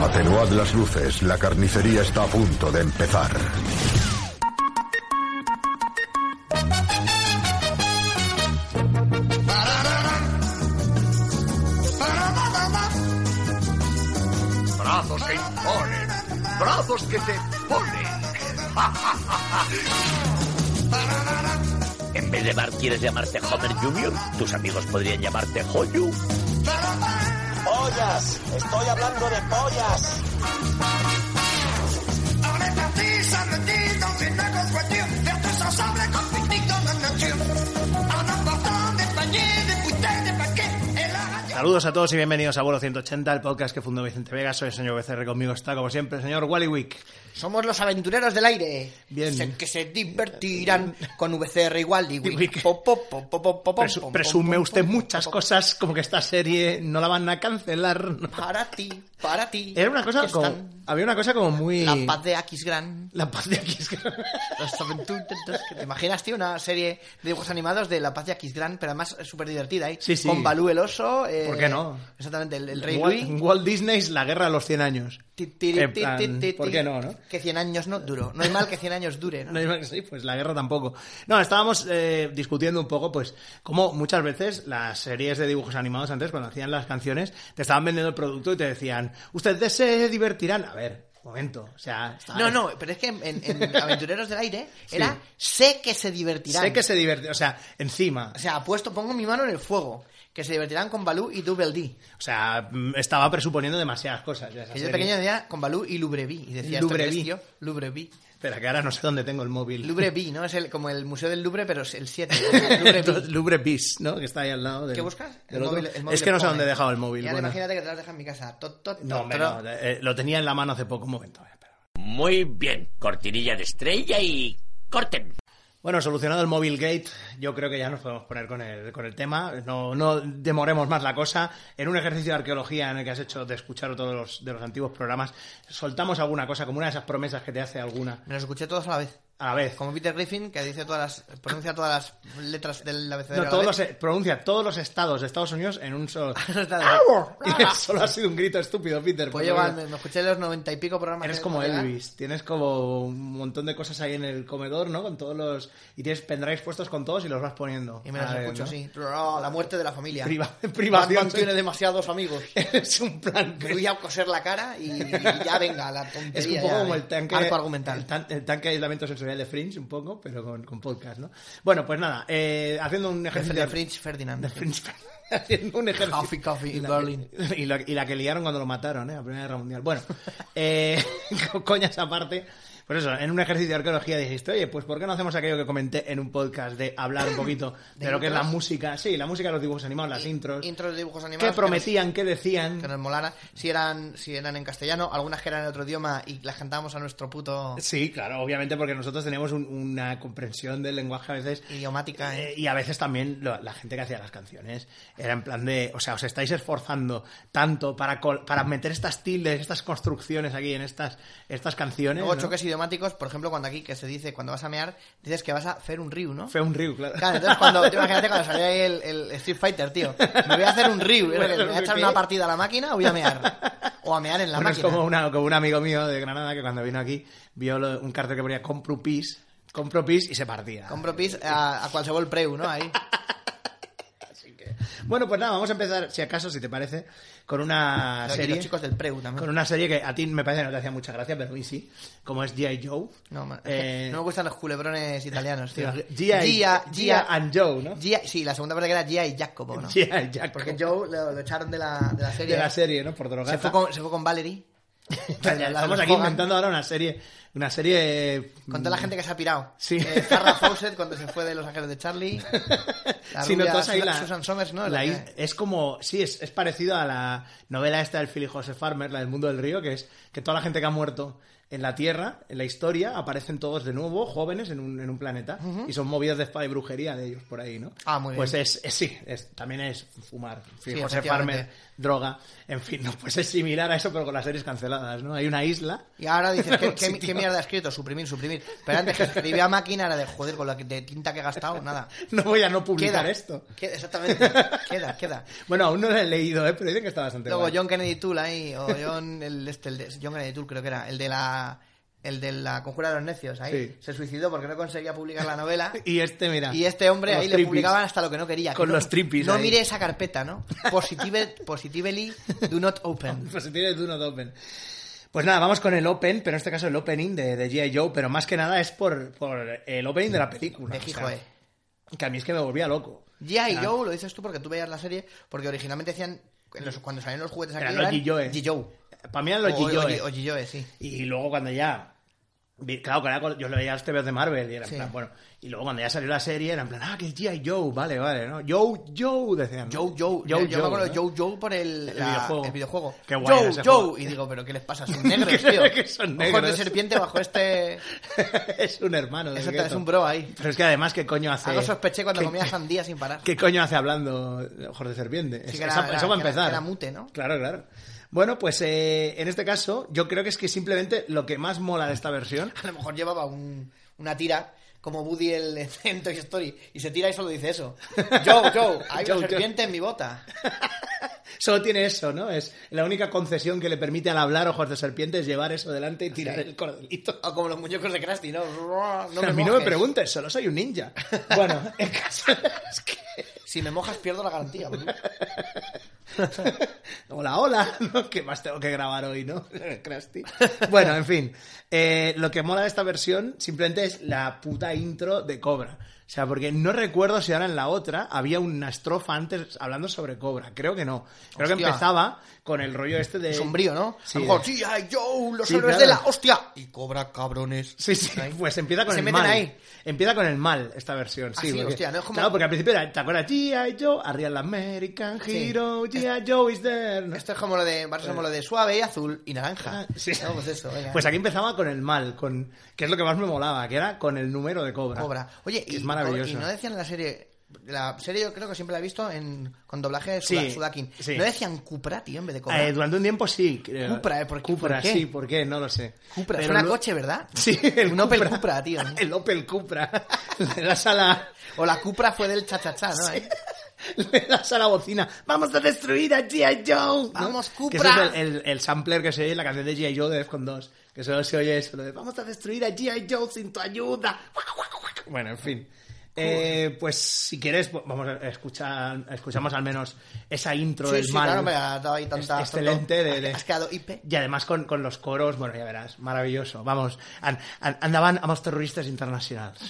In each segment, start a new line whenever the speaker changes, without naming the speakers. Atenuad las luces, la carnicería está a punto de empezar.
Brazos que imponen, brazos que te ponen.
En vez de Bart, ¿quieres llamarte Homer Jr.? Tus amigos podrían llamarte Hoyu.
¡Pollas! ¡Estoy hablando de pollas!
Saludos a todos y bienvenidos a Vuelo 180, el podcast que fundó Vicente Vega. Soy el señor BCR, conmigo está, como siempre, el señor Wally Wick.
Somos los aventureros del aire.
Bien.
Se- que se divertirán con VCR igual. Y
Wick.
Po, po, po, po, po, po, pom,
Presu-
pom,
presume
pom,
usted
pom,
muchas
pom, pom.
cosas como que esta serie no la van a cancelar.
Para ti, para ti.
Era una cosa
que
como...
están
Había una cosa como muy...
La paz de Aquis Gran.
La paz de aquí es que-
Las aventuras que te imaginas, tío, una serie de dibujos animados de La Paz de Aquis Gran, pero además es súper divertida, ¿eh?
Sí, sí.
Con Balú el oso. eh,
¿Por qué no?
Exactamente, el, el Rey
Walt,
Louis.
Walt Disney es la guerra de los 100 años.
Ti, tiri,
En
ti,
plan,
ti, ti,
¿Por
ti.
qué no, no?
Que 100 años no duró. No hay mal que 100 años dure, ¿no?
No hay más que sí, pues la guerra tampoco. No, estábamos eh, discutiendo un poco, pues, como muchas veces las series de dibujos animados antes, cuando hacían las canciones, te estaban vendiendo el producto y te decían, ustedes se divertirán. A ver, momento, o sea... está-
No, no, pero es que en, en Aventureros del Aire era sé que se divertirán.
Sé que se divertirán, o sea, encima.
O sea, apuesto, pongo mi mano en el fuego. Que se divertirán con Balú y Double D.
O sea, mm, estaba presuponiendo demasiadas cosas. ya esa
Que yo
serie.
de pequeño decía con Balú y Lubreví. Y decía, ¿esto qué es,
Lubreví.
tío? Lubreví.
Espera, que ahora no sé dónde tengo el móvil.
Lubreví, ¿no? Es el, como el Museo del Louvre, pero es el 7.
Entonces, Louvre Peace, ¿no? Que está ahí al lado. del-
¿Qué buscas?
del otro. es que no sé dónde he dejado el móvil.
Ya
bueno.
imagínate que te lo has dejado en mi casa. Tot, tot,
No,
tot,
hombre,
tot.
no, eh, lo tenía en la mano hace poco, un momento. eh, espera.
Muy bien. Cortinilla de estrella y... ¡Corten!
Bueno, solucionado el móvil gate, yo creo que ya nos podemos poner con el, con el tema. No, no demoremos más la cosa. En un ejercicio de arqueología en el que has hecho de escuchar todos los, de los antiguos programas, soltamos alguna cosa, como una de esas promesas que te hace alguna
Me los escuché todos a la vez.
a la vez.
Como Peter Griffin, que dice todas las, pronuncia todas las letras del abecedario.
No,
a la
todos
vez.
los, e, pronuncia todos los estados de Estados Unidos en un solo.
Los estados.
Y solo ha sido un grito estúpido, Peter.
Ah. Pues
pero
yo
bueno.
me, me escuché los noventa y pico programas.
Eres
de
como
Bodega.
Elvis, tienes como un montón de cosas ahí en el comedor, ¿no? Con todos los. Y tienes pendráis puestos con todos y los vas poniendo.
Y me los
Ah,
escucho
¿no?
así. No, la muerte de la familia.
Priva- privación.
Batman tiene demasiados amigos.
es un plan.
Me voy a coser la cara y, y ya venga la tontería.
Es un poco
ya
como
de
el tanque.
Arco argumental.
El, tan- el tanque de aislamiento sensorial de Fringe, un poco, pero con, con podcast, ¿no? Bueno, pues nada, eh, haciendo un
de,
ejercicio.
de Fritz Ferdinand.
de Fringe. haciendo un ejercicio.
Coffee, coffee
y
in
la,
Berlin.
Y, la, y la que liaron cuando lo mataron, ¿eh? La Primera Guerra Mundial. Bueno, eh, co- coñas aparte. Pues eso, en un ejercicio de arqueología dijiste, oye, pues ¿por qué no hacemos aquello que comenté en un podcast de hablar un poquito de,
De
lo que es la
intros.
música? Sí, la música de los dibujos animados, las intros.
Intros de dibujos
¿Qué
animados. que
prometían? ¿Qué
nos-
decían?
Que nos molara. Si eran, si eran en castellano, algunas que eran en otro idioma y las cantábamos a nuestro puto
Sí, claro, obviamente porque nosotros tenemos un- una comprensión del lenguaje a veces
idiomática. ¿eh?
Eh, y a veces también lo- la gente que hacía las canciones era en plan de, o sea, os estáis esforzando tanto para, col- para meter estas tildes, estas construcciones aquí en estas, estas canciones.
Luego
¿no?
choques idiomáticos, por ejemplo, cuando aquí que se dice, cuando vas a mear, dices que vas a hacer un riu, ¿no?
Fue un río, claro.
Claro, entonces cuando, tú imagínate cuando salía ahí el, el Street Fighter, tío. Me voy a hacer un Ryu,
Bueno,
¿eh? me voy a echar
¿qué?
una partida a la máquina o voy a mear. O a mear en la
Bueno, es
máquina.
como, una- como un amigo mío de Granada que cuando vino aquí vio lo- un cartel que ponía compro pis, compro pis y se partía.
Compro pis a, a cual se va el preu, ¿no? Ahí.
Bueno, pues nada, vamos a empezar, si acaso, si te parece, con una
Los- y
serie.
los chicos del preu también.
Ah. Con una serie que a ti me parece que no te hacía mucha gracia, pero a mí sí, como es G.I. Joe.
No, ma-
Eh,
no me gustan los culebrones italianos, tío.
G.I. Gia, and Joe, ¿no?
Gia- sí, la segunda parte que era Gia y Jacopo, ¿no?
Gia and Jacopo.
Porque Joe lo, lo echaron de la, de la serie.
de la serie, ¿no? Por drogar.
Se fue con, se fue con Valerie.
Estamos aquí inventando ahora una serie, una serie
Con toda la gente que se ha pirado.
Sí.
Eh, Farrah Fawcett cuando se fue de Los Ángeles de Charlie. La
Sí, no,
rubia
todas ahí
Susan-
la-
Susan Somers, ¿no?
la
La
is-
que-
es como, sí, es, es parecido a la novela esta del Philly Joseph Farmer, la del mundo del río, que es que toda la gente que ha muerto en la Tierra, en la historia, aparecen todos de nuevo, jóvenes, en un, en un planeta, y son movidas de espada y brujería de ellos por ahí, ¿no?
Ah, muy bien.
Pues es, es- sí, es- también es fumar, Philly
Sí,
Joseph
efectivamente.
Farmer, droga, en fin, no, pues es similar a eso, pero con las series canceladas, ¿no? Hay una isla...
Y ahora dices,
en
¿qué,
algún
qué-
sitio.
qué mierda mierda ha escrito? Suprimir, suprimir. Pero antes que escribía a máquina era de joder con la que- de tinta que he gastado, nada.
No voy a no publicar
Queda.
esto.
Queda, exactamente. Queda, queda.
Bueno, aún no lo he leído, ¿eh? pero dicen que está bastante
Luego
guay.
John Kennedy Toole ahí, o John, el, este, el de- John Kennedy Toole creo que era, el de la el de la conjura de los necios ahí
Sí.
se suicidó porque no conseguía publicar la novela
Y este, mira.
y este hombre
con
ahí
los
le
trippies.
publicaban hasta lo que no quería que
Con
no-
los trippies
no
ahí.
mire esa carpeta no Positive, positively do not open
Pues se tiene de uno de Open. Pues nada, vamos con el Open, pero en este caso el Opening de, de G.I. Joe, pero más que nada es por, por el Opening de la película.
de
o sea,
Hijoe
que a mí es que me volvía loco.
G.I.
Ah.
Joe lo dices tú porque tú veías la serie, porque originalmente decían, en los- cuando salieron los juguetes aquí,
Eran los
eran
G.I.Joe. Para mí eran los
O- o-
G.I.Joe.
O G.I.Joe, sí.
Y luego cuando ya. vi- Claro, que era con- yo lo veía a los TVs de Marvel y era en
Sí.
plan, bueno. Y luego cuando ya salió la serie era en plan, ah, que es G.I. Joe, vale, vale, ¿no? Joe, Joe, decían. ¿no?
Joe, Joe. yo me acuerdo de
¿no?
Joe, Joe por el,
El
la-
videojuego.
el videojuego.
Qué guay era
Joe,
ese
Joe.
juego.
Y digo, ¿pero qué les pasa? Son negros, tío.
Que son
Ojos
negros.
de serpiente bajo este...
es un hermano. del
Eso
gueto.
es un bro ahí.
Pero es que además, ¿qué coño hace?
Algo sospeché cuando
¿Qué-
comía sandía sin parar.
¿Qué coño hace hablando Jorge Serpiente? Es-
que
esa-
era-
eso va a
que era-
empezar.
que era mute, ¿no?
Claro, claro. Bueno, pues eh, en este caso, yo creo que es que simplemente lo que más mola de esta versión.
A lo mejor llevaba un- una tira... Como Woody el en Toy Story. Y se tira y solo dice eso. Joe, Joe, hay
Joe,
una
Joe.
serpiente en mi bota.
Solo tiene eso, ¿no? Es la única concesión que le permite al hablar ojos de serpiente es llevar eso delante y tirar el cordelito.
O como los muñecos de Krusty, ¿no? no
a mí no me
mojes.
preguntes, solo soy un ninja. Bueno, el caso es que.
Si me mojas pierdo la garantía. boludo.
hola, hola, ¿no? ¿qué más tengo que grabar hoy, no? Krusty. Bueno, en fin, eh, lo que mola de esta versión simplemente es la puta intro de Cobra. O sea, porque no recuerdo si ahora en la otra había una estrofa antes hablando sobre Cobra. Creo que no. Creo que
Hostia.
empezaba con el rollo este de...
Eh, Sombrío, ¿no?
Sí, eh.
a lo mejor, sí, ay, yo, los
Sí,
héroes
claro.
de la hostia. Y cobra cabrones.
Sí, sí,
Ahí.
pues empieza con
Se
el
meten
mal.
ahí.
Empieza con el mal esta versión,
Ah,
sí.
sí,
porque-
hostia, ¿no? Es como-
Claro, porque al principio era, ¿te acuerdas? G.I. Joe, Arriba la American
Sí.
Hero, G.I. Joe is there. ¿no?
Esto es como lo de, va a ser como lo de suave y azul y naranja.
Ah, sí.
No, pues eso, venga.
Pues aquí empezaba con el mal, con que es lo que más me molaba, que era con el número de cobra.
cobra. Oye,
Que
y,
es maravilloso. Eh,
y no decían en la serie... La serie yo creo que siempre la he visto en, con doblaje de
Sí,
Suda- Sudakin.
sí.
No decían Cupra, tío, en vez de Cobra.
Eh, durante un tiempo sí. creo.
Cupra, ¿eh? ¿Por qué?
Cupra,
¿Por qué?
sí, ¿por qué? No lo sé.
Cupra,
Pero
suena a
lo-
coche, ¿verdad?
Sí, el
Un Opel Cupra, tío. ¿no?
El Opel Cupra. Le das a la,
O la Cupra fue del cha-cha-cha, ¿no? eh?
le das a la bocina. ¡Vamos a destruir a G.I. Joe! ¿no?
¡Vamos,
Que
Cupra!
ese es el, el- el sampler que se oye en la canción de G.I. Joe de Defcon 2. Que solo se oye eso, lo de ¡Vamos a destruir a G.I. Joe sin tu ayuda! Bueno, en fin. Eh, pues si quieres, pues, vamos a escuchar, escuchamos al menos esa intro
Sí,
del
sí,
mal.
claro, me ha dado ahí tanta...
Es- excelente
tanto-
de- de-
Has quedado IP.
Y además con, con los coros, bueno, ya verás, maravilloso. Vamos, an- an- andaban a los terroristas internacionales.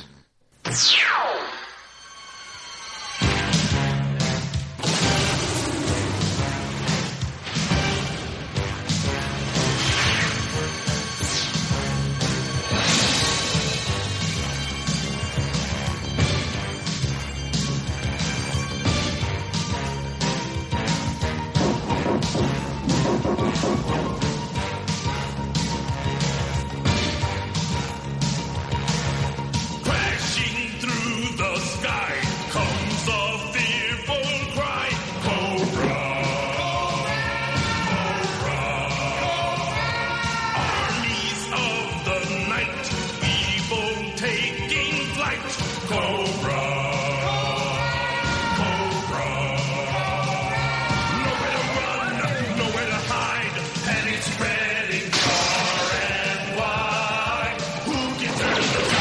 Crashing through the sky comes a fearful cry. Cobra! Cobra! Armies of the night, evil taking flight. Cobra! Cobra! Nowhere to run, nowhere to hide, and it's spreading far and wide. Who can turn the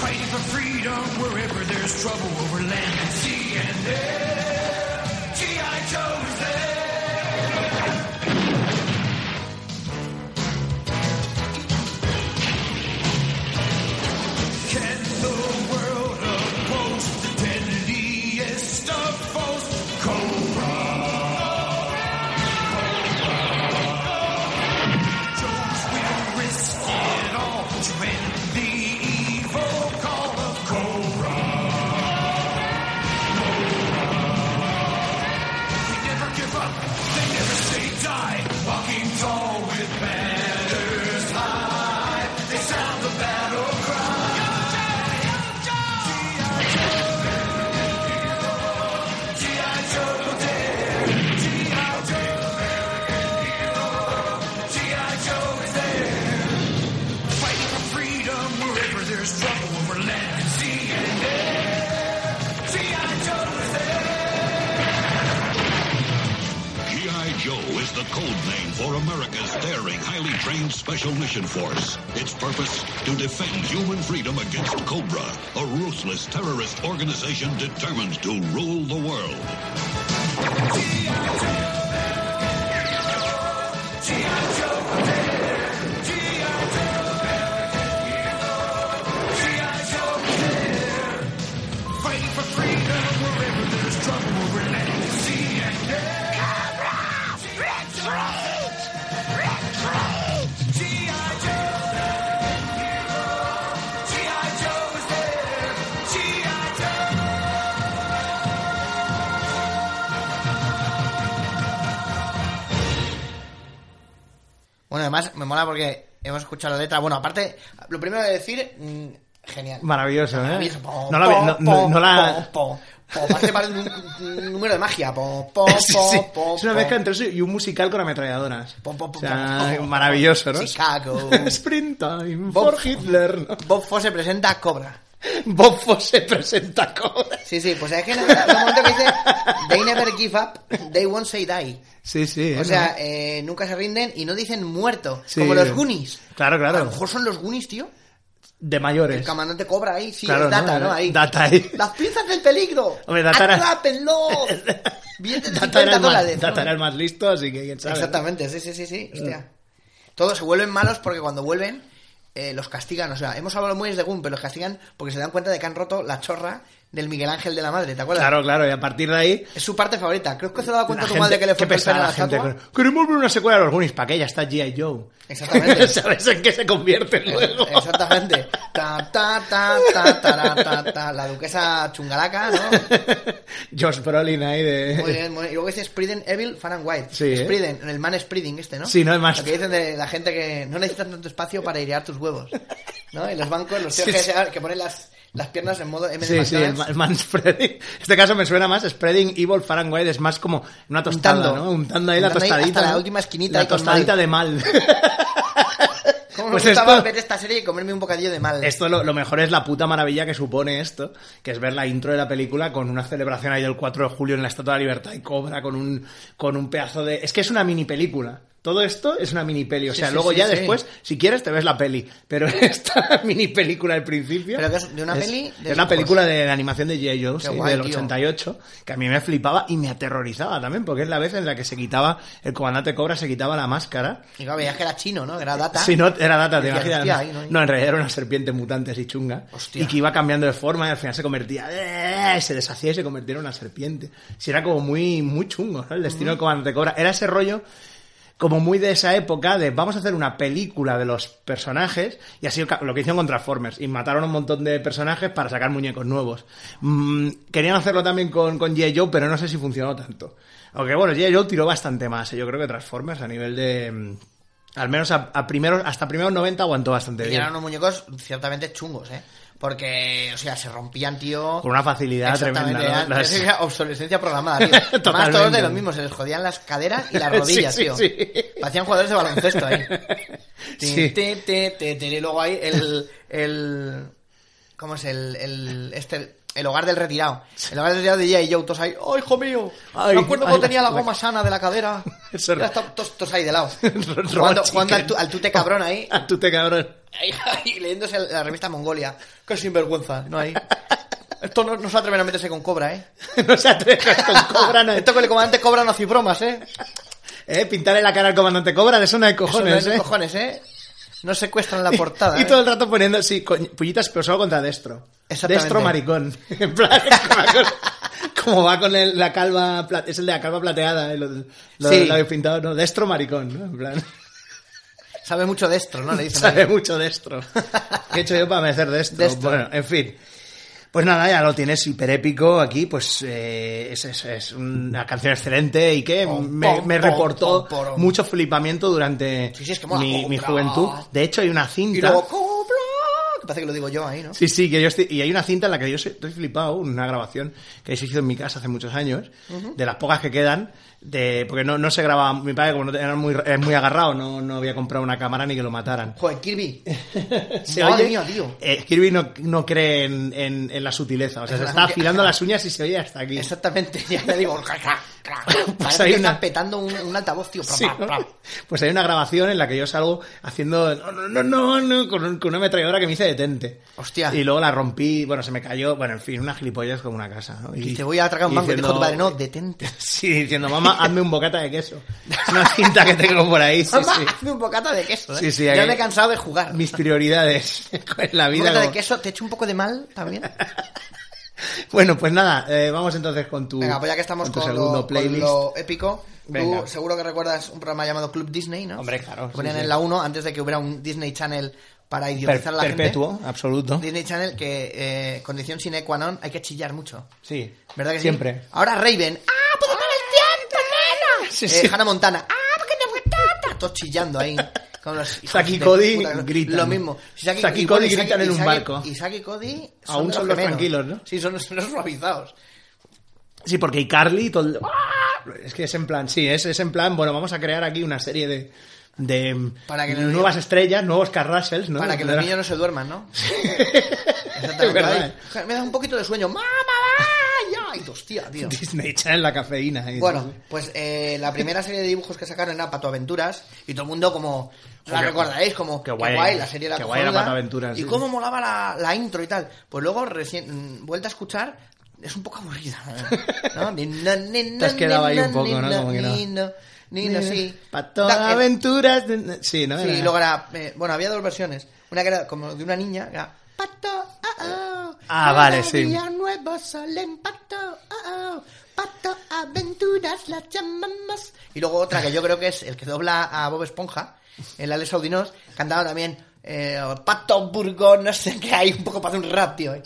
Fighting for freedom wherever there's trouble over land and sea and air. G.I. Joe is there. Can the world oppose the deadliest of foes? Cobra. Cobra. Joe's will risk it all to end the evil call of Cobra. Cobra.
a code name for America's daring, highly trained special mission force. Its purpose? To defend human freedom against Cobra, a ruthless terrorist organization determined to rule the world.
Fighting for freedom wherever there's trouble over land and sea and air. G.I. Joe. G.I. Joe is there. G.I. Joe.
Bueno, además me mola porque hemos escuchado la letra. Bueno, aparte, lo primero de decir, mm, genial.
Maravilloso, ¿eh?
Maravilloso. Po,
No la vi-
po,
no- no-
po,
no la-
po, po, po. Parece parece un, un número de magia. Po, po,
Sí,
po,
sí.
po,
Es una
po.
mezcla entre eso y un musical con ametralladoras.
Po, po, po,
O sea,
po, po.
maravilloso, ¿no?
Chicago.
Sprint time
Bob-
for Hitler. ¿no?
Bob Fosse presenta a Cobra.
Bob Fosse presenta Cobra.
Sí, sí, pues es que en el en el momento que dice They never give up, they won't say die.
Sí, sí.
O
¿no?
sea, eh, nunca se rinden y no dicen muerto,
Sí.
como los Goonies.
Claro, claro.
A lo mejor son los Goonies, tío.
de
El
mayores.
comandante cobra ahí, sí,
Claro,
es data,
¿no?
¿no? Ahí.
Data ahí.
Las pinzas del peligro.
Hombre, Data era-
¡Atrápenlo! Billetes de
Data era
50
el más-
dólares. ¿no?
Data era el Mm. más listo, así que quién sabe.
Exactamente, sí, sí, sí, sí. Hostia. Todos se vuelven malos porque cuando vuelven eh, los castigan. O sea, hemos hablado muy de Gun, pero los castigan porque se dan cuenta de que han roto la chorra del Miguel Ángel de la Madre, ¿te acuerdas?
Claro, claro, y a partir de ahí.
Es su parte favorita. Creo que se ha dado
la
cuenta tu
gente-
madre que le
qué
fue el pelo
pesada
a la
la gente.
estatua.
con- Queremos ver una secuela de los Goonies, para que ya está G.I. Joe.
Exactamente. Eh,
¿Sabes en qué se convierte luego?
Exactamente. Ta, ta, ta, ta, ta, ta, ta, la duquesa chungalaca, ¿no?
Josh Brolin ahí de.
Muy bien, muy bien. Y luego dice Spriden, Evil, Fan and White.
Sí, ¿eh?
Spriden, el man Spreading este, ¿no?
Sí, no, el man-
Lo que dicen de la gente que no necesitas tanto espacio para airear tus huevos. ¿No? En los bancos, los tíos
Sí,
que,
sí.
se- que ponen las, las piernas en modo M de
Sí, sí, el,
McDonald's.
ma- el man spreading. Este caso me suena más spreading evil far and wide, es más como una tostada,
Untando.
¿no? Untando ahí la
Untando ahí
tostadita.
hasta la
¿no?
última esquinita
La
ahí con
tostadita
mal.
de mal.
¿Cómo me
Pues
gustaba
esto-
ver esta serie y comerme un bocadillo de mal?
Esto lo, lo mejor es la puta maravilla que supone esto, que es ver la intro de la película con una celebración ahí del 4 de julio en la Estatua de la Libertad y cobra con un, con un pedazo de... Es que es una mini película. Todo esto es una mini peli. O sea,
sí,
luego
sí,
ya
sí.
después, si quieres, te ves la peli. Pero esta mini película al principio...
Pero que es de una
es-
peli de
es
dibujos.
una película de animación de G.I. Joe,
Qué
sí,
guay,
del
tío.
88, que a mí me flipaba y me aterrorizaba también, porque es la vez en la que se quitaba, el comandante Cobra se quitaba la máscara
Y claro, veías que era chino, ¿no? Que era data.
si no, era data, te
Decía,
imaginas.
hostia, ahí no hay-
no, en realidad era una serpiente mutante así chunga.
Hostia.
Y que iba cambiando de forma y al final se convertía. ¡eh! Se deshacía y se convertía en una serpiente. Si era como muy, muy chungo, ¿no? El destino del comandante Cobra. Era ese rollo como muy de esa época de vamos a hacer una película de los personajes y así lo que hicieron con Transformers y mataron a un montón de personajes para sacar muñecos nuevos Mm, querían hacerlo también con, con G.I. Joe pero no sé si funcionó tanto aunque bueno G.I. Joe tiró bastante más eh, yo creo que Transformers a nivel de mm, al menos a, a primeros hasta primeros 90 aguantó bastante
Y
bien
eran unos muñecos ciertamente chungos, ¿eh? Porque, o sea, se rompían, tío.
con una facilidad
Exactamente,
Ah, tremenda
era-
¿no? Las-
yo decía obsolescencia programada, tío. Además, todos
Totalmente.
de los mismos, se les jodían las caderas y las rodillas,
Sí, sí,
tío.
sí.
Parecían jugadores de baloncesto ahí. Tin,
Sí.
tin, tin, tin, tin. Y luego ahí el. el ¿Cómo es? El, el, este, el hogar del retirado. El hogar del retirado de G.I. Joe, todos ahí. ¡Oh, hijo mío!
Ay,
me acuerdo cuando
ay,
tenía la
la-
goma sana de la cadera.
Eso
Ya
era-
está- Todos, todos ahí de lado.
Robot
Jugando, jugando al,
Chicken.
tu- al tute cabrón ahí.
Ah, tú te cabrón
Ahí, ahí, leyéndose la revista Mongolia. Qué sinvergüenza, ¿no? Ahí. Esto no, no se atreven a meterse con Cobra, ¿eh?
no se atreves con Cobra no-
Esto con el comandante Cobra no hace bromas, ¿eh?
eh, pintarle la cara al comandante Cobra de eso no hay cojones
Eso no es
eh.
cojones, ¿eh? No secuestran la portada.
Y
¿eh?
todo el rato poniendo, sí, coñ- pullitas, pero solo contra Destro.
Exactamente.
Destro maricón. En plan, como va con- como va con el- la calva, pla- es el de la calva plateada, eh, lo, lo-
Sí.
lo habéis pintado, ¿no? Destro maricón, ¿no? En plan,
Sabe mucho de esto, ¿no? Le dicen.
sabe
ahí.
mucho Destro. ¿Qué he hecho yo para merecer Destro?
Destro.
Bueno, en fin. Pues nada, ya lo tienes hiperépico aquí, pues eh, es, es- es una canción excelente y que
Pom,
me,
pom,
me
pom,
reportó
pom, pom.
mucho flipamiento durante
Sí, sí, es que mola.
mi, mi
Otra.
juventud. De hecho, hay una cinta...
Y luego, Cobra, Parece que lo digo yo ahí, ¿no?
Sí, sí, que yo estoy, y hay una cinta en la que yo estoy flipado, una grabación que se hizo en mi casa hace muchos años, de las pocas que quedan, de, porque no, no se grababa, mi padre como no te- era muy, es muy agarrado, no, no había comprado una cámara ni que lo mataran.
Joder, Kirby.
Se
Madre
oye-
mía, tío.
eh, Kirby no, no cree en, en- en la sutileza, o sea, se
Claro,
está
que-
afilando las uñas y se oye hasta aquí.
Exactamente, ya le digo. cra, cra, cra. Parece
Pues hay
que
una-
estás petando un, un altavoz, tío. pra,
Sí,
pra,
¿no?
pra.
Pues hay una grabación en la que yo salgo haciendo no, no, no, no, no, con, un- con una ametralladora que me hice detente.
Hostia.
Y luego la rompí, bueno, se me cayó, bueno, en fin, una gilipollas como una casa. ¿no?
Y te voy a atracar un
y
banco. Y te dijo
diciendo-
tu padre, no, detente.
Sí, diciendo, mamá, hazme un bocata de queso. Es una cinta que tengo por ahí, sí,
Mamá,
sí.
hazme un bocata de queso. ¿eh?
Sí, sí,
ya
ahí-
me he cansado de jugar.
Mis prioridades en la
Un
vida.
bocata de
como-
queso, te echo un poco de mal también.
Bueno, pues nada, eh, vamos entonces con tu,
Venga, pues ya que estamos
tu
con,
segundo
lo, con
playlist.
lo épico,
Venga.
tú seguro que recuerdas un programa llamado Club Disney, ¿no?
Hombre, claro,
Lo
sí,
ponían
sí.
en la 1 antes de que hubiera un Disney Channel para
Per-
idiotizar a la
perpetuo,
gente.
absoluto.
Disney Channel que, eh, condición sine qua non, hay que chillar mucho.
Sí,
¿Verdad que sí?
siempre.
Ahora Raven. ¡Ah, puedo con el tiempo, nena!
Sí,
Eh,
sí.
Hannah Montana. ¡Ah, porque me fue tata! Todos chillando ahí. Con los hijos
Saki
de
Cody
puta, ¿no?
gritan.
Lo mismo.
Saki Cody
y- bueno, y
gritan en un
y
barco.
Y Saki Cody son
Aún
los
son los
gemelos.
tranquilos, ¿no?
Sí, son, son los suavizados.
Sí, porque y Carly todo el- ¡Ah! es que es en plan, sí, es, es en plan, bueno, vamos a crear aquí una serie de, de
Para que los
nuevas estrellas, nuevos Carrasels, ¿no?
Para que los niños no se duerman, ¿no?
Es verdad. ¿eh?
Ay, Me da un poquito de sueño. ¡Mamá, vaya! ¡Ay, hostia, tío!
Disney Channel la cafeína. y-
Bueno, pues eh, la primera serie de dibujos que sacaron era Pato Aventuras y todo el mundo como la
Qué-
recordáis como
qué
qué
guay,
guay, la serie era
qué guay era
cojonuda,
Pato Aventuras,
y
sí,
cómo
sí.
molaba la, la intro y tal. Pues luego recién mm, vuelta a escuchar es un poco aburrida. ¿eh? ¿no? Ni, no, ni,
Te has
no,
quedado
ni,
ahí un poco,
ni,
¿no? Como que no.
Ni no, ni no, sí.
Pato
Da- eh,
aventuras. de- Sí, ¿no?
Sí,
Era-
y luego era. eh, bueno, había dos versiones. Una que era como de una niña, que era. Pato, ah, oh,
Ah, vale,
cada
sí.
día nuevo sol en pato, ah, oh, pato, aventuras las llamamos. Y luego otra que yo creo que es el que dobla a Bob Esponja, el Alex Audinos, cantaba también. eh, pato Burgo, no sé qué, hay un poco para hacer un rap, tío. eh.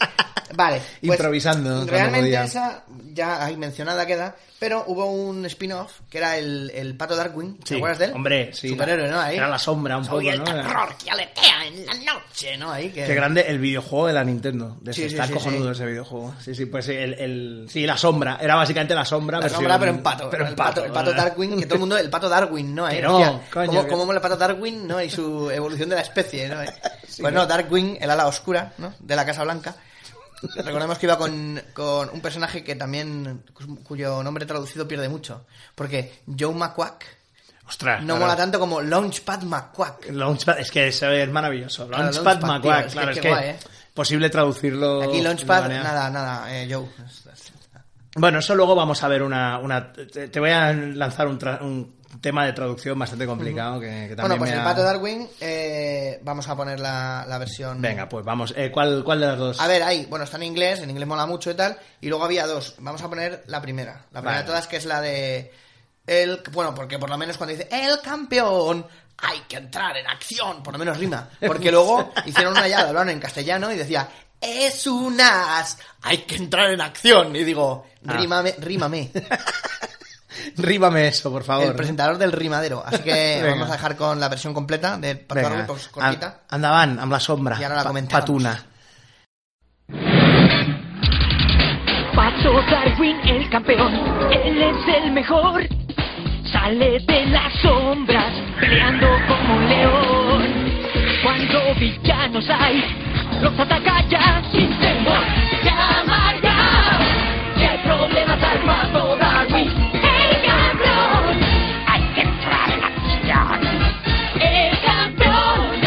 Vale. pues,
Improvisando cuando
Realmente
podía.
esa, ya ahí mencionada queda, pero hubo un spin-off que era el, el Pato Darkwing. ¿Te
Sí,
acuerdas de él?
Hombre, sí.
Superhéroe, ¿no? Ahí.
Era la sombra un
Soy
poco,
el
¿no? Era-
terror que aletea en la noche, ¿no? Ahí que...
Qué grande el videojuego de la Nintendo. De
Sí,
ese-
sí,
está
sí,
cojonudo
sí.
ese videojuego. Sí, sí, pues sí, el, el- sí, la sombra. Era básicamente la sombra.
La
versión-
sombra, pero en pato.
Pero en
el pato,
pato.
el pato Darwin, que todo el mundo, el pato Darwin, ¿no?
Que
¿Eh?
no,
Hostia,
coño,
¿Cómo,
que-
cómo mola el pato Darwin, ¿no? Y su evolución de la especie, ¿no? ¿Eh? Pues no, Darwin, el ala oscura, ¿no? De la Casa Blanca. Recordemos que iba con, con un personaje que también, cuyo nombre traducido pierde mucho. Porque Joe McQuack
Ostras.
no
claro.
mola tanto como Launchpad McQuack.
Launchpad, es que eso es maravilloso.
Claro,
Launchpad
Launchpad,
McQuack,
tío, es
claro,
que
es que
qué guay, ¿eh?
posible traducirlo.
Aquí
de
Launchpad,
manera-
nada, nada, eh, Joe.
Bueno, eso luego vamos a ver una. una te, te voy a lanzar un, tra- un tema de traducción bastante complicado que, que también
Bueno, pues
me
el
ha-
pato Darwin, eh, vamos a poner la, la versión.
Venga, pues vamos. Eh, ¿cuál, ¿Cuál de las dos?
A ver, ahí, bueno, está en inglés, en inglés mola mucho y tal. Y luego había dos. Vamos a poner la primera. La
Vale.
primera de todas, que es la de. El, bueno, porque por lo menos cuando dice el campeón, hay que entrar en acción, por lo menos rima. Porque luego hicieron una ya, lo hablaron en castellano y decía, es un as, hay que entrar en acción. Y digo,
Ah.
rímame, rímame.
Ríbame eso, por favor.
El presentador del rimadero. Así que
Venga.
vamos a dejar con la versión completa del Pato
Venga, Ah,
Darwin, pues, cortita.
an- Andaban, amb la sombra.
Y ahora la
pa-
comentamos.
Patuna.
Pato Darwin, el campeón, él es el mejor. Sale de las sombras, peleando como un león. Cuando villanos hay, los ataca ya sin temor. Llama ya, si hay problemas al Pato Darwin, el campeón. Hay que entrar en acción. El campeón,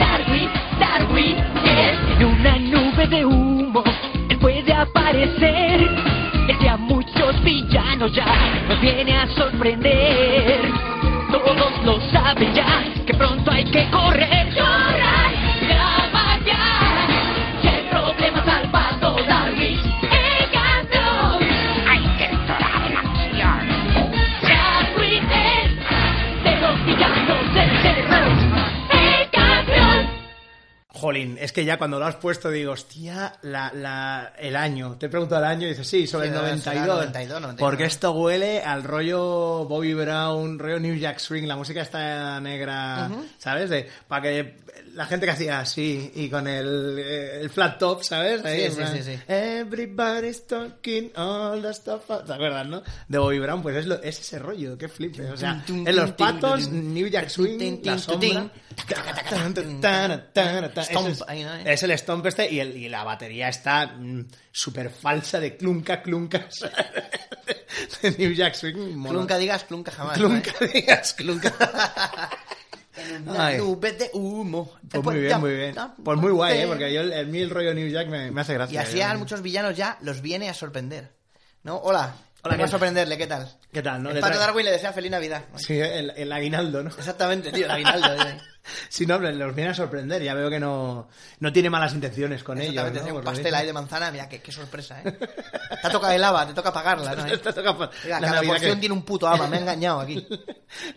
Darwin, Darwin, es en una nube de humo. Él puede aparecer. Desde a muchos villanos ya nos viene a sorprender. Todos lo saben ya que pronto hay que correr. Corran, llama ya. Si hay problemas al pato Darwin, el campeón. Hay que entrar en acción. Darwin es de los villanos del terror. El campeón.
Jolín, es que ya cuando lo has puesto digo, hostia, la, la, el año. Te pregunto el año y dices, sí, sobre
Sí,
el
será
92.
92, 91.
Porque esto huele al rollo Bobby Brown, rollo New Jack Swing, la música está negra, ¿sabes? De, para que la gente que hacía así y con el, eh, el flat top, ¿sabes? Ahí,
Sí,
en
sí,
plan,
sí, sí.
Everybody's talking all the stuff. ¿Te acuerdas, no? De Bobby Brown, pues es, lo- es ese rollo, qué flipes. O sea,
Tum, tum,
en los
tum, tum,
patos,
tum,
New Jack
tum,
Swing,
tum,
la
tum,
sombra.
tum, tum,
Tana, tana, tana.
Stomp,
Ese es-
ahí, ¿no?
Es el stomp este y, el- y la batería está mm, súper falsa de clunca, clunca. De New Jack Swing, mono.
Nunca digas nunca jamás. ¿no, eh?
Clunca, digas, clunca. Ay.
Nube de humo. Ah,
Pues muy bien, muy bien. Pues muy guay, ¿eh? Porque yo el, el mil rollo New Jack me, me hace
Y
gracia.
así
Yo-
a muchos villanos ya los viene a sorprender. ¿No? Hola.
Hola,
Hola,
¿qué
a
tal?
sorprenderle, ¿qué tal?
¿Qué tal, no?
El
Le
pato
trae-
Darwin le desea feliz Navidad. ¿no?
Sí, el, el aguinaldo, ¿no?
Exactamente, tío, el aguinaldo. eh.
Si no, hombre, los viene a sorprender. Ya veo que no, no tiene malas intenciones con ellos.
Exactamente,
¿no?
tiene un
Por lo
pastel
visto.
ahí de manzana, mira, qué, qué sorpresa, ¿eh? Te ha tocado el lava, te toca pagarla, ¿no? eh?
Te toca pa-
Mira,
la
cada
Navidad
porción
que-
tiene un puto ama, me ha engañado aquí.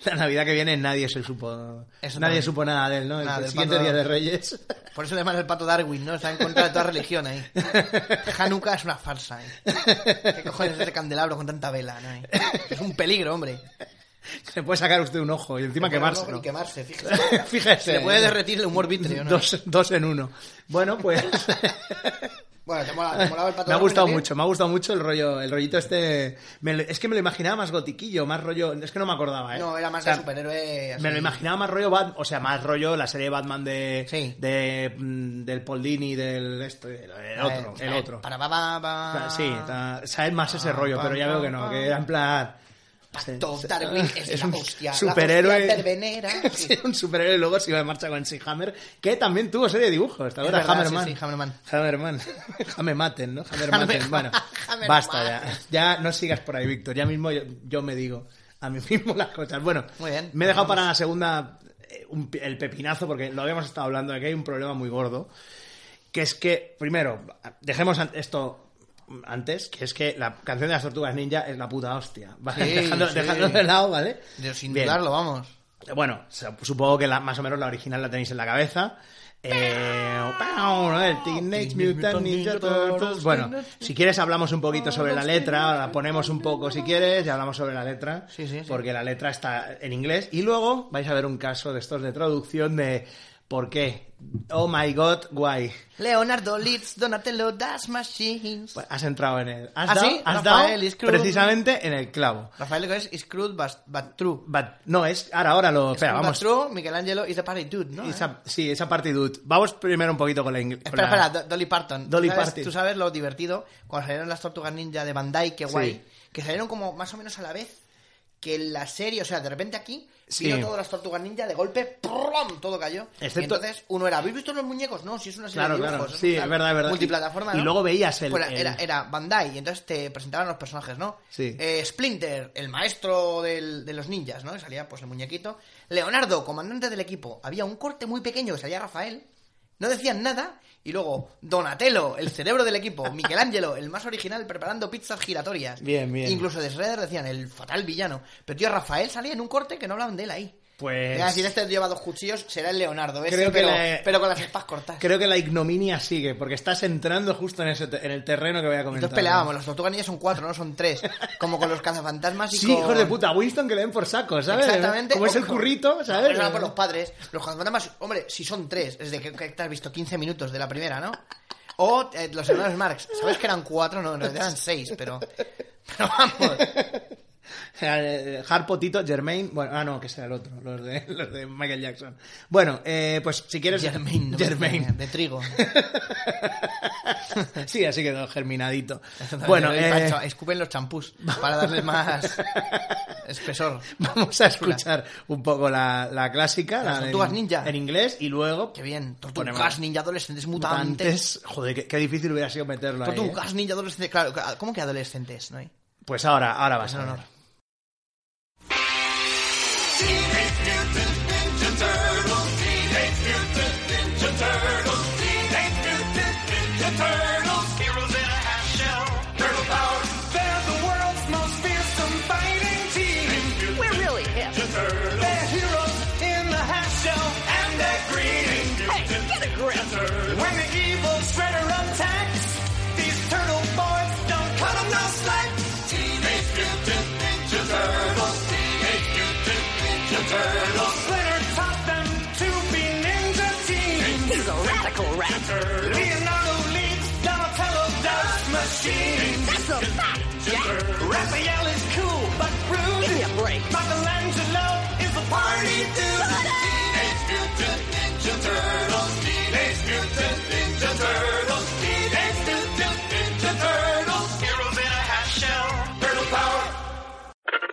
La Navidad que viene nadie se supo... Nadie
Eso también.
supo nada de él, ¿no? El
Nada, del
siguiente
pato-
día de Reyes.
Por eso le llaman el pato Darwin, ¿no? Está en contra de toda religión ahí. Hanukkah es una farsa, ¿eh? ¿Qué cojones es ese candelabro con tanta vela, ¿no? eh? Es un peligro, hombre.
Se puede sacar usted un ojo y encima quemarse.
Y
¿no?
quemarse, fíjate.
Fíjese.
Se le puede derretir el humor vítreo, ¿no?
Dos, dos en uno. Bueno, pues...
Bueno, te mola- te molaba el pato
me ha
Darwin
gustado
también?
mucho, me ha gustado mucho el rollo, el rollito este. me lo- es que me lo imaginaba más gotiquillo, más rollo. Es que no me acordaba, ¿eh?
No, era más
O sea,
de superhéroe. así.
Me lo imaginaba más rollo Bat- o sea, más rollo la serie de Batman de,
Sí.
de mm, del Paul Dini, del este, el
Eh,
otro, el
eh,
otro.
Para, pa, pa,
O sea,
pa.
sí, ta- o sea, es más ese
Ah,
rollo,
pam,
pero ya
pam,
veo que no,
pam.
que era en plan sí,
Top
sí.
Darwin es, la hostia. la
superhéroe.
hostia verbenera.
Sí,
Sí.
un superhéroe luego se iba de marcha con Hammer, que también tuvo serie de dibujos, ¿te acuerdas?
verdad,
Hammerman.
sí, sí, Hammerman.
Hammerman. Hammermaten, ¿no? Hammermaten.
Hammer-
bueno,
Hammerman.
basta ya. Ya no sigas por ahí, Víctor. Ya mismo yo, yo me digo a mí mismo las cosas. Bueno,
Muy bien.
me he dejado para la segunda eh, un pe- el pepinazo, porque lo habíamos estado hablando, de que hay un problema muy gordo que es que, primero, dejemos an- esto antes, que es que la canción de las tortugas ninja es la puta hostia. ¿vale?
Sí,
dejando,
sí.
dejando de lado, ¿vale?
Dios, sin
Bien.
dudarlo, vamos.
Bueno, se- supongo que la- más o menos la original la tenéis en la cabeza. Eh, ¡pau! ¿no? El Teenage Mutant Ninja Turtles. Bueno, si quieres hablamos un
Ah,
poquito sobre la letra, la ponemos un poco si quieres y hablamos sobre la letra,
Sí, sí, sí.
porque la letra está en inglés. Y luego vais a ver un caso de estos de traducción de por qué. Oh my God, why.
Leonardo Litz, Donatello, Das Machines.
Pues has entrado en el. Has
¿Ah,
dado,
sí?
has
Rafael
dado
Iscruz.
precisamente en el clavo.
Rafael Gómez is crude but, but true.
But, no, es. Ahora, ahora lo. Espera,
But
vamos.
true, Michelangelo is a party dude, ¿no?
Esa-
¿Eh?
Sí, esa partitud. Vamos primero un poquito con la inglés.
Espera, espera, Do- Dolly Parton.
Dolly
¿Sabes-
Parton.
Tú sabes lo divertido, cuando salieron las Tortugas Ninja de Bandai, qué guay, que salieron como más o menos a la vez que la serie, o sea, de repente aquí
Sí.
vino todas las Tortugas Ninja, de golpe, ¡prum! todo cayó. Y
Excepto-
entonces uno era, ¿habéis visto los muñecos? No, si es una serie
Claro,
de
claro.
dibujos.
Sí,
una
es verdad, es verdad.
Multiplataforma,
Y- y
¿no?
luego veías el-
Fuera,
el-
Era, era Bandai, y entonces te presentaban los personajes, ¿no?
Sí.
Eh, Splinter, el maestro del- de los ninjas, ¿no? Y salía pues el muñequito. Leonardo, comandante del equipo. Había un corte muy pequeño que salía Rafael. No decían nada. Y luego Donatello, el cerebro del equipo. Michelangelo, el más original, preparando pizzas giratorias.
Bien, bien.
Incluso de Shredder decían el fatal villano. Pero tío, Rafael salía en un corte que no hablaban de él ahí.
Pues-
Te iba a decir, este lleva dos cuchillos, será el Leonardo. ese,
Creo que
pero,
la-
pero con las espadas cortas.
Creo que la ignominia sigue, porque estás entrando justo en, ese te- en el terreno que voy a comentar.
Entonces peleábamos, las tortugas ninjas son cuatro, no son tres. Como con los cazafantasmas y
Sí,
con-
hijos de puta, Winston que le den por saco, ¿sabes?
Exactamente.
Como es el
Ojo.
currito,
No,
¿sabes?
pero era por los padres. Los cazafantasmas, hombre, si son tres, es de que, que te has visto 15 minutos de la primera, ¿no? O eh, los hermanos Marx. ¿Sabes que eran cuatro? No, en realidad eran seis, pero... Pero vamos.
Eh, Harpo, Tito, Germain. Bueno, ah, no, que sea el otro, los de, los de Michael Jackson. Bueno, eh, pues si quieres.
Germain, no me
Germain.
extraña, De trigo.
sí, así quedó germinadito.
Exactamente,
Bueno,
lo
eh,
he dicho, escupen los champús para darle más espesor.
vamos a escuchar un poco la, la clásica,
Las
la de-
tortugas ninja.
en inglés, y luego
Qué bien.
Ponemos-
Tortugas, ninja, adolescentes, mutantes.
mutantes. Joder, qué, qué difícil hubiera sido meterlo ahí. ¿eh?
Tortugas, ninja, adolescentes. Claro, ¿cómo que adolescentes? No hay.
Pues ahora, ahora vas
No,
a
no.
ver.
We're really hip. Hey, get a grip.
When the evil shredder attacks, these turtle boys don't cut 'em no slack. Teenage Mutant Ninja Turtles, Teenage Mutant Ninja Turtles. Splinter taught them to be ninja. Teenage
Taco Rat.
Leonardo leads Donatello dust machine.
That's a fact, Jack.
Raphael is cool but rude.
Give me a break.
Michelangelo is a party dude. Teenage Mutant Ninja Turtles. Teenage Mutant Ninja Turtles. Teenage Mutant Ninja Turtles. Heroes in a half shell. Turtle power.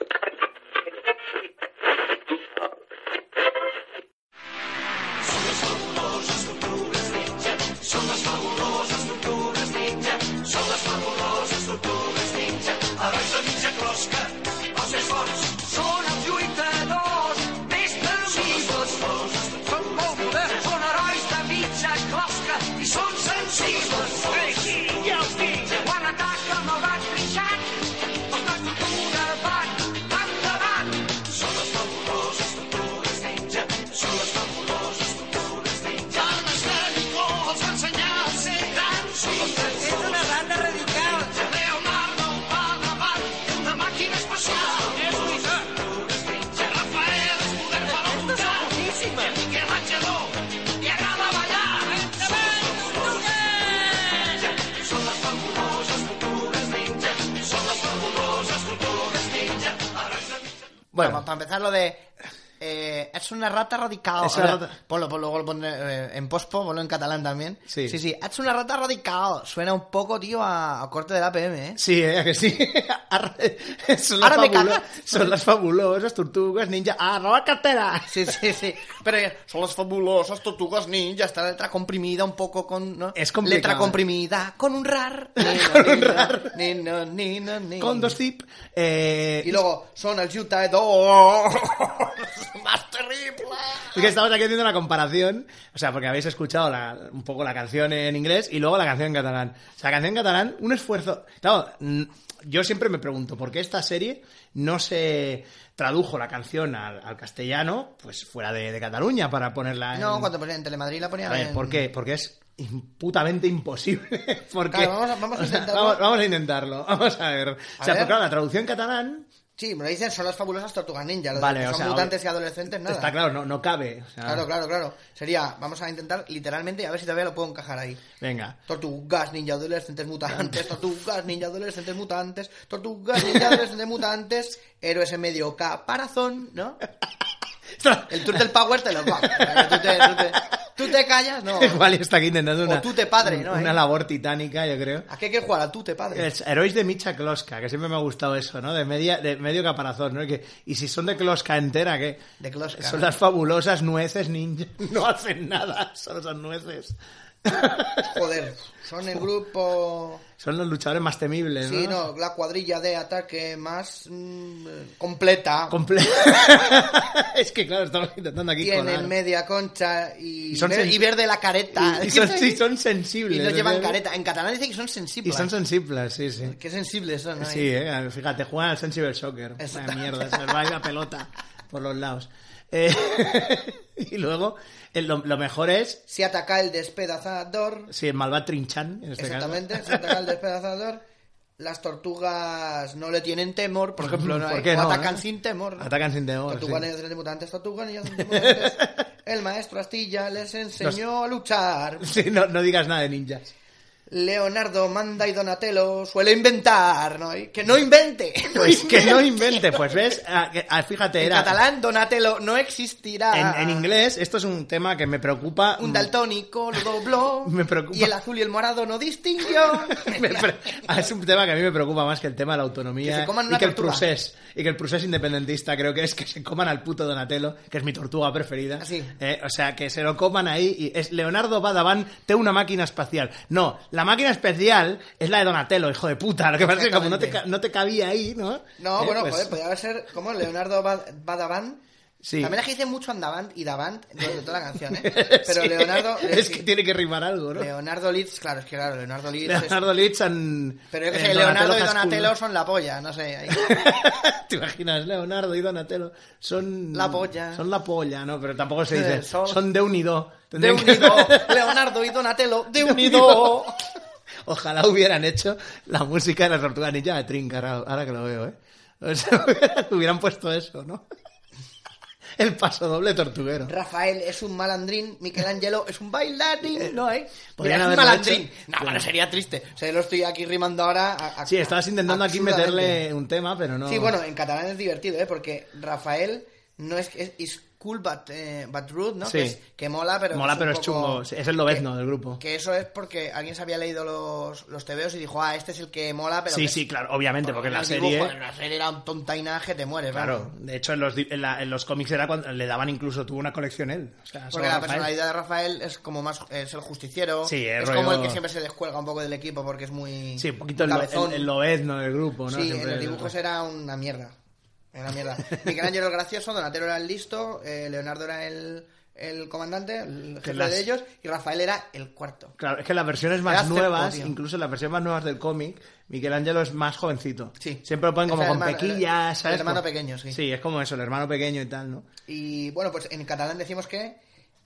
Bueno, para empezar lo de... eh, es una rata radical.
Es una
Ahora,
rata-
Ponlo, ponlo, luego lo pondré, eh, en pospo, ponlo en catalán también.
Sí.
sí, sí. Es una rata radical. Suena un poco, tío, a, a corte de la PM, ¿eh?
Sí, ¿eh? ¿A que sí. Arra- son las
Ahora me
fabulo-
cagas.
Son las fabulosas tortugas ninja. ¡Arroba cartera!
Sí, sí, sí. Pero eh, son las fabulosas tortugas ninja. Está la letra comprimida un poco con... ¿no?
Es complicado. ¿eh?
Letra comprimida con un rar.
Con un rar.
Ni, no, ni, no, ni.
Con dos zip. Eh,
Y luego, son el Utah dos más terrible.
Es que estamos aquí haciendo una comparación, o sea, porque habéis escuchado la- un poco la canción en inglés y luego la canción en catalán. O sea, la canción en catalán, un esfuerzo. Claro, mm, yo siempre me pregunto por qué esta serie no se tradujo la canción al, al castellano, pues fuera de, de Cataluña para ponerla en.
No, cuando ponían en Telemadrid la ponían
A ver,
en-
¿por qué? Porque es im- putamente imposible. Porque,
Claro, vamos a- vamos a
o sea,
intentarlo.
vamos, vamos a intentarlo. Vamos a ver. o sea,
ver.
porque claro, la traducción catalán.
Sí, me lo dicen, son las fabulosas tortugas ninja. Lo de
Vale,
que
o
son
sea,
mutantes y adolescentes, nada.
Está claro, no, no cabe. o sea,
Claro, claro, claro. Sería, vamos a intentar literalmente y a ver si todavía lo puedo encajar ahí.
Venga.
Tortugas, ninja, adolescentes, mutantes. Tortugas, ninja, adolescentes, mutantes. Tortugas, ninja, adolescentes, mutantes. Héroes en medio caparazón, ¿no? El Turtle Power te lo va. Tú te, tú te- tú te callas, no.
Igual está aquí intentando
O
una,
tú te padre, ¿no?
una
¿Eh?
labor titánica, yo creo.
Aquí hay que jugar al tute, padre.
Es Herois de Micha Kloska, que siempre me ha gustado eso, ¿no? De, media, de medio caparazón, ¿no? Y, que- y si son de Kloska entera, que
De Kloska.
son las fabulosas nueces ninja, no hacen nada, solo son nueces.
Joder, son el grupo...
Son los luchadores más temibles,
Sí, no, la cuadrilla de ataque más mm, completa.
Comple- es que claro, estamos intentando aquí colar.
Tienen media concha y,
Y son
ver-
sen-
y verde la careta.
Y, y son, sí, son sensibles.
Y no
¿no?
llevan careta. En catalán dicen que son sensibles.
Y son sensibles, sí, sí.
Qué sensibles son. ¿no?
Sí, eh, fíjate, juegan al Sensible Soccer. Una
Exacto.
mierda, se les va la pelota por los lados. Eh, y luego, el- lo, lo mejor es,
Si ataca el despedazador.
si el malvado Trinchan, en este
exactamente,
caso.
si ataca el despedazador. Las tortugas no le tienen temor, por ejemplo, no,
¿Por
hay-
qué
o
no,
atacan
eh?
sin temor. ¿no?
Atacan sin temor.
Tortugas
sí.
niñas de mutantes, tortugas niñas de mutantes. El maestro Astilla les enseñó a luchar.
Sí, no, no digas nada de ninjas.
Leonardo Manda y Donatello suele inventar, ¿no? Y que no invente.
Pues que no invente, pues ves, Ah, que- ah, fíjate,
En
era.
catalán Donatello no existirá.
en- en inglés, esto es un tema que me preocupa.
Un daltónico lo dobló.
Me preocupa.
Y el azul y el morado no distinguió.
Me pre- es un tema que a mí me preocupa más que el tema de la autonomía
Que se coman
y
una
que el
tortuga.
procés y que el procés independentista creo que es que se coman al puto Donatello que es mi tortuga preferida
Ah, sí.
Eh, o sea que se lo coman ahí y es Leonardo Badaban te una máquina espacial no la máquina especial es la de Donatello hijo de puta lo que pasa es que como no te, ca- no te cabía ahí no
No,
Eh,
bueno,
pues-
joder, podría haber ser como Leonardo Bad- Badabant.
Sí.
También es que dicen mucho Andavant y Davant durante toda la canción, ¿eh? Pero
Sí.
Leonardo...
es que tiene que rimar algo no
Leonardo Litz, claro, es que claro, Leonardo Litz... es-
Leonardo Litz and-
Pero yo que
eh,
sé, Leonardo
Hascul,
y
¿no?
Donatello son la polla, no sé. ahí.
¿Te imaginas? Leonardo y Donatello son...
La polla.
Son la polla, ¿no? Pero tampoco se
Eh,
dice.
son-
Son de unido.
De
Tendrían que-
unido, Leonardo y Donatello, de unido.
unido. Ojalá hubieran hecho la música de la tortuga ninja de Trinca, ahora, ahora que lo veo, ¿eh? O sea, hubieran puesto eso, ¿no? el paso doble tortuguero.
Rafael es un malandrín, Michelangelo es un bailarín, ¿no, eh?
podrían
Mira, es un
haberlo
malandrín.
hecho.
No, bueno, sería triste. O sea, lo estoy aquí rimando ahora. a- a-
Sí, estabas intentando aquí
absurdamente.
meterle un tema, pero no.
Sí, bueno, en catalán es divertido, ¿eh? Porque Rafael no es es is cool but, eh, but rude, ¿no?
Sí.
Que, es- que mola, pero
Mola, pero
un
es chungo. Es el lobezno del grupo.
Que eso es porque alguien se había leído los, los tebeos y dijo, ah, este es el que mola, pero
Sí,
que-
sí, claro, obviamente, porque en la
el dibujo,
serie.
en la serie era un tontainaje, te mueres,
Claro,
vamos.
de hecho en los, di- en la- en los cómics era cuando le daban incluso, tuvo una colección él. o sea, solo
Porque la
Rafael.
personalidad de Rafael es como más es el justiciero,
Sí, es
es
rollo-
como el que siempre se descuelga un poco del equipo porque es muy
Sí, un poquito el, lo-
cabezón.
el, el lobezno del grupo, ¿no?
Sí, en
Siempre
los
el-
dibujos era una mierda. Era una mierda. Michelangelo era el gracioso, Donatello era el listo, eh, Leonardo era el, el comandante, el jefe
las-
de ellos, y Rafael era el cuarto.
Claro, es que las versiones
Era
más
cepo,
nuevas,
tío.
incluso las versiones más nuevas del cómic, Michelangelo es más jovencito.
Sí.
Siempre lo ponen
Es
como
el
con
hermano-
pequillas,
el-
¿sabes?
el hermano
Como-
pequeño, sí.
Sí, es como eso, el hermano pequeño y tal, ¿no?
Y bueno, pues en catalán decimos que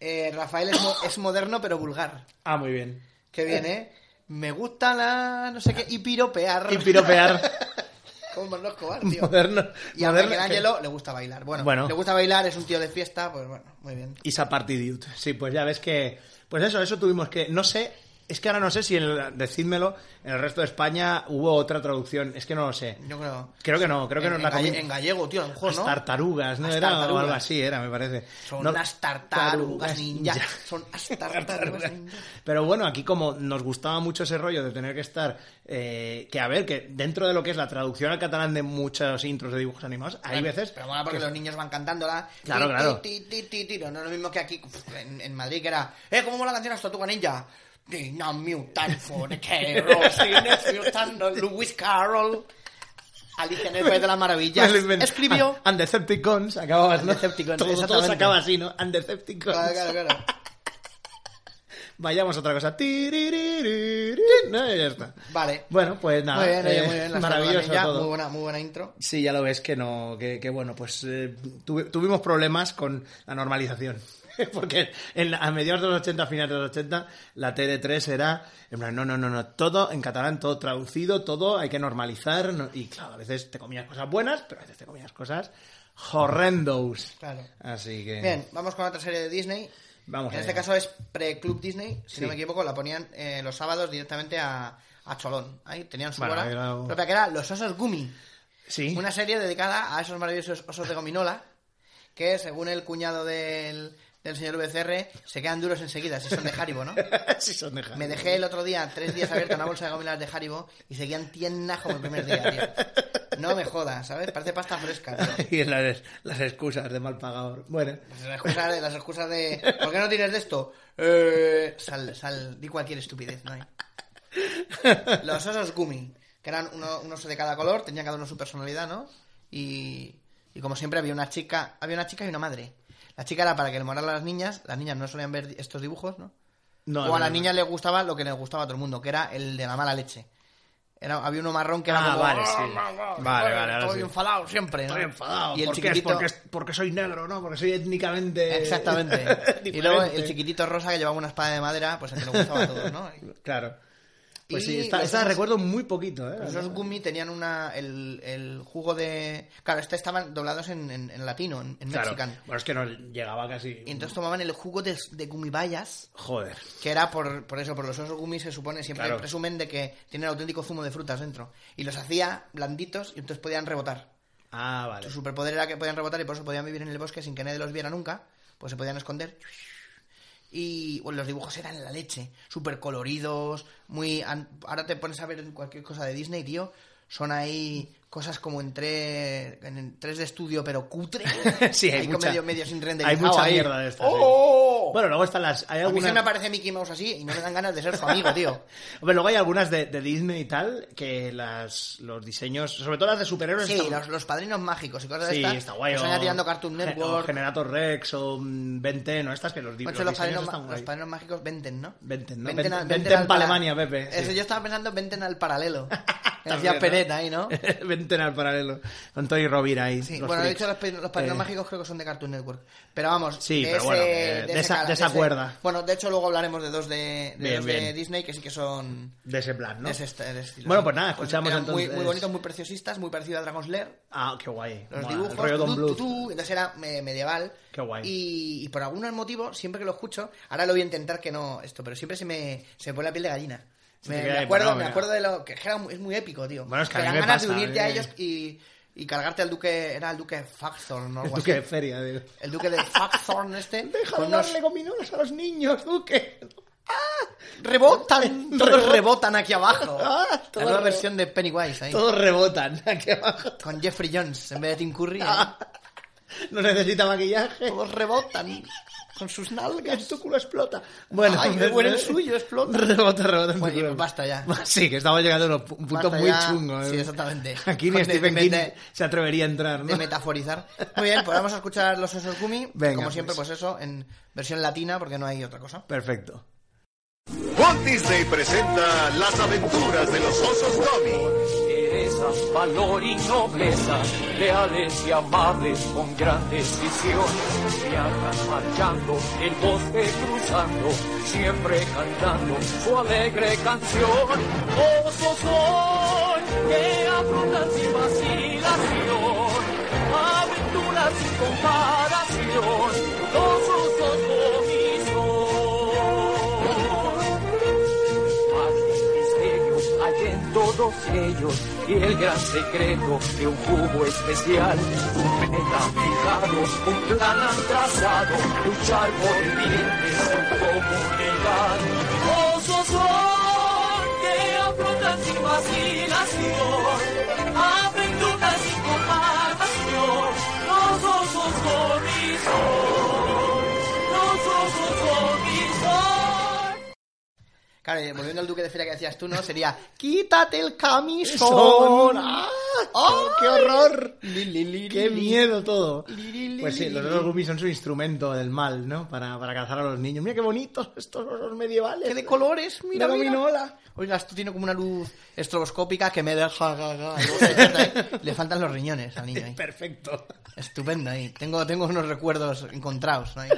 eh, Rafael es, mo- es moderno pero vulgar.
Ah, muy bien.
Qué bien, ¿eh? Me gusta la... no sé qué, y piropear.
Y piropear.
Como Manolo Escobar, tío.
moderno.
Y a
moderno-
Michelangelo le gusta bailar. Bueno,
Bueno.
le gusta bailar, es un tío de fiesta, pues bueno, muy bien.
Isa Party Dude. Sí, pues ya ves que. Pues eso, eso tuvimos que. No sé. Es que ahora no sé si, en el, decídmelo, en el resto de España hubo otra traducción. Es que no lo sé.
Yo creo...
Creo que no, creo que
en,
nos
en
la
galle-
comi-
en gallego, tío, a lo mejor,
Las
¿no?
tartarugas, ¿no?
Las
Era o
tartarugas.
algo así, era, me parece.
Son
No-
las tartarugas
Tarugas
ninja. Son las tartarugas ninja.
Pero bueno, aquí como nos gustaba mucho ese rollo de tener que estar, eh, que a ver, que dentro de lo que es la traducción al catalán de muchos intros de dibujos animados, hay veces...
Pero mola porque
que-
los niños van cantándola.
Claro,
Ti,
claro.
ti, ti, ti, ti, No no es lo mismo que aquí pf, en, en Madrid, que era. ¡Eh, cómo mola la canción hasta Tortuga Ninja! Dinamutant Fornicaros, Inesmutando Lewis Carroll. Alicia en el País de las Maravillas.
Me lo inventé.
Escribió.
And Decepticons, acababas, ¿no?
Decepticons,
todo, todo se
exactamente.
acaba así, ¿no? And Decepticons.
Claro, claro, claro.
Vayamos a otra cosa. Tiririririri, ¿no? Y ya está.
Vale.
Bueno, pues nada.
Muy bien, oye,
eh,
muy bien. Las
maravilloso
Tortugas Ninja,
todo.
Muy buena, muy buena intro.
Sí, ya lo ves que no, que, que bueno, pues eh, tuvi- tuvimos problemas con la normalización. Porque en la- a mediados de los 80, a finales de los 80, la TR3 era, en plan, no, no, no, no, todo en catalán, todo traducido, todo hay que normalizar. no- y claro, a veces te comías cosas buenas, pero a veces te comías cosas horrendos.
Claro.
Así que...
Bien, vamos con otra serie de Disney.
Vamos allá.
En este caso es pre-Club Disney, si
Sí.
no me equivoco, la ponían eh, los sábados directamente a, a Cholón. Ahí tenían su
Bueno,
hora
era un-
propia que era Los Osos Gumi.
Sí.
Una serie dedicada a esos maravillosos osos de gominola que, según el cuñado del, del señor VCR, se quedan duros enseguida si son de Haribo, ¿no?
Sí, son de Jaén.
Me dejé el otro día tres días abierta una bolsa de gominolas de Haribo y seguían tiernas como el primer día, tío. No me jodas, ¿sabes? Parece pasta fresca, tío.
Y las, las excusas de mal pagador. Bueno,
Las excusas de, las excusas de ¿por qué no tienes de esto? Eh, sal, sal, di cualquier estupidez, no hay. Los osos gumi, que eran uno, un oso de cada color, tenían cada uno su personalidad, ¿no? Y, y como siempre había una chica, había una chica y una madre. La chica era para que le moraran a las niñas, las niñas no solían ver estos dibujos, ¿no?
no,
o a
no,
las
no.
niñas les gustaba lo que les gustaba a todo el mundo, que era el de la mala leche. Era, había uno marrón que era
Ah,
como,
vale,
"Ah,
sí.
ah, ah,
Vale, vale, ahora
estoy
sí.
enfadado siempre. ¿no?
Estoy enfadado.
Y el
¿Por qué?
chiquitito,
Porque, porque soy negro, ¿no? Porque soy étnicamente.
Exactamente. y luego el
diferente.
chiquitito rosa que llevaba una espada de madera, pues el que nos gustaba a todos, ¿no? Y
Claro. Pues
Y
sí, esta,
los
esta
osos-
recuerdo muy poquito, ¿eh?
Los Gumi tenían una, el, el jugo de... Claro, este estaban doblados en, en- en latino, en, en
Claro.
mexicano.
Bueno, es que nos llegaba casi.
Y entonces tomaban el jugo de, de gumibayas,
Joder.
que era por, por eso, por los osos gumi se supone, siempre
Claro.
presumen de que tienen auténtico zumo de frutas dentro. Y los hacía blanditos y entonces podían rebotar.
Ah, vale.
Su superpoder era que podían rebotar y por eso podían vivir en el bosque sin que nadie los viera nunca, pues se podían esconder. Y bueno, los dibujos eran la leche, súper coloridos, muy... an- Ahora te pones a ver cualquier cosa de Disney, tío, son ahí cosas como en, tres en 3 de estudio, pero cutre.
sí, hay
Ahí con
mucha.
medio, medio sin
hay
renderizado,
mucha
ahí.
mierda de estas. sí.
¡Oh!
Bueno, luego están las. Hay
a mí
algunas...
se me aparece Mickey Mouse así y no me dan ganas de ser su amigo, tío.
Hombre, luego hay algunas de, de Disney y tal que las, los diseños, sobre todo las de superhéroes,
Sí,
están-
los, los padrinos mágicos y cosas de
Sí,
estas.
está guay.
que
o-
Están ya tirando Cartoon
Gen-
Network.
o Generator Rex o mm, Venten o estas que los, di- los
Bueno, son los,
diseños
padrinos,
están
ma-
guay.
los padrinos mágicos venten, ¿no?
Venten, ¿no?
a-
Venten pa'
para-
Alemania, Pepe,
Eso
sí.
yo estaba pensando, venten al paralelo. Hacía Peret ahí, ¿no?
Venten al paralelo. Con Tony Rovira ahí.
Sí,
los
bueno, de
freaks.
hecho los, pe- los padrinos
Eh,
mágicos creo que son de Cartoon Network. Pero vamos,
Sí,
de
pero
ese-
bueno, eh, de
ese
esa-
cala-
de esa
ese-
cuerda.
Bueno, de hecho luego hablaremos de dos de, de,
Bien,
dos de
bien.
Disney que sí que son
De ese plan, ¿no?
de ese, est- de ese estilo.
Bueno, pues nada, escuchamos
eran muy- Muy,
entonces-
bonitos, muy preciosistas, muy parecido a Dragon's Lair.
Ah, qué guay.
Los
Mola, el
dibujos,
rollo Don
tu, tu,
Bluth.
tu, tu, entonces era me- medieval.
Qué guay.
Y, y por algún motivo, siempre que lo escucho, ahora lo voy a intentar que no esto, pero siempre se me, se me pone la piel de gallina.
Se
Me,
te queda
me
ahí
acuerdo,
parado,
me
mira.
acuerdo de lo que era, muy- es muy épico, tío.
Bueno, es que a
Te
mí
dan
me
ganas de
pasa,
unirte
eh.
a ellos y, y cargarte al duque, era el duque Faxthorn, ¿no?
El
Algo
duque
así.
de feria, digo.
El duque de Faxthorn este.
Deja
con
de
unos-
darle gominolas a los niños, duque.
rebotan, todos
Rebo-
rebotan aquí abajo.
Ah, todo
la nueva
rebo-
versión de Pennywise ahí.
Todos rebotan aquí abajo.
Con Jeffrey Jones en vez de Tim Curry. ahí.
Ah, No necesita maquillaje.
Todos rebotan con sus nalgas.
Tu culo explota. Bueno, pues,
Ay, qué bueno el suyo, explota.
Rebota, rebota. en tu
Oye,
culo.
basta ya.
Sí, que estamos llegando a unos pu- puntos
Basta
muy
ya.
chungos.
Sí,
eh.
exactamente.
Aquí ni
De-
Stephen
de-
King
de-
se atrevería a entrar,
de
¿no?
metaforizar. Muy bien, pues vamos a escuchar los Osos Gumi.
Venga,
como siempre,
pues.
pues eso, en versión latina, porque no hay otra cosa.
Perfecto.
Walt Disney presenta las aventuras de los osos Tommy.
Entereza, valor y nobleza, leales y amables con gran decisión. Viajan marchando, el bosque cruzando, siempre cantando su alegre canción. Osos son que afrontan sin vacilación, aventuras sin comparación. Osos son comisos. Hay un misterio, hay en todos ellos y el gran secreto de un jugo especial. Un meta fijado, un plan han trazado, luchar por el bien de su comunidad. Osos son que afrontan sin vacilación, aventuras sin comparación. Los osos son y son, los osos son y son.
Claro, y volviendo al duque de feria que decías tú, ¿no? Sería, quítate el camisón.
¡Ah!
¡Ay!
¡Qué horror!
Li, li, li,
¡Qué
li, li.
miedo todo!
Li, li, li,
Pues sí,
li,
los
li.
osos gummies son su instrumento del mal, ¿no? Para, para cazar a los niños. Mira qué bonitos estos osos medievales.
¡Qué de colores! ¡Mira,
Una gominola.
mira! Oiga, esto tiene como una luz estroboscópica que me deja... gaga. Y luego se despierta, ¿eh? Le faltan los riñones al niño ahí.
Perfecto.
Estupendo ahí. Tengo, tengo unos recuerdos encontrados ahí.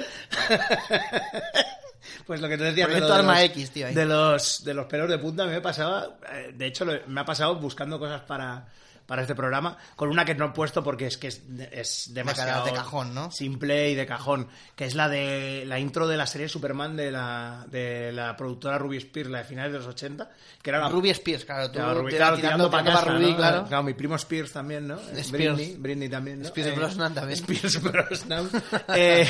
Pues lo que te decía
Proyecto
Pedro, de
Arma
los-
X, tío, ahí.
de los de los pelos de punta a mí me pasaba, eh, de hecho lo- me ha pasado buscando cosas para para este programa con una que no he puesto porque es que es, es demasiado
de cajón, ¿no?
simple y de cajón, que es la de la intro de la serie Superman de la de la productora Ruby Spears, la de finales de los 80, que era la
Ruby Spears, claro. Tú
Claro, Rubí,
te-
Ah. claro,
tirando,
tirando, para
tirando
casa,
pa' Rubí,
¿no?
claro.
Claro, mi primo Spears también, ¿no?
Spears.
Britney, Britney también, ¿no? Eh,
Spears Brosnan también.
Spears Brosnan. Eh,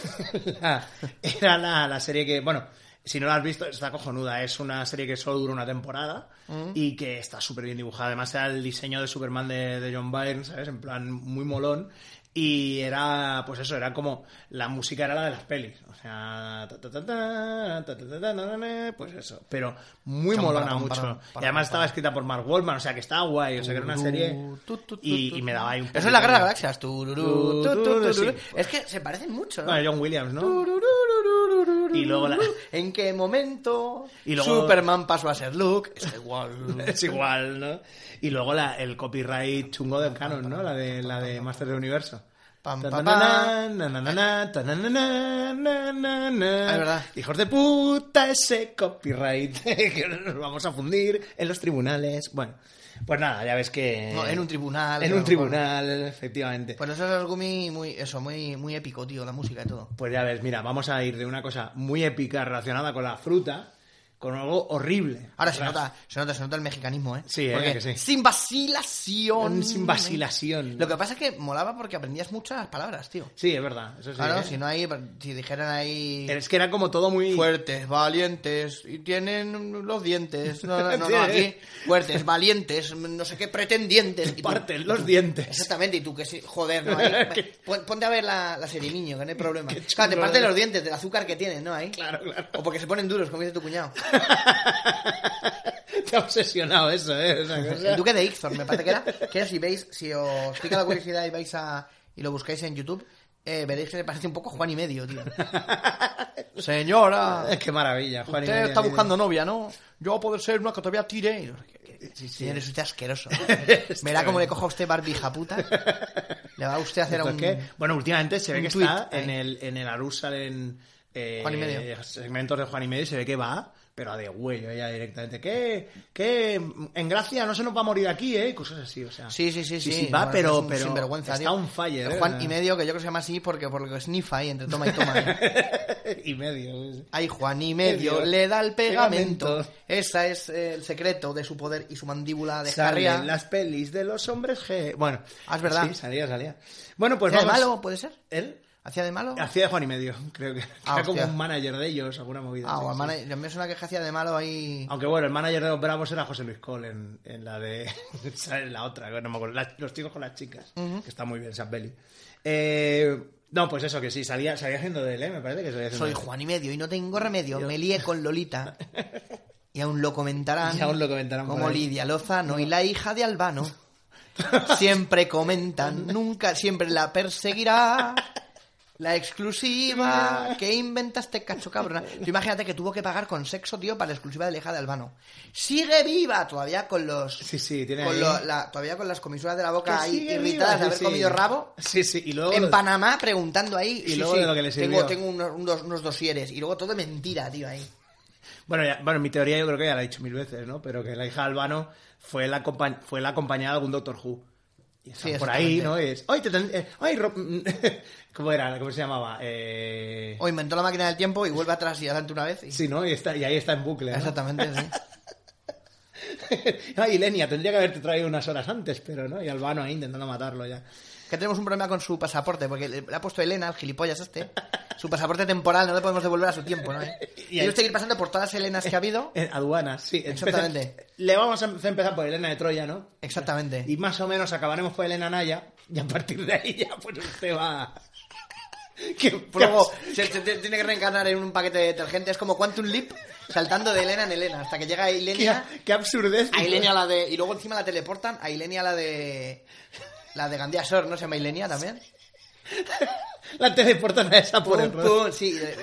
la- Ah, era la, la serie que, bueno, si no la has visto, está cojonuda. Es una serie que solo dura una temporada
Mm.
y que está súper bien dibujada. Además, era el diseño de Superman de, de John Byrne, ¿sabes? En plan, muy molón. Y era, pues eso, era como la música era la de las pelis. O sea, ta, ta, ta, ta, ta, ta, ta, ta, na, na, na, pues eso. Pero muy
Cham,
molona
param,
mucho.
param,
y
param,
además estaba
param.
escrita por Mark Wallman, o sea que estaba guay, o sea que era una serie.
Uh, Tu, tu, tu,
Y,
tu,
y me daba ahí un
Eso es la guerra de
poquito-
las galaxias. tururú,
Tu,
tu, tu,
tu,
tururú.
sí.
Es que se parecen mucho, ¿no?
Bueno, John Williams, ¿no?
Tururú, tururú, tururú.
Y luego la-
¿En qué momento
Y luego-
Superman pasó a ser Luke? Es igual.
Es igual, ¿no? Y luego la- el copyright chungo del canon, ¿no? La de, la de Masters del Universo.
Pam, pam, Ah,
Tanana, nanana, tanana, nanana.
Es verdad.
Hijos de puta, ese copyright que nos vamos a fundir en los tribunales. Bueno, pues nada, ya ves que...
No, en un tribunal.
En
claro,
un tribunal, efectivamente.
Pues eso es algo muy, muy, eso, muy, muy épico, tío, la música y todo.
Pues ya ves, mira, vamos a ir de una cosa muy épica relacionada con la fruta, con algo horrible.
Ahora se
Ra-
nota, se nota, se nota el mexicanismo, ¿eh?
Sí, eh,
Porque
que sí. Mm,
Sin vacilación. ¿eh?
Sin vacilación.
Lo que pasa es que molaba porque aprendías muchas palabras, tío.
Sí, es verdad. Eso sí,
claro,
¿eh?
si no hay, si dijeran ahí
Es que era como todo muy...
fuertes, valientes y tienen los dientes. No, no, no, no,
Sí,
aquí
eh.
fuertes, valientes, no sé qué pretendientes. Y tú-
Parten los dientes.
Exactamente, y tú que sí, joder, no ahí,
Qué-
pon- Ponte a ver la, la serie niño, que no hay problema.
Qué chulo,
Claro, te parten
¿eh?
los dientes del azúcar que tienen, ¿no? Ahí.
Claro, claro.
O porque se ponen duros, como dice tu cuñado.
Te ha obsesionado eso, ¿eh? Esa cosa.
El duque de Ixthor, me parece que era. Que si veis, si os pica la curiosidad y vais a. y lo buscáis en YouTube, eh, veréis que se parece un poco a Juan y medio, tío. Señora,
Qué maravilla, Juan. y
usted
María,
está
qué
buscando novia, ¿no? Yo a poder ser una que todavía tire.
bien. Sí, sí.
Señor, es usted asqueroso. Verá cómo le coja a usted Barbie hija puta. Le va a usted a hacer
Esto
un...
es que, bueno, últimamente se ve
un
que
tuit,
está
ahí.
en el, en el Arús salen eh,
Juan y medio.
segmentos de Juan y medio y se ve que va, pero a de huello ya directamente. Que, que en gracia no se nos va a morir aquí, ¿eh? Cosas así, o sea.
Sí, sí, sí, sí.
va,
Bueno, es
pero,
un
pero
sinvergüenza,
está
tío.
un fire.
El
¿eh?
Juan y medio, que yo creo que se llama así porque por lo que snifa ahí entre toma y toma. ¿eh?
y medio. sí, sí.
Ay, Juan y medio
Medio.
le da el pegamento.
Pegamento.
Esa es eh, el secreto de su poder y su mandíbula de
Salían
carria.
las pelis de los hombres G. Bueno,
Ah, es verdad.
Sí, salía, salía. Bueno, pues
¿Hacía de
vamos.
malo, puede ser?
Él
¿Hacía de malo?
hacía de Juan y medio, creo que.
Ah,
era como
hostia.
un manager de ellos, alguna movida.
Ah,
así,
o
sí.
al manager- me suena que hacía de malo ahí.
Aunque bueno, el manager de los Bravos era José Luis Col en, en la de. en la otra, no me acuerdo. la- los chicos con las chicas. Que está muy bien, esa peli. Eh, no, pues eso, que sí, salía, salía haciendo de él, ¿eh? me parece que salía haciendo
Soy
de él.
Juan y medio y no tengo remedio. Me lié con Lolita. Y aún lo comentarán.
Y aún lo comentarán por
Como
ahí.
Lidia Lozano y la hija de Albano. Siempre comentan, nunca, siempre la perseguirá. La exclusiva que inventaste, cacho cabrona. Tú imagínate que tuvo que pagar con sexo, tío, para la exclusiva de la hija de Albano. ¡Sigue viva! Todavía con los.
Sí, sí, tiene
con
ahí-
lo- la- todavía con las comisuras de la boca
Que
ahí
sigue viva,
irritadas de haber
sí,
comido
sí.
rabo.
Sí, sí, y luego.
En
los-
Panamá preguntando ahí.
Y
sí,
luego
sí,
de lo que le
tengo,
sirvió.
tengo unos, unos, unos dosieres y luego todo de mentira, tío, ahí.
Bueno, ya- bueno, mi teoría yo creo que ya la he dicho mil veces, ¿no? Pero que la hija de Albano fue la, compa- fue la acompañada de algún Doctor Who. Y están
Sí,
por ahí,
exactamente.
¿no? Y es. ¡Ay, te ten- eh, ay, Ro- ¿Cómo era? ¿Cómo se llamaba? Eh...
O inventó la máquina del tiempo y vuelve atrás y adelante una vez. y-
Sí, ¿no? Y, está, y ahí está en bucle. ¿no?
Exactamente, sí.
Ay, Lenia, tendría que haberte traído unas horas antes, pero no. Y Albano ahí intentando matarlo ya.
Que tenemos un problema con su pasaporte, porque le, le ha puesto Elena, el gilipollas este. Su pasaporte temporal no le podemos devolver a su tiempo, ¿no? eh?
Y
Y
ahí-
usted ir pasando por todas las Elenas que ha habido.
En aduanas, sí.
Exactamente.
Le vamos a empezar- empezar por Elena de Troya, ¿no?
Exactamente.
Y más o menos acabaremos por Elena Naya. Y a partir de ahí ya, pues usted va. Que
Luego se, se- se tiene que reencarnar en un paquete de detergente. Es como Quantum Leap saltando de Elena en Elena, hasta que llega
Qué,
Elena.
qué absurdez.
A Ilenia la de. Y luego encima la teleportan a Ilenia la de. La de Gandía Sor, ¿no se llama Ilenia también?
La teleportan a esa por el
Pum,
rodo.
pum, sí. eh,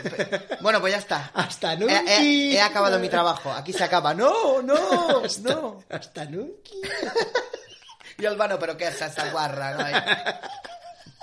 pe- Bueno, pues ya está.
Hasta
He,
nunca.
he- he acabado mi trabajo. Aquí se acaba. ¡No, no,
Hasta,
no!
hasta nunca.
Y Albano, ¿pero qué es esta guarra? no? Eh,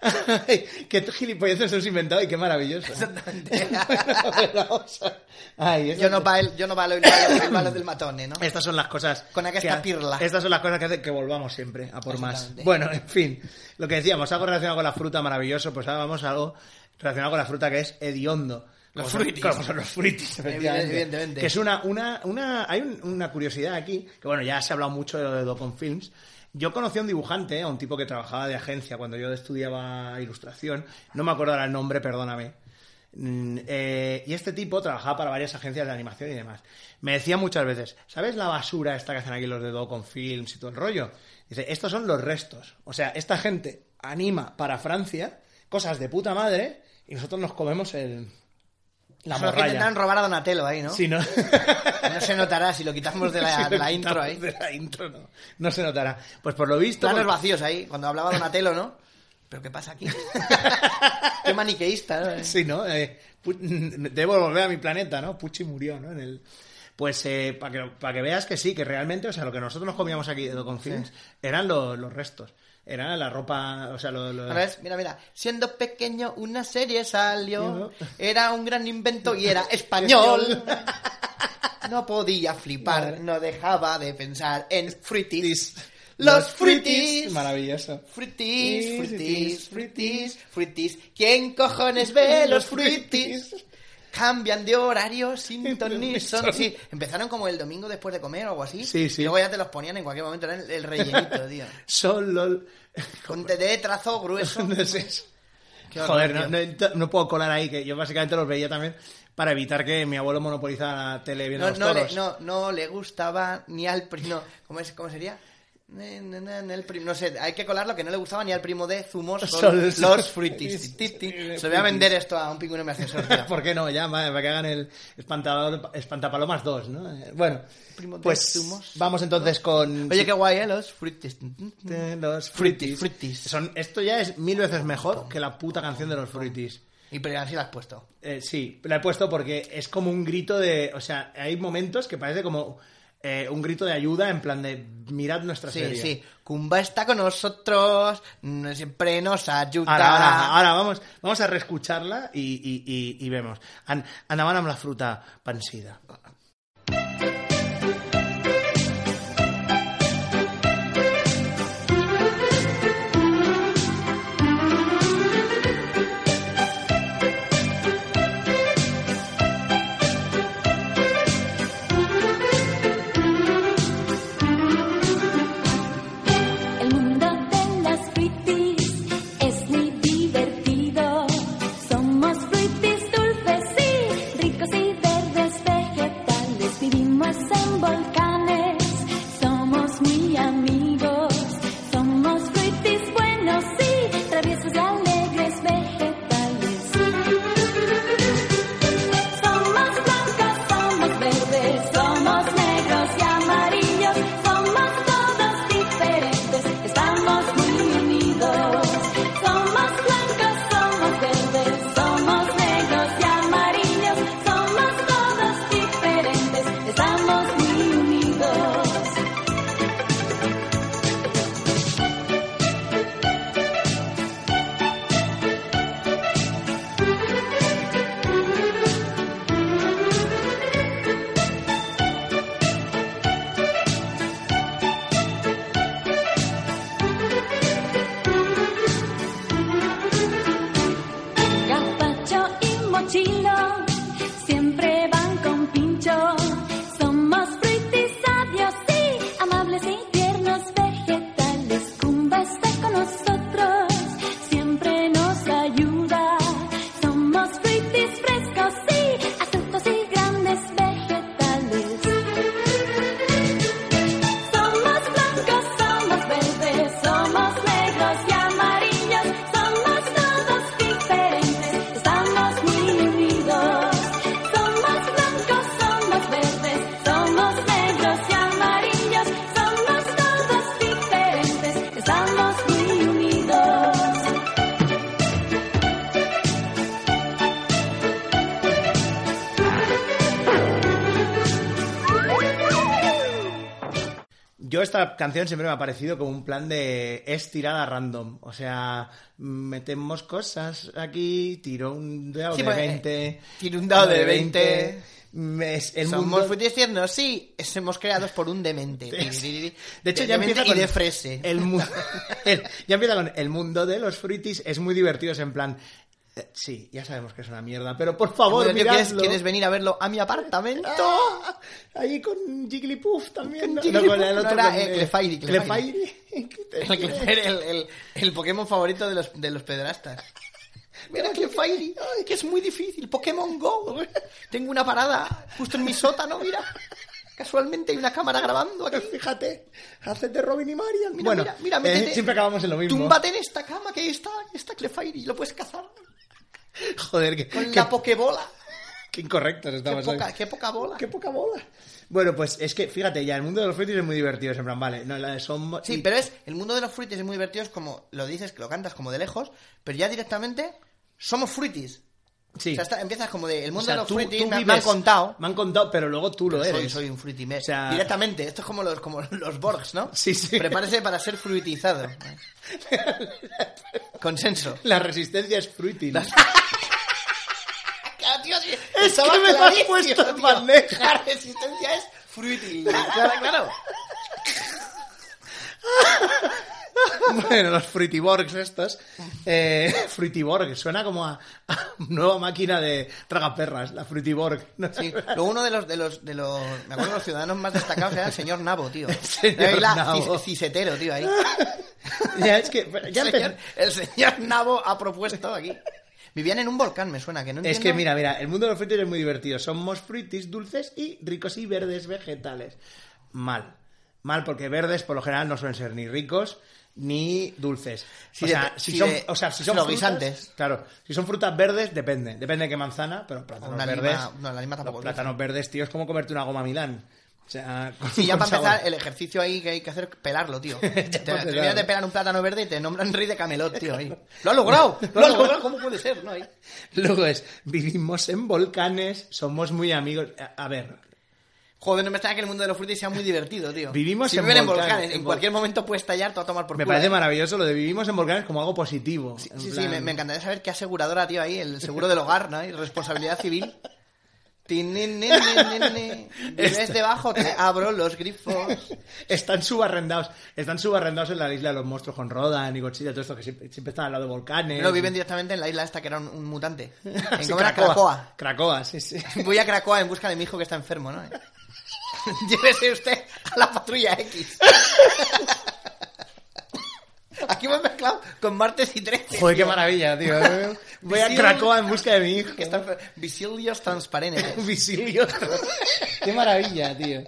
Ay, qué gilipolleces hemos inventado y qué maravilloso.
Exactamente.
Bueno, vamos a- Ay, eso-
Yo no pa' el- yo no pa' lo- el palo del matone, ¿no?
Estas son las cosas.
Con aquesta
que ha-
pirla.
Estas son las cosas que hacen que volvamos siempre a por más.
Exactamente.
Bueno, en fin. Lo que decíamos, algo relacionado con la fruta maravilloso, pues ahora vamos a algo relacionado con la fruta que es hediondo.
Los
Como son-
fruitis.
Como son los fruitis, efectivamente.
evidentemente.
Que es una, una, una, hay un- una curiosidad aquí, que bueno, ya se ha hablado mucho de lo de Docon Films. Yo conocí a un dibujante, a un tipo que trabajaba de agencia cuando yo estudiaba ilustración. No me acuerdo ahora el nombre, perdóname. Mm, eh, y este tipo trabajaba para varias agencias de animación y demás. Me decía muchas veces, ¿sabes la basura esta que hacen aquí los de Docon Films y todo el rollo? Dice, estos son los restos. O sea, esta gente anima para Francia cosas de puta madre y nosotros nos comemos el... La
Son los que
morralla.
intentan robar a Donatello ahí, ¿no?
Sí, ¿no?
No se notará si lo quitamos de la, de la intro ahí.
De la intro, no. No se notará. Pues por lo visto.
Planos
por-
vacíos ahí, cuando hablaba Donatello, ¿no? ¿Pero qué pasa aquí? qué maniqueísta, ¿no?
Sí, ¿no? Eh, pu- debo volver a mi planeta, ¿no? Pucci murió, ¿no? En el... Pues para que, pa' que veas que sí, que realmente, o sea, lo que nosotros nos comíamos aquí de Docon Films eran lo- los restos. Era la ropa, o sea, lo- lo-
Al revés, mira, mira. Siendo pequeño, una serie salió.
Sí, ¿no?
Era un gran invento y era español. No podía flipar,
Vale.
no dejaba de pensar en fruitis.
los
Los fruitis.
Maravilloso.
Fruitis, fruitis, fruitis, fruitis. ¿Quién cojones ve los fruitis? Cambian de horario, sintonizan. Sí, empezaron como el domingo después de comer o algo así.
Sí, sí.
Y luego ya te los ponían en cualquier momento. Era el, el rellenito, tío.
Son los.
Con te- de trazo grueso.
No es eso.
Qué horror,
Joder,
tío.
no, no- no puedo colar ahí, que yo básicamente los veía también para evitar que mi abuelo monopolizara la tele viendo
no,
los
no,
toros.
le, no, no le gustaba ni al primo. ¿Cómo, es, ¿Cómo sería? Ne- ne- ne- ne- el prim- no sé, hay que colarlo que no le gustaba ni al primo de Zumos con
Sol-
los fruitis. Ti, ti, ti. Se lo voy a vender esto a un pingüino me asesor, tío.
¿Por qué no? Ya, ma- para que hagan el espantador- Espantapalomas 2, ¿no? Eh, Bueno,
Primo de
pues
zumos.
vamos entonces con...
Oye, qué guay, ¿eh? Los fruitis.
De Los fruitis.
Fruitis.
Son, esto ya es mil veces mejor que la puta canción de los fruitis.
Y pero así lo has puesto.
Eh, sí, la he puesto porque es como un grito de... O sea, hay momentos que parece como... eh, un grito de ayuda en plan de mirad nuestra
Sí,
serie.
sí. Kumba está con nosotros, mm, siempre nos ayuda.
Ahora, ahora, ahora vamos, vamos a reescucharla y, y, y, i vemos. En, endavant amb la fruta pansida.
El mundo de las fruitis es muy divertido. Somos fruitis dulces y ricos y verdes vegetales. Vivimos en volcanes, somos muy amigos. Somos fruitis buenos y traviesos y alegres vegetales. Somos blancos, somos verdes, somos negros y amarillos, somos todos diferentes, estamos muy unidos. Somos blancos, somos verdes, somos negros y amarillos, somos todos diferentes, estamos muy unidos. Gapacho y mochilo siempre van con pincho. Somos frutis sabios y amables y tiernos vegetales. Cumba está con nosotros, siempre nos ayuda. Somos frutis frescos y astutos y grandes vegetales. Somos blancos, somos verdes, somos negros y amarillos, somos todos diferentes, estamos muy unidos. Somos blancos, somos verdes, somos negros y amarillos, somos todos diferentes, estamos muy unidos.
Yo esta canción siempre me ha parecido como un plan de es tirada random. O sea, metemos cosas aquí, tiro un dado
Sí,
de
pues,
20.
tiro un dado de
20. Es el
Somos
mundo-
frutis tiernos, sí, somos creados por un demente.
De hecho, ya empieza
y
con
de frese.
El mu- el- ya empieza con el mundo de los fruitis es muy divertido, es en plan eh, sí, ya sabemos que es una mierda, pero por favor,
Bueno, tío, ¿quieres,
miradlo.
quieres venir a verlo a mi apartamento?
¡Ah! Ahí con Jigglypuff también.
Con Jigglypuff,
el
no
otro,
era,
con,
eh,
eh,
Clefairy, Clefairy.
Clefairy. ¿Qué te
El, el- el- el Pokémon favorito de los, de los pedrastas. Mira que Fairy, ay, que es muy difícil. Pokémon Go. Tengo una parada justo en mi sótano, mira. Casualmente hay una cámara grabando aquí.
Fíjate, hacete Robin y Marian.
Mira,
bueno,
mira, mira,
eh,
métete.
siempre acabamos en lo mismo.
Túmbate en esta cama que ahí está, está Clefairy, lo puedes cazar
Joder, qué,
con
qué-
la Pokébola.
qué incorrectos
Qué
estamos hoy.
poca, qué poca bola.
Qué poca bola. Bueno, pues es que, fíjate, ya el mundo de los frutis es muy divertido, es en plan, vale, no, la de son...
Sí,
y-
pero es el mundo de los fruitis es muy divertido, es como lo dices, que lo cantas como de lejos, pero ya directamente somos fruitis.
sí.
O sea, está- empiezas como de el mundo
O sea,
de los
tú-
fruitis,
tú
me, me han
vives-
contado.
Me han contado, pero luego tú lo
Soy,
eres.
soy un fruitimer.
O sea-
Directamente, esto es como los, como los Borgs, ¿no?
Sí, sí.
Prepárese para ser fruitizado. Consenso.
La resistencia es fruitis.
Ah, tío, sí,
Es
estaba
que me lo has
clarísimo,
puesto en
tío.
bandeja.
La resistencia es fruity. Claro, claro.
bueno, los frutiborgs estos. Eh, frutiborg, suena como a, a nueva máquina de tragaperras, la frutiborg. ¿no?
Sí, lo uno de los, de los, de los, me acuerdo de los ciudadanos más destacados era el señor Nabo, tío.
señor
Era ahí la
Nabo.
cis- cisetero, tío, ahí.
ya es que... Ya
el,
empe-
señor, el señor Nabo ha propuesto aquí. Vivían en un volcán, me suena, que no
Es
entiendo.
que mira, mira, el mundo de los frutis es muy divertido. Somos frutis dulces y ricos y verdes vegetales. Mal. Mal, porque verdes por lo general no suelen ser ni ricos ni dulces.
Si
o,
de-
sea, si
si
son,
de-
o sea, si
si
son
lo
frutas-
guisantes.
Claro, si son frutas verdes, depende. Depende de qué manzana, pero plátanos
Una lima-
verdes.
no, la lima tampoco
los
dulce.
plátanos verdes, tío, es como comerte una goma Milán. O sea, con-
Sí, ya
con
para empezar,
sabor.
el ejercicio ahí que hay que hacer, pelarlo, tío. Te- te
para empezar.
Terminas de pelar un plátano verde y te nombran rey de camelot, tío. ahí. Lo has logrado, lo has logrado, ¿cómo puede ser? No, ahí.
Luego es, vivimos en volcanes, somos muy amigos. A, a ver,
Joder, no me extraña que el mundo de los frutis sea muy divertido, tío.
Vivimos
Si
en
viven
volcanes,
volcanes.
en
En cualquier momento puedes estallar, todo a tomar por
Me
culo.
parece maravilloso lo de vivimos en volcanes como algo positivo. en
Sí, sí,
plan-
me, me encantaría saber qué aseguradora, tío, ahí, el seguro del hogar, ¿no? Y responsabilidad civil. Tinininininini. Vives
Esta-
debajo, te abro los grifos.
Están subarrendados. Están subarrendados en la isla de los monstruos con Rodan y Godzilla, todo esto que siempre, siempre están al lado de volcanes.
Lo viven directamente en la isla esta que era un, un mutante. En
Sí,
cómo era Cracoa.
Cracoa, sí, sí.
Voy a Cracoa en busca de mi hijo que está enfermo, ¿no? Llévese usted a la patrulla X. Aquí hemos mezclado con martes y 13.
Joder, qué
tío.
maravilla, tío. Voy a
Visión-
Cracoa en busca de mi hijo.
Que están enfer- Visilios transparentes.
Visilio. qué maravilla, tío.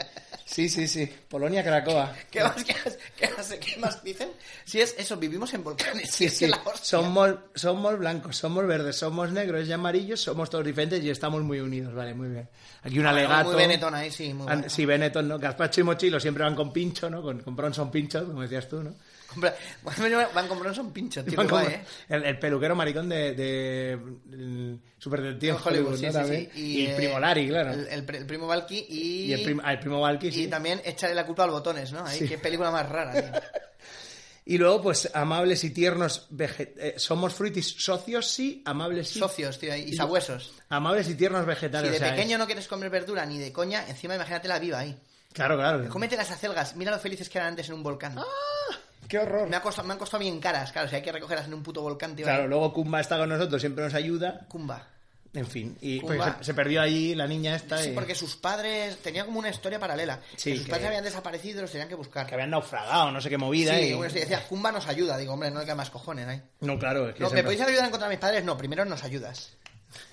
Sí, sí, sí. Polonia, Cracoa.
¿Qué más, qué, más, qué, más, qué más dicen? Si es eso, vivimos en volcanes.
Sí,
es
sí.
la hostia.
Somos, somos blancos, somos verdes, somos negros y amarillos, somos todos diferentes y estamos muy unidos. Vale, muy bien. Aquí un alegato.
Muy Benetton ahí, sí. Muy
An-
bueno.
Sí, Benetton, ¿no? Gazpacho y Mochilo siempre van con pincho, ¿no? Con, con Bronson pincho, como decías tú, ¿no?
Compra- Bueno, Van comprando son pinchos, tío.
Van
qué
con-
guay, ¿eh?
el, el peluquero maricón de, de, mm, Superdetective
En
Hollywood, ¿no?
sí, sí,
También.
sí.
Y, el
eh,
primo Lari, claro.
El, el, pri- el primo Valky y...
y el, prim- ah, el primo Valky,
y
sí.
también echarle la culpa al botones, ¿no? Ahí,
Sí.
Qué película más rara, tío.
Y luego, pues, amables y tiernos, vege- eh, somos fruitis, socios sí, amables sí.
Socios, tío, ahí, y sabuesos.
Amables y tiernos
Si
vegetales.
de
o sea,
pequeño
es- Mm.
no quieres comer verdura ni de coña, encima imagínate la viva ahí.
Claro, claro.
Cómete las acelgas, mira lo felices que eran antes en un volcán.
Ah. ¡Qué horror!
Me, ha costado- me han costado bien caras, claro, o sea, hay que recogerlas en un puto volcán, tío.
Claro,
ahí.
luego Kumba está con nosotros, siempre nos ayuda.
Cumba.
En fin, y
Kumba.
porque se, se perdió ahí la niña esta.
Sí,
y-
porque sus padres tenía como una historia paralela.
Sí,
que sus
que-
padres habían desaparecido y los tenían que buscar.
que habían naufragado, no sé qué movida.
sí,
y...
bueno, sí, decía, Kumba nos ayuda. Digo, hombre, no hay que más cojones ahí.
No, claro, es que
No, ¿Me
siempre-
podéis ayudar a encontrar a mis padres? No, primero nos ayudas.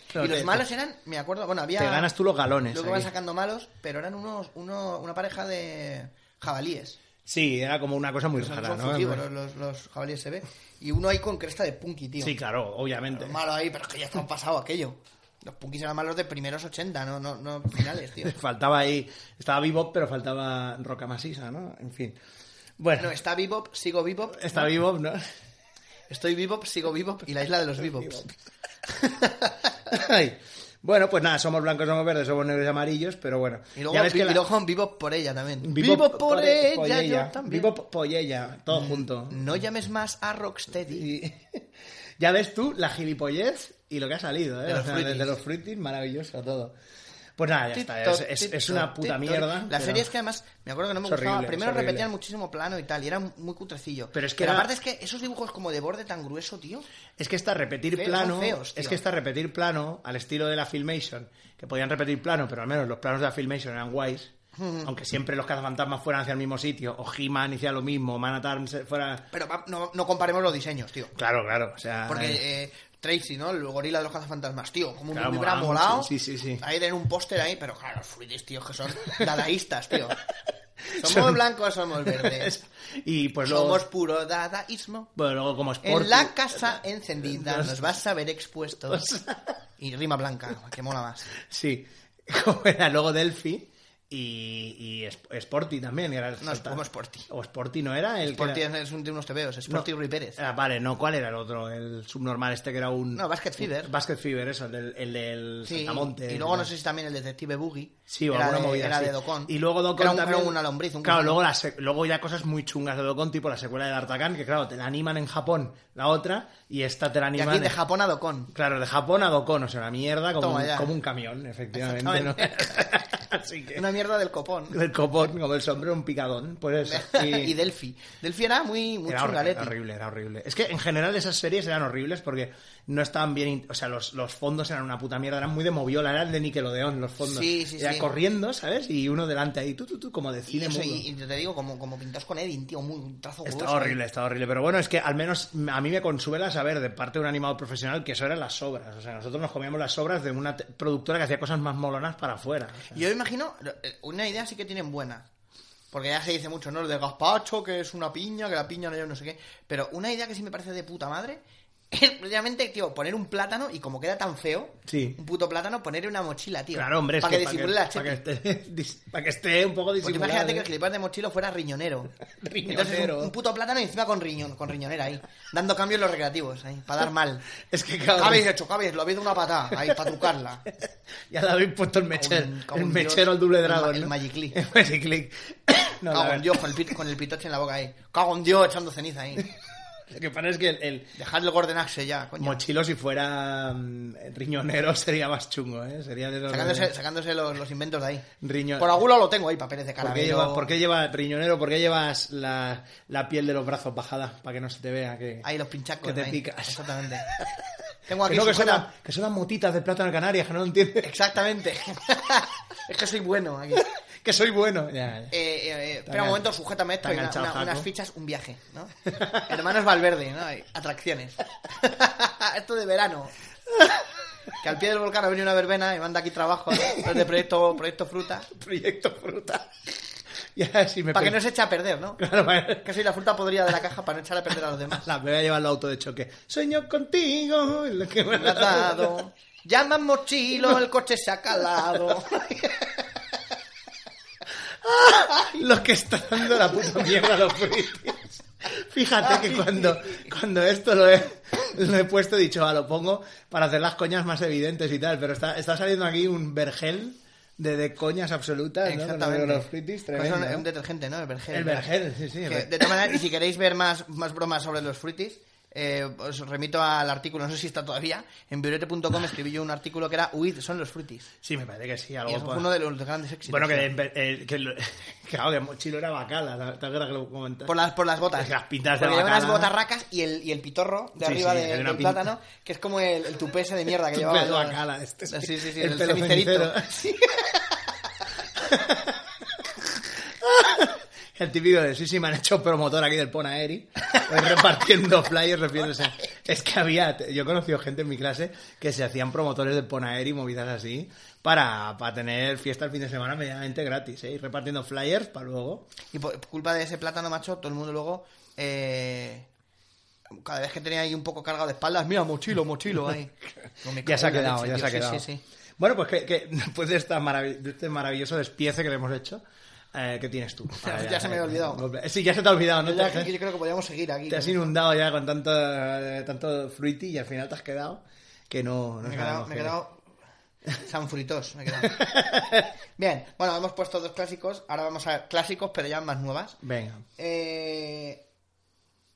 Claro,
y los
te-
malos eran, me acuerdo, bueno, había...
Te ganas tú los galones
Luego van
aquí.
sacando malos, pero eran unos, uno, una pareja de jabalíes.
Sí, era como una cosa muy
Son,
rara,
son
¿no?
frutívoros los, los jabalíes se ve. Y uno ahí con cresta de punky, tío.
Sí, claro, obviamente.
Los malos ahí, pero es que ya está pasado aquello. Los punkis eran malos de primeros 80, no, no, no finales, tío.
Faltaba ahí, estaba Bebop, pero faltaba Roca Masisa, ¿no? En fin. Bueno,
No, está Bebop, sigo Bebop.
está Bebop, ¿no?
Estoy Bebop, sigo Bebop y la isla de los Bebops.
Ay. Bueno, pues nada, somos blancos, somos verdes, somos negros y amarillos, pero bueno.
Y luego,
Ya ves
y,
que la-
luego Bebop por ella también.
Bebop
Bebop por,
pole-
ella,
pollella,
yo también. Mm.
Bebop pollella, todo junto.
No llames más a Rocksteady.
Y- ya ves tú la gilipollez y lo que ha salido, ¿eh?
De los
O sea,
fruitis.
desde los fruitis, maravilloso todo. Pues nada, ya está, es, es- es una puta mierda.
La
pero-
serie es que además, me acuerdo que no me
Es horrible,
gustaba.
es
Primero
horrible.
repetían muchísimo plano y tal, y era muy cutrecillo.
Pero es que era-
aparte es que esos dibujos como de borde tan grueso, tío.
Es que está repetir
Feos,
plano.
son feos, tío.
es que está repetir plano al estilo de la Filmation. Que podían repetir plano, pero al menos los planos de la Filmation eran guays.
Hmm.
Aunque siempre los cazafantasmas fueran hacia el mismo sitio. O He-Man hiciera lo mismo. Man at Arms fuera.
Pero va- no, no comparemos los diseños, tío.
Claro, claro. O sea. eh,
Porque eh, Tracy, ¿no? El gorila de los cazafantasmas, tío. Como
Claro,
un hubiera
molaba mucho.
molado.
Sí, sí, sí.
Ahí tener un póster ahí, pero claro, los fruitis, tío, que son dadaístas, tío. Somos
Son-
blancos, somos verdes.
y pues luego.
somos puro dadaísmo.
bueno, luego como Sport.
En la casa encendida nos vas a ver expuestos. Y rima blanca, que mola más.
Sí. Como era luego Delphi. Y, y Sp- Sporty también. Era el
No,
salta-
como Sporty.
O Sporty no era el. que
Sporty
era-
es un de unos tebeos, Sporty
No.
Rui Pérez.
Ah, vale, no, ¿cuál era el otro? El subnormal este que era un.
No, Basket Fever.
Basket Fever, eso, el del, el del
Sí,
Saltamontes,
y luego no
pues ¿no?
sé si también el detective Boogie.
Sí, o
era
alguna
de,
movida
Era
así.
de Docon.
Y luego Docon
era un,
también...
era un lombriz. Un
claro,
gusano.
luego, la se- luego ya cosas muy chungas de Docon, tipo la secuela de D'Artagnan, que claro, te la animan en Japón la otra, y esta te la
Y
animan...
aquí de
en-
Japón a Docon.
Claro, de Japón a Docon, o sea, una mierda como,
Toma
un,
ya.
como un camión, efectivamente. ¿no? así que...
Una mierda del copón.
El copón, como el sombrero, un picadón, pues eso.
y... Delphi. Delphi era muy, muy
Era horrible,
chungalete.
era horrible, era horrible. Es que en general esas series eran horribles porque no estaban bien. in- O sea, los, los fondos eran una puta mierda, eran muy de moviola, eran de Nickelodeon los fondos.
Sí, sí,
era
sí.
corriendo, ¿sabes? Y uno delante ahí, tú, tú, tú, como de
Y,
cine
eso,
mudo.
y- y te digo, como, como pintados con Edin, tío, muy un trazo
Está
grueso ¿eh? ahí.
horrible, está horrible. Pero bueno, es que al menos a mí me consuela saber de parte de un animador profesional que eso eran las obras. O sea, nosotros nos comíamos las obras de una te- productora que hacía cosas más molonas para afuera. O sea,
Yo imagino, eh, una idea sí que tienen buena. Porque ya se dice mucho, ¿no? Lo del gazpacho, que es una piña, que la piña no lleva no sé qué. Pero una idea que sí me parece de puta madre es precisamente, tío, poner un plátano y como queda tan feo,
Sí.
un puto plátano, ponerle una mochila, tío.
Claro, hombre, es
Para que,
pa'
disimule la chepi.
pa' que esté, dis- pa' que esté un poco
Porque
disimulado.
imagínate que
¿eh?
el gilipollas de mochilo fuera riñonero.
Riñonero.
Entonces, un, un puto plátano y encima con riñón, con riñonera ahí. Dando cambios en los recreativos ahí, para dar mal.
Es que
¿Qué
cabrón,
habéis hecho? ¿Qué habéis? Lo habéis dado una patada ahí, para trucarla.
ya le habéis puesto el mechero,
Como un- como
el
un
mechero
dios.
al doble
El
dragón,
ma- el
¿no?
Magic Click.
El Magic Click. No, la
Cago en
verdad,
Dios, con el, pit- con el pitoche en la boca ahí. Cago en Dios, echando ceniza ahí.
Lo que pasa es que el, el
Dejad el Gordon Axe ya, coño.
mochilo, si fuera mm, riñonero, sería más chungo, ¿eh? Sería de esos de-
Sacándose, sacándose los, los inventos de ahí.
Riñón.
Por algún lado lo tengo ahí, papeles de
¿Por qué,
caramelo.
llevas, ¿Por qué llevas, riñonero, por qué llevas la, la piel de los brazos bajada? Para que no se te vea que...
Ahí los pinchacos.
Que te
ahí.
picas.
Exactamente. Tengo aquí
que, no, que, son,
sujeta-
las- que son las motitas de plátano canarias, que no lo entiendes.
Exactamente. es que soy bueno aquí.
que soy bueno. Ya, ya.
Eh, eh, eh, espera
engan-
un momento, sujétame esto.
está
y una-
enganchado,
una-
Jaco.
unas fichas, un viaje, ¿no? Hermanos Valverde, ¿no? Hay Atracciones. esto de verano. Que al pie del volcán ha venido una verbena y manda aquí trabajo ¿no? Los de proyecto, proyecto fruta.
Proyecto fruta. ya, si me
Para que no
pe-
se eche a perder, ¿no?
Claro, para-
Que soy la fruta podrida de la caja para no echar a perder a los demás.
La, me voy a llevar el auto de choque. Sueño contigo. lo que me
Me has dado. Llaman mochilo, el coche se ha calado.
Lo que está dando la puta mierda a los British. Fíjate que cuando, cuando esto lo he, lo he puesto, he dicho, ah, lo pongo para hacer las coñas más evidentes y tal, pero está, está saliendo aquí un vergel de, de coñas absolutas, ¿no? Con lo de los British,
Con
tremendo.
eso es Pues un detergente, ¿no? El vergel.
El vergel, sí, sí. eh. el
Que,
vergel.
de todas maneras, y si queréis ver más, más bromas sobre los fruitis, eh, os remito al artículo, no sé si está todavía, en violete.com escribí yo un artículo que era Huid, son los fruitis.
Sí, me parece que sí,
Y
algo
eso
por-
fue uno de los grandes éxitos.
pues. Bueno, que,
¿no?
en ver- eh, que lo- claro, que Mochilo era bacala, ¿te- ¿te acuerdas que lo comentaste?
Por las, por las botas.
Es que las pintas de
Porque lleva unas
bacala.
botarracas y el, y el pitorro de
Sí,
arriba
sí,
de-
hay una
del
pinta.
plátano, que es como el, el tupé ese de mierda que
Tupé
llevaba.
de bacala, este sí.
Sí, sí, sí,
El
el,
pelo
cenicerito.
cenicero.
Sí.
El típico de sí, sí, me han hecho promotor aquí del Ponaeri, Pues repartiendo flyers, refiriéndose. Es que había, yo he conocido gente en mi clase que se hacían promotores del Ponaeri, movidas así, para, para tener fiesta el fin de semana medianamente gratis, ¿eh? Y repartiendo flyers para luego.
Y por culpa de ese plátano, macho, todo el mundo luego. eh, cada vez que tenía ahí un poco cargado de espaldas, mira, mochilo, mochilo ahí. No, me
Ya se ha
cago en la
quedado, ya
leche,
se ha
tío, sí,
quedado.
sí, sí.
Bueno, pues que, que después de, esta marav- de este maravilloso despiece que le hemos hecho, eh, ¿qué tienes tú? Eh,
Ya se me había olvidado.
Sí, ya se te ha olvidado, ¿no?
Yo ya-
Te-
yo creo que podríamos seguir aquí.
Te has inundado ya con tanto, eh, tanto fruity y al final te has quedado que no... no
Me he
sabemos
quedado, me he
qué
quedado sanfritos, me he quedado. Bien, bueno, hemos puesto dos clásicos. Ahora vamos a ver clásicos, pero ya más nuevas.
es. Venga.
Eh,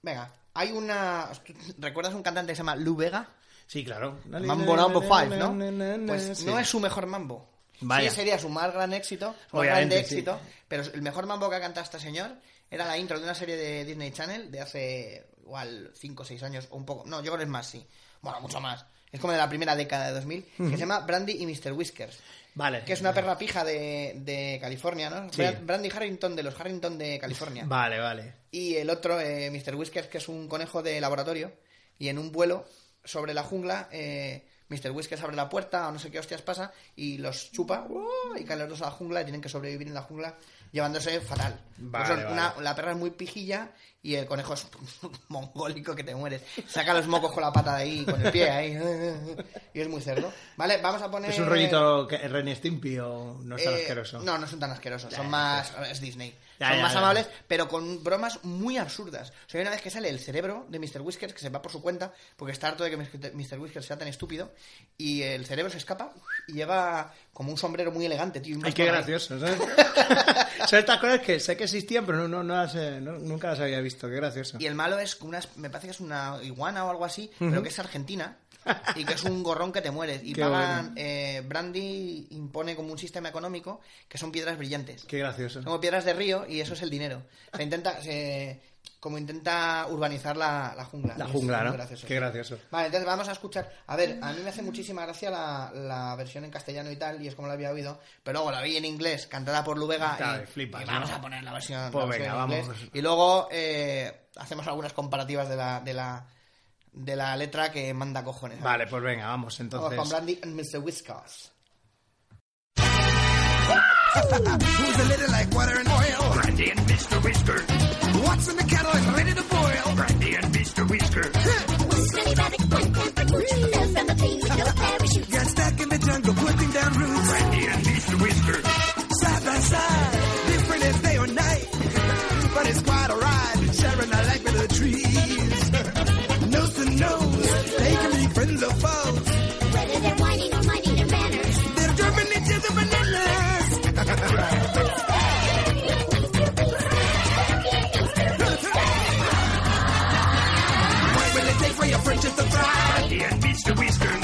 venga, hay una. ¿tú ¿Recuerdas un cantante que se llama Lou Vega?
Sí, claro.
Mambo Number 5, ¿no? Pues no es su mejor mambo.
Vaya.
Sí, sería su más gran éxito, su más
Obviamente,
grande
sí.
éxito, pero el mejor mambo que ha cantado este señor era la intro de una serie de Disney Channel de hace igual 5 o 6 años o un poco, no, yo creo que es más, sí. Bueno, mucho más. Es como de la primera década de 2000, que se llama Brandy y Mr. Whiskers,
Vale.
que es una perra pija de, de California, ¿no?
Sí.
Brandy Harrington de los Harrington de California.
Vale, vale.
Y el otro, eh, Mr. Whiskers, que es un conejo de laboratorio. Y en un vuelo sobre la jungla, eh, Mr. Whiskers abre la puerta o no sé qué hostias pasa y los chupa ¡uh! y caen los dos a la jungla y tienen que sobrevivir en la jungla llevándose fatal.
Vale,
Por eso, una-
vale.
la perra es muy pijilla y el conejo es mongólico que te mueres. Saca los mocos con la pata de ahí, con el pie ahí. y es muy cerdo. Vale, vamos a poner...
¿Es un rollito que- eh, Ren y Stimpy o no es tan
Eh,
asqueroso?
No, no son tan asquerosos. Son más. Es Disney.
Ya,
son
ya,
más
ya.
amables, pero con bromas muy absurdas. O sea, hay una vez que sale el cerebro de Mr. Whiskers, que se va por su cuenta, porque está harto de que Mr. Whiskers sea tan estúpido, y el cerebro se escapa y lleva como un sombrero muy elegante, tío. y unas
Ay, qué
cosas ahí.
gracioso. ¿sabes? Son estas cosas que sé que existían, pero no, no, no las, eh, no- nunca las había visto. Qué gracioso.
Y el malo es como unas, me parece que es una iguana o algo así, pero que es argentina y que es un gorrón que te mueres. Y
Qué
pagan, eh, Brandy impone como un sistema económico que son piedras brillantes.
Qué gracioso.
Como piedras de río y eso es el dinero. Se intenta, se- como intenta urbanizar la, la jungla.
La
Y es
jungla,
muy
¿no?
gracioso.
Qué gracioso.
Vale, entonces vamos a escuchar. A ver, a mí me hace muchísima gracia la, la versión en castellano y tal, y es como la había oído, pero luego la vi en inglés, cantada por Lubega.
Claro,
y,
flipas,
y vamos
¿no?
a poner la versión, la
Pues
versión
venga,
en inglés.
vamos.
Y luego eh, hacemos algunas comparativas de la, de la, de la letra que manda cojones.
Vale, pues venga, vamos entonces.
Vamos con Brandy and Mr. Whiskers.
Who's a little like water and oil? Brandy and Mr. Whisker. What's in the kettle is ready to boil? Brandy and Mr. Whisker.
Silly rabbit, one pamper boots, fell from a tree with no parachute.
Got stuck in the jungle, putting down roots. Brandy and Mr. Whisker. Side by side, different as day or night. But it's quite a ride, sharing a life with the trees. Nose to nose, they can be friends or foes.
Whether they're whining or minding their manners.
They're driven into the bananas. What will it take for your friendship to thrive? Brandy and Mr. Whisker.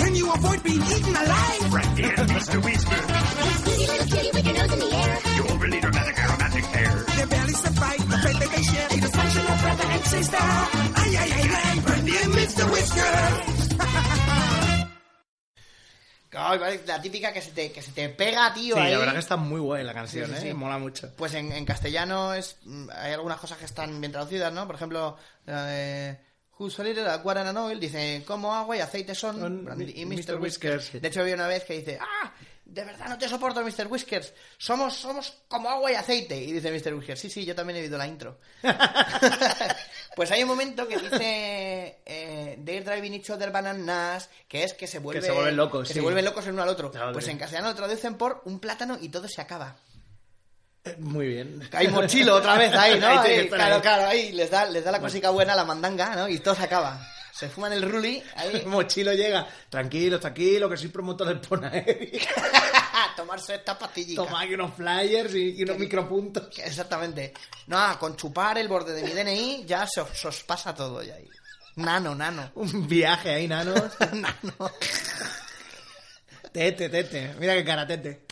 Can you avoid being eaten alive? Brandy and Mr. Whisker.
Squeaky little kitty with your nose in the air.
You overly dramatic aromatic hair. Their bellies suffice, the fact that they share a dysfunctional brother and sister. Ay, ay, ay, ay, Brandy and Mr. Whisker.
Ay, vale, la típica que se te, que se te pega, tío.
Sí,
ahí.
la verdad que está muy guay la canción,
Sí, sí,
¿eh?
sí.
Mola mucho.
Pues en, en castellano es mm, hay algunas cosas que están bien traducidas, ¿no? Por ejemplo, la de Who's a little like water and oil dice, como agua y aceite son
Son
Brandy y
mi-
Mr.
Mr.
Whiskers.
Whiskers.
De hecho, había una vez que dice, ¡ah! De verdad no te soporto, Mr. Whiskers. Somos, somos como agua y aceite. Y dice Mr. Whiskers, sí, sí, yo también he visto la intro. pues hay un momento que dice eh, They're driving each other bananas, que es que se vuelve,
se vuelven locos, sí.
que se vuelven locos el uno al otro.
Madre.
Pues en castellano lo traducen por un plátano y todo se acaba.
Eh, Muy bien.
Hay mochilo otra vez ahí, ¿no?
Ahí tiene que
Ahí,
estar
claro,
ahí.
claro, ahí les da, les da la cosica buena, la mandanga, ¿no? Y todo se acaba. Se fuman el ruli, ahí,
Mochilo llega. Tranquilo, tranquilo, que soy promotor del Ponaeri.
a tomarse esta pastillita.
Toma aquí unos flyers y, y unos micropuntos.
Exactamente. No, ah, con chupar el borde de mi DNI ya se os, se os pasa todo ya ahí. Nano, nano.
Un viaje ahí, nanos.
nano.
Tete, tete. Mira qué cara, tete.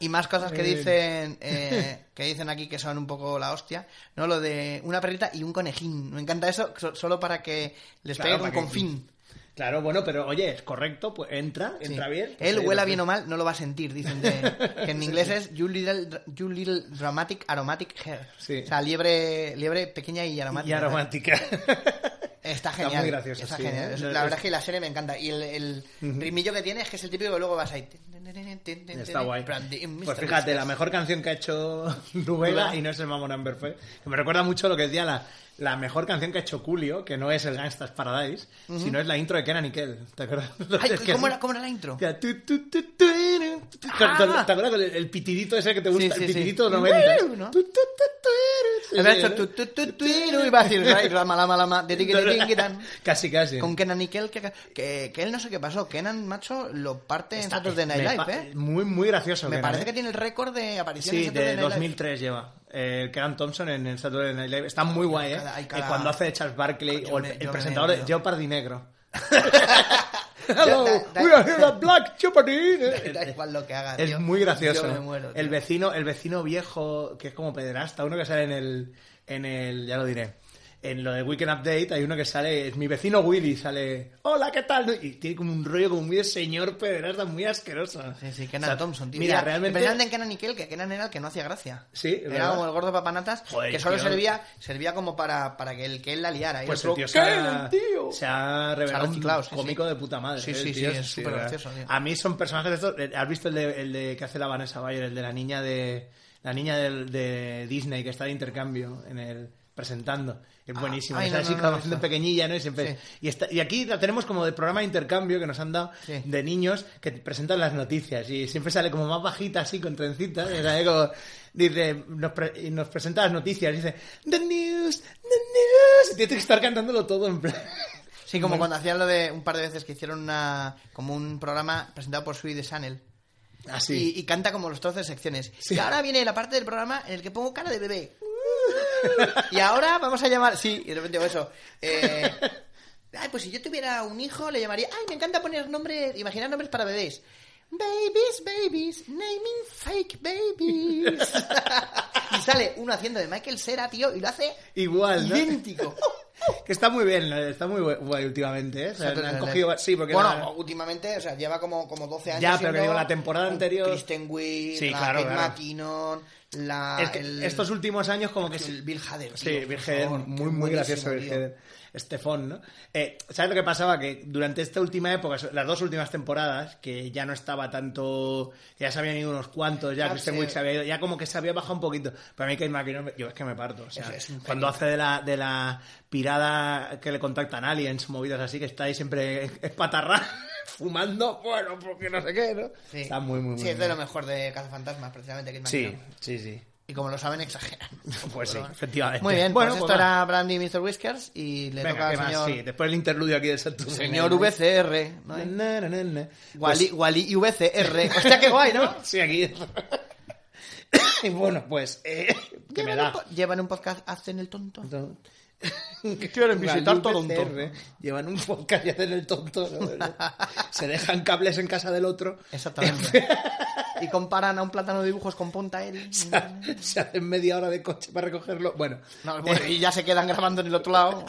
Y más cosas que
Muy bien.
dicen, eh, que dicen aquí que son un poco la hostia, ¿no? Lo de una perrita y un conejín. Me encanta eso, so- solo para que les
Claro,
peguen un
para que-
confín.
Claro, bueno, pero oye, es correcto, pues entra,
Sí.
entra bien.
Él
Sí,
huela
lo-
bien o mal, no lo va a sentir, dicen. de- que en inglés es you little, you little dramatic aromatic hair.
Sí.
O sea, liebre, liebre pequeña y aromática.
Y aromática.
Está
Está
genial.
muy gracioso,
Está
sí,
genial.
¿eh?
Es-
No,
La
es-
verdad es que la serie me encanta. Y el, el ritmillo que tiene es que es el típico que luego vas ahí.
Está guay.
Brandy, Mr.
Pues fíjate, la
Whiskers.
mejor canción que ha hecho Rubela
"Eh, Rubela.
y no es el Mamón Amber Fue. que Me recuerda mucho lo que decía la, la mejor canción que ha hecho Julio, que no es el Gangstas Paradise, sino es la intro de Kenan y Kel. ¿Te acuerdas?
Ay,
Es que-
¿cómo, era, ¿Cómo era la intro?
que- tu, tu, tu, tu, tu, tu.
Ah.
Con- con- ¿Te acuerdas con el, el pitidito ese que te gusta?
Sí, sí,
el
sí.
pitidito de
Uy,
90.
¿no?
Tu, tu, tu, tu, tu. Sí, ¿eh?
Había
sí,
hecho
¿no?
tu, tu, tu, tu, y iba a decir, "Ray, rama, lama, lama, de tiqui, de tiqui, tan".
Casi, casi.
Con Kenan y Kel, que, que, que él no sé qué pasó. Kenan, macho, lo parte en
Está-
Saturday
me
Night
pa-
Live, ¿eh?
Muy, muy gracioso.
Me
Kenan,
parece
¿eh?
que tiene el récord de apariciones
Sí,
en Saturday
de
Night Live.
2003 lleva. Eh, Kenan Thompson en el Saturday Night Live. Está muy guay, ¿eh?
cada- hay
Eh,
cada-
Cuando hace de Charles Barkley
Yo
o el,
me-
el
yo me
presentador
veo.
de Jeopardy Negro.
Yo-
Hello,
da- da-
we are here at Black Jeopardy.
Da igual lo que haga,
Es
tío.
muy gracioso.
Yo me muero, tío.
el vecino, el vecino viejo que es como pederasta, uno que sale en el, en el, ya lo diré. En lo de Weekend Update hay uno que sale, es mi vecino Willy, sale, hola, ¿qué tal? Y tiene como un rollo como muy de señor pederasta, muy asqueroso.
Sí, sí, Kenan
O sea,
Thompson, tío.
Mira,
Mira,
realmente...
Precisamente en Kenan y Kel, que Kenan era el que no hacía gracia.
Sí,
Era
¿verdad?
como el gordo papanatas,
Joder,
que solo
tío.
servía servía como para, para que el que él la liara. Y
Pues el
otro,
tío se ha,
"Kel, tío".
se ha revelado un
reciclado, sí, sí.
cómico de puta madre.
Sí,
¿eh?
sí,
El
sí,
tío
es súper
¿verdad?
gracioso, tío.
A mí son personajes de estos... eh, ¿Has visto el de, el de que hace la Vanessa Bayer? El de la niña de... La niña del- de Disney que está de intercambio en el presentando. Es
Ah,
buenísimo.
ay,
es así
no, no, no
como
lo he
haciendo
visto.
pequeñilla, ¿no? Y, siempre-
Sí.
y, está- y aquí la tenemos como de programa de intercambio que nos han dado
Sí.
de niños que te presentan las noticias. Y siempre sale como más bajita, así, con trencita. y sale como- dice, nos, pre- y nos presenta las noticias. y dice, The News, The News. Y tienes que estar cantándolo todo en plan.
Sí, como cuando hacían lo de un par de veces que hicieron una, como un programa presentado por Sui de Sanel.
Así.
Y, y canta como los trozos de secciones.
Ah, Sí.
Y ahora viene la parte del programa en el que pongo cara de bebé. y ahora vamos a llamar. Sí, y de repente hago eso. Eh, ay, pues si yo tuviera un hijo, le llamaría. Ay, me encanta poner nombres, imaginar nombres para bebés. Babies, babies, naming fake babies. y sale uno haciendo de Michael Cera, tío, y lo hace
Igual, ¿no?
idéntico.
Que está muy bien, está muy bu- guay últimamente, ¿eh? O sea,
Saturday
han
Night
cogido...
Live.
Sí, porque...
Bueno,
era-
últimamente, o sea, lleva como, como 12 años.
Ya, pero que
siendo
digo, la temporada
un
anterior-
Kristen Wiig,
Sí,
la
claro,
Kate
claro.
McKinnon, la.
Es que
el-
estos últimos años como que...
el Bill Hader.
Sí,
tío,
Bill
por
Hader,
favor,
muy, muy
buenísimo,
gracioso Bill
tío.
Hader. Estefón, ¿no? Eh, ¿Sabes lo que pasaba? Que durante esta última época, las dos últimas temporadas, que ya no estaba tanto... Ya se habían ido unos cuantos, ya
Ah,
Kristen
sí.
Wiig se había ido, ya como que se había bajado un poquito. Pero a mí Kate McKinnon, me- yo es que me parto. O sea,
Es- es un
cuando hace de la, de la pirada que le contactan aliens, movidas así, que está ahí siempre espatarra fumando, bueno, porque no sé qué, ¿no?
Sí.
Está muy, muy, muy
Sí, es de
bien.
lo mejor de Cazafantasmas, precisamente. Kate
Sí,
McKinnon.
sí, sí.
Y como lo saben, exageran.
Pues sí,
Pero bueno.
efectivamente.
Muy bien,
Bueno,
pues,
pues
esto
va.
era Brandy y Mr. Whiskers y le
Venga,
toca
¿qué
al
más?
señor,
Sí, después el interludio aquí de Santos.
señor VCR. ¿no?
Na, na, na, na.
Wally,
Pues-
Wally y VCR. Hostia, qué guay, ¿no?
Sí, aquí. y bueno, pues. Eh, que me
Llevan
da.
un po- llevan un podcast, hacen el tonto.
Quieren
visitar Toronto.
Llevan un podcast y hacen el tonto. ¿no? Se dejan cables en casa del otro.
Exactamente. y comparan a un plátano de dibujos con Ponta Eri.
Se hacen media hora de coche para recogerlo. Bueno,
No, bueno, y ya se quedan grabando en el otro lado.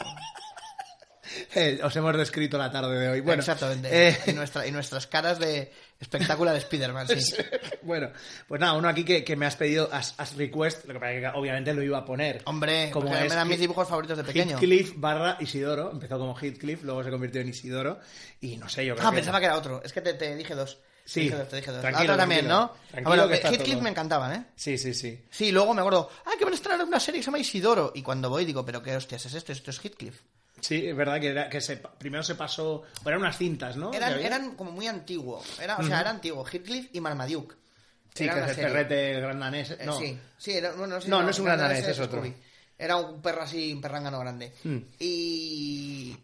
eh, os hemos descrito la tarde de hoy. Bueno,
Exactamente.
eh,
Y, nuestra, y nuestras caras de espectáculo de Spider-Man, sí.
bueno, pues nada, uno aquí que, que me has pedido as, as request, lo que pasa es que obviamente lo iba a poner.
Hombre,
Como
porque
es
eran mis
Hit-
dibujos favoritos de pequeño.
Heathcliff barra Isidoro, empezó como Heathcliff, luego se convirtió en Isidoro, y no sé, yo creo
Ah,
que...
pensaba que era otro. Es que te, te dije dos. Te
Sí.
dije dos, te dije dos. La
Tranquilo,
otra también,
tranquilo.
¿no? Ah,
Tranquilo
bueno,
que está
Heathcliff
todo.
me encantaban, ¿eh?
Sí, sí, sí.
Sí, luego me acuerdo, ah, que van a estrenar una serie que se llama Isidoro. Y cuando voy digo, pero qué hostias es esto, esto es Heathcliff.
Sí, es verdad que, era- que se, primero se pasó... o eran unas cintas, ¿no?
Eran,
Que había.
eran como muy antiguo. Era, o sea, era antiguo. Heathcliff y Marmaduke.
Sí,
Era
que
una
es el
serie.
perrete gran danés.
Eh,
no.
Sí, sí, era, bueno, sí,
No, no es un gran danés,
ese
es otro. Mm.
Scooby. Era un perro así, un perrángano grande. Y.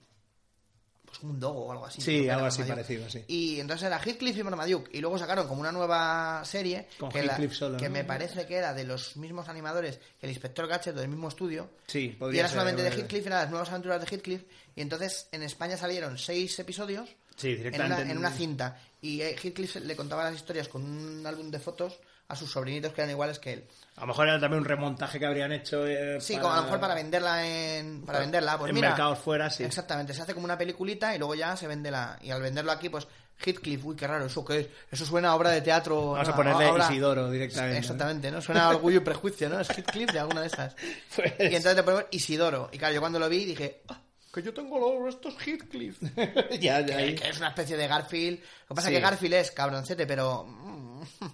Pues como un dogo o algo así.
Sí,
creo que era
algo así
Marmaduke.
parecido, sí.
Y entonces era Heathcliff y Marmaduke. Y luego sacaron como una nueva serie.
Con
que la-
Heathcliff solo,
Que
¿no?
me parece que era de los mismos animadores que el Inspector Gadget del mismo estudio.
Sí,
Y
podría
era
ser,
solamente de
podría ser.
Heathcliff, eran las nuevas aventuras de Heathcliff. Y entonces en España salieron seis episodios.
Sí,
en
directamente
una-
en-
en una cinta cinta. Y eh, Heathcliff le contaba las historias con un álbum de fotos a sus sobrinitos que eran iguales que él.
A lo mejor era también un remontaje que habrían hecho... eh,
Sí,
para-
como a lo mejor para venderla en para venderla, pues
en
mira,
mercados fuera, sí.
Exactamente, se hace como una peliculita y luego ya se vende la y al venderlo aquí pues Heathcliff, uy, qué raro, eso qué es? Eso suena a obra de teatro.
Vamos
¿no?
a ponerle
obra-
Isidoro directamente. ¿no?
Exactamente, ¿no? Suena a orgullo y prejuicio, ¿no? Es Heathcliff de alguna de esas.
Pues-
Y entonces te ponemos Isidoro. Y claro, yo cuando lo vi dije, "Ah, que yo tengo lo, esto es Heathcliff.
ya, ya. ahí.
que es una especie de Garfield. Lo que pasa
Sí.
es que Garfield es cabroncete, pero. mm,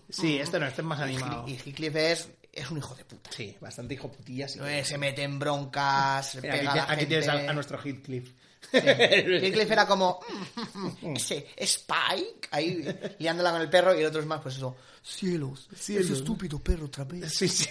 Sí, este no, este es más
Y
animado.
Heath- y Heathcliff es, es un hijo de puta.
Sí, bastante hijo putilla. Sí.
No es- se mete en broncas,
Mira,
pega
aquí,
a la
aquí tienes
gente.
a, a nuestro Heathcliff.
Heathcliff era como. mm, Ese Spike, ahí liándola con el perro, y el otro es más, pues eso. Cielos,
Cielos.
ese estúpido perro otra vez.
Sí, sí.